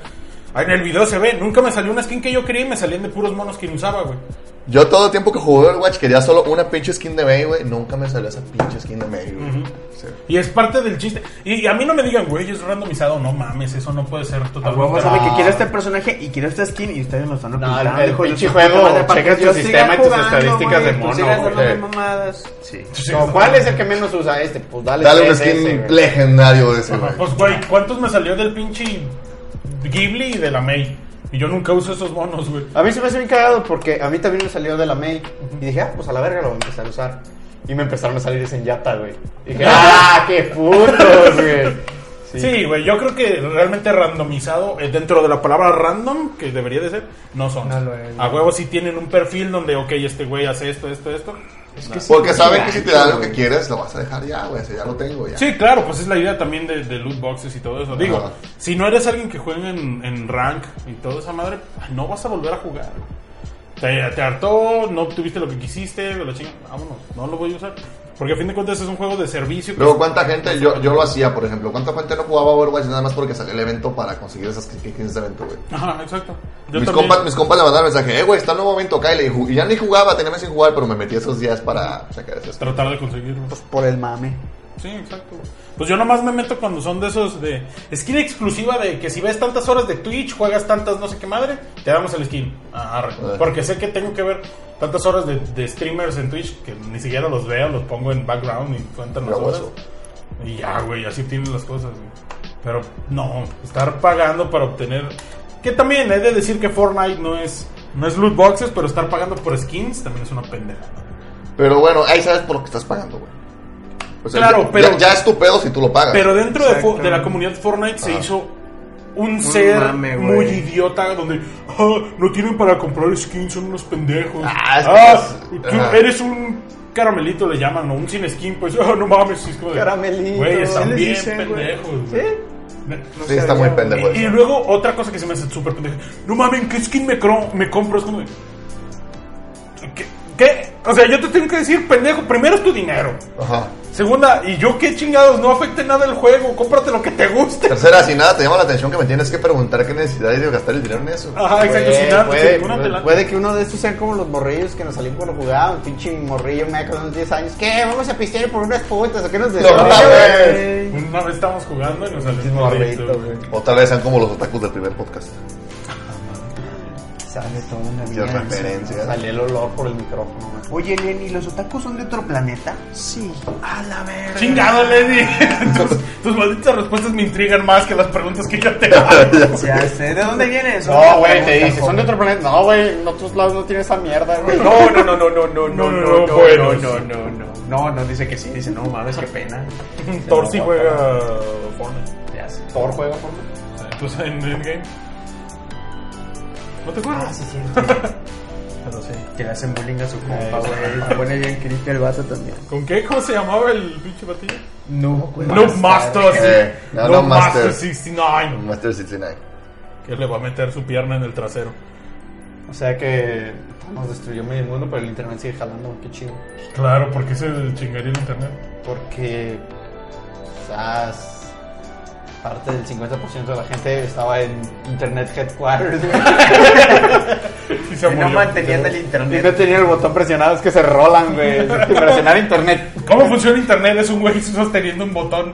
E: Ah, en el video se ve, nunca me salió una skin que yo quería y me salían de puros monos que no usaba, güey.
D: Yo todo el tiempo que jugué Overwatch quería solo una pinche skin de May, güey. Nunca me salió esa pinche skin de May, güey. Sí.
E: Y es parte del chiste. Y, y a mí no me digan, güey, es randomizado. No mames, eso no puede ser totalmente.
B: Pues Vamos a ver que quiero este personaje y quiero esta skin y ustedes nos están
C: No, el-
B: ocultando.
C: el
B: hijo de
C: pinche
B: su puta
C: juego,
B: madre, para
C: checas
B: que
C: tu
B: yo siga
C: sistema y tus
B: jugando,
C: estadísticas
B: güey,
C: de
B: tú
C: mono,
B: sigas
C: güey.
B: dándome mamadas. Sí.
E: pues, Sí,
C: Como,
E: no.
C: ¿Cuál es el que menos usa este? Pues dale,
D: Dale un
C: tres
D: skin
C: ese, güey.
D: legendario de ese, güey.
E: Pues, güey, ¿cuántos me salió del pinche Ghibli y de la May? Y yo nunca uso esos monos, güey.
C: A mí se me hace bien cagado porque a mí también me salió de la May. Y dije, ah, pues a la verga lo voy a empezar a usar. Y me empezaron a salir ese en yata, güey. Y dije, ah, qué putos, güey.
E: Sí, güey, yo creo que realmente randomizado, eh, dentro de la palabra random, que debería de ser, no son.
B: No lo es.
E: A huevo sí tienen un perfil donde, ok, este güey hace esto, esto, esto.
D: Porque saben que si te dan lo que quieres, lo vas a dejar ya, güey. Ese ya lo tengo, ya.
E: Sí, claro, pues es la idea también de, de loot boxes y todo eso. Digo,
D: Ajá.
E: si no eres alguien que juegue en, en rank y toda esa madre, no vas a volver a jugar. Te, te hartó, no obtuviste lo que quisiste, la chinga, vámonos, no lo voy a usar. Porque a fin de cuentas es un juego de servicio. que
D: Luego, ¿cuánta gente? Yo, yo lo hacía, por ejemplo. ¿Cuánta gente no jugaba Overwatch nada más porque salió el evento para conseguir esas skins de evento, güey?
E: Ajá, exacto. Yo
D: Mis
E: también-
D: compas, mis compas le mandaron mensaje, eh, güey, está el nuevo evento, Kyle. Y, ju- y ya ni jugaba, tenía meses sin jugar, pero me metí esos días para sacar esas.
E: Tratar de conseguirlo.
C: Pues, Por el mame.
E: Sí, exacto. Pues yo nomás me meto cuando son de esos de skin exclusiva de que si ves tantas horas de Twitch, juegas tantas no sé qué madre, te damos el skin. Ah, arre.
D: Ah.
E: Porque sé que tengo que ver tantas horas de, de streamers en Twitch que ni siquiera los veo, los pongo en background y cuentan las
D: Pero
E: horas.
D: eso.
E: Y ya, güey, así tienen las cosas. güey. Pero no, estar pagando para obtener... Que también he de decir que Fortnite no es, no es loot boxes, pero estar pagando por skins también es una pendeja.
D: Pero bueno, ahí sabes por lo que estás pagando, güey. O sea,
E: Claro,
D: ya-
E: pero-
D: Ya, ya es tu pedo si tú lo pagas.
E: Pero dentro de, fo-
B: Exacto. Ah.
E: de la comunidad Fortnite se hizo un ser
B: mame, güey.
E: muy idiota donde "Ah, no tienen para comprar skins, son unos pendejos.
D: Ah, es que es-
E: tú
D: ajá.
E: eres un caramelito le llaman, o un sin skin, pues "Ah, no mames, sí, es como de,
C: Caramelito.
E: Güey,
B: ¿Sí
E: están
B: les
E: bien
B: dicen, güey?
E: pendejos.
B: ¿Sí?
E: güey".
B: No
D: Sí, está
B: sabía,
D: muy pendejo.
E: Y, y
D: eso.
E: luego otra cosa que se me hace súper pendeja. No mames, ¿qué skin me, cro- me compro? Es como de, ¿Qué? ¿Qué? O sea, yo te tengo que decir, pendejo, primero es tu dinero.
D: Ajá.
E: Segunda, y yo qué chingados, no afecte nada el juego, cómprate lo que te guste.
D: Tercera, si nada te llama la atención que me tienes que preguntar qué necesidad hay de gastar el dinero en eso.
E: Ajá, exacto,
C: Güey,
E: sin nada, pues, sin
C: Pues, puede,
E: ninguna
C: puede-
E: te late.
C: puede que uno de estos sean como los morrillos que nos salían cuando jugaban. Un pinche morrillo meco de unos 10 años. ¿Qué? Vamos a pistear por unas putas. ¿O qué nos decían?
D: mames.
E: Una vez estábamos jugando y nos salió un
C: Morrito,
E: morrito,
C: güey.
D: O tal vez sean como los otakus del primer podcast.
C: Sale toda una
D: Sí,
C: mierda.
D: referencia.
C: Sale el olor por el micrófono. güey.
B: Oye, Lenny, ¿los otakus son de otro planeta? Sí. A la verga.
E: Chingado, Lenny. tus, tus malditas respuestas me intrigan más que las preguntas que yo te hago.
D: Ya sé.
B: Ya sé, ¿de dónde vienes?
C: No, güey, te dice, son de otro planeta. No, güey, en otros lados no tiene esa mierda, güey.
B: No, no, no, no, no, no, no,
E: No, no,
B: no,
E: bueno.
B: no, no, no, no. No, no dice que sí, dice, no mames, qué pena.
E: Thor sí juega
B: Ah,
E: Fortnite.
B: Ya sé.
C: Thor juega por
E: Pues en Endgame. ¿No te
B: Ah,
E: acuerdas?
B: Pero sí, que le hacen bullying a su
C: Eh,
B: compa, güey. Se pone bien creepy el vato también.
E: ¿Con qué? ¿Cómo se llamaba el pinche batillo?
B: No, güey.
E: Noob Master.
D: Eh,
E: sí.
D: no,
E: Noob
D: no,
E: Master.
D: Master.
E: 69.
D: Master 69.
E: Que le va a meter su pierna en el trasero.
C: O sea que nos destruyó medio mundo, pero el internet sigue jalando, qué chido.
E: Claro, porque ese chingaría el internet.
C: Porque quizás parte del 50% de la gente estaba en Internet Headquarters, güey.
E: Sí se
B: Que no
E: murió.
B: mantenían el
C: Y no
B: internet.
C: tenía el botón presionado, es que se rolan, güey. Presionar Internet.
E: ¿Cómo funciona internet? Es un güey sosteniendo un botón.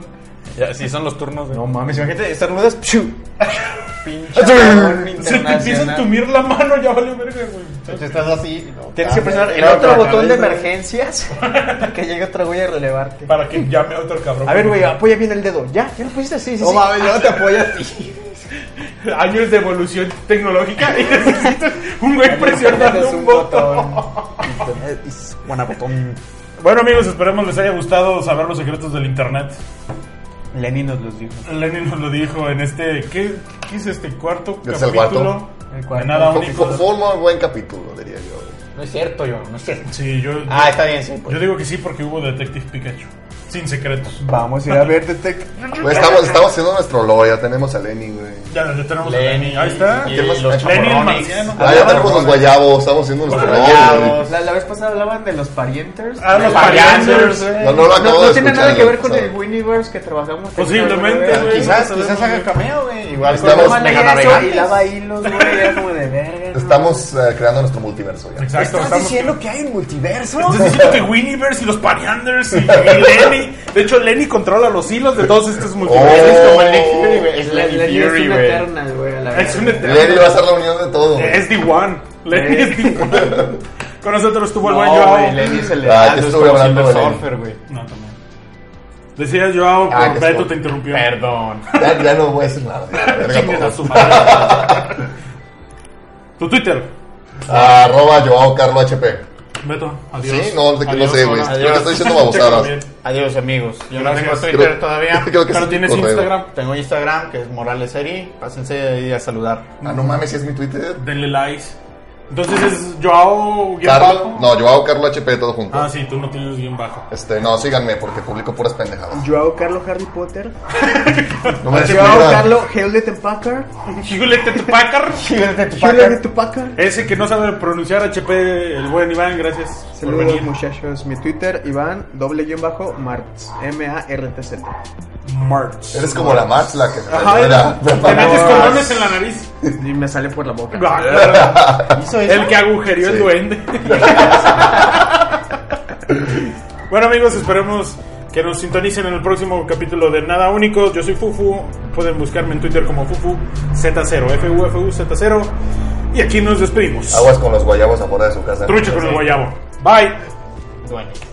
E: Ya, sí, son los turnos de...
B: No
C: Pues
B: mames, imagínate, estas ruedas. ¡pshu! Pinche. cabrón
E: Se te empieza a
B: internacional.
E: entumir la mano, ya valió verga,
C: Entonces
E: güey.
C: estás así, ¿no? Ah,
B: Tienes que presionar el
C: Claro,
B: otro
C: pero
B: botón de
C: cabeza, güey.
B: emergencias para que llegue otra güey a relevarte.
E: Para que llame a otro cabrón.
B: A ver, güey, apoya bien el dedo. ¿Ya? ¿Ya lo pusiste? Sí, sí,
C: No
B: sí.
C: mames, yo no te apoyo a ti.
E: Años de evolución tecnológica y necesitas un güey presionando un botón.
C: Internet is one botón.
E: Bueno, amigos, esperemos les haya gustado saber los secretos del internet.
B: Lenny nos los dijo.
E: Lenin nos lo dijo en este. ¿Qué, qué es este cuarto
D: Es el cuarto.
E: capítulo?
B: El cuarto.
E: De nada
D: Fue,
E: único.
D: fue- fue un muy buen capítulo, diría yo.
C: No es cierto, yo, no es cierto.
E: Sí, yo,
C: Ah, está bien, sí. pues.
E: yo digo que sí porque hubo Detective Pikachu. Sin secretos.
B: Vamos a ir a ver Detective.
D: Güey, Pues estamos, estamos haciendo nuestro lore, ya tenemos a Lenny, güey.
E: Ya, ya tenemos a
C: Lenny,
E: Lenin. Ahí está.
C: y
D: ¿Quién más?
C: los
E: Lenin el
C: chaparrones.
E: marciano.
D: Ah, ya tenemos los guayabos, estamos haciendo nuestro lore.
B: La, la vez pasada hablaban de los parienters.
E: Ah, los
B: De
E: parienters.
B: güey.
D: No, no lo acabo de
B: tiene
D: escuchar,
B: nada que
D: lo
B: ver con
D: pasado.
B: el Winiverse que trabajamos.
E: Posiblemente,
B: alguna
E: güey.
B: vez.
C: Quizás,
E: no
C: quizás
E: sabemos,
C: haga
E: güey.
C: cameo, güey. Igual con
D: Estamos
C: los
B: Tómale
C: mega
B: eso,
C: navegantes.
B: Y lava hilos, güey. Era como de verga. ¿no?
D: Estamos eh, creando nuestro multiverso ya.
E: Exacto.
C: ¿Estás
E: estamos-
C: diciendo que hay un multiverso?
E: Estás diciendo que Winniverse y los Parianders y, y Lenny. De hecho, Lenny controla los hilos de todos estos multiversos.
D: Oh.
C: Es
B: La-
C: Lenny
B: la- es
C: Fury,
B: una
C: güey.
B: eterna, güey. a la
E: Es un
B: verga.
E: eterno.
D: Lenny Oh, va a ser la unión de todo. güey.
E: Es D1. Lenny es D1. Con nosotros estuvo el buen
C: No,
E: Joao.
C: güey, Lenny es el
D: Ah,
C: Leandro,
D: yo
C: es
D: estuve
C: como
D: hablando
C: Silver
D: de Lenny.
C: Surfer, güey.
E: No, también. Decías Joao,
D: Ah,
E: pero
D: que
E: Beto
D: estuvo-
E: te interrumpió.
C: Perdón.
D: Ya, ya no voy a decir nada. ya, la verga,
E: Chingues
D: todo.
E: a su madre. Tu Twitter,
D: Ah, Arroba Joao Carlo HP.
E: Beto, adiós.
D: Sí, no, de que no
E: Adiós,
D: sé, güey.
E: hola.
D: Creo que estoy diciendo babosadas.
E: Chécalo bien.
C: Adiós, amigos. Yo no
E: Gracias.
C: tengo Twitter
D: Creo-
C: todavía.
D: creo que
E: Pero
D: es
E: tienes
D: correo.
E: Instagram.
C: Tengo Instagram, que es Morales Eri. Pásense ahí a saludar.
D: Ah, no mames, si es mi Twitter.
E: Denle likes. Entonces es Joao guión
D: Carlo,
E: bajo.
D: no, Joao Carlo HP, todo junto.
E: Ah, sí, tú no tienes guión bajo.
D: Este, no, síganme porque publico puras pendejadas.
B: Yo hago Carlos Harry Potter.
D: No me
B: Yo hago
D: Carlo.
B: Carlos Hewlett and Packard.
E: Hewlett de Tupacar.
B: Hewlett and Packard.
E: Ese que no sabe pronunciar HP, el buen Iván, gracias por
B: Saludos
E: venir.
B: muchachos, mi Twitter, Iván, doble guión bajo, Martz, M-A-R-T-Z.
E: March.
D: Eres como la Mats, la que se
E: Ajá,
D: era.
E: te metes colones en la nariz. Ah,
B: Y me sale por la boca.
E: El que agujerió el
D: Sí.
E: duende. bueno, amigos, esperemos que nos sintonicen en el próximo capítulo de Nada Único. Yo soy Fufu. Pueden buscarme en Twitter como Fufu Z0, FUFU Z0. Y aquí nos despedimos.
D: Aguas con los guayabos afuera de su casa.
E: Trucho con el guayabo. Bye.
C: Dueño.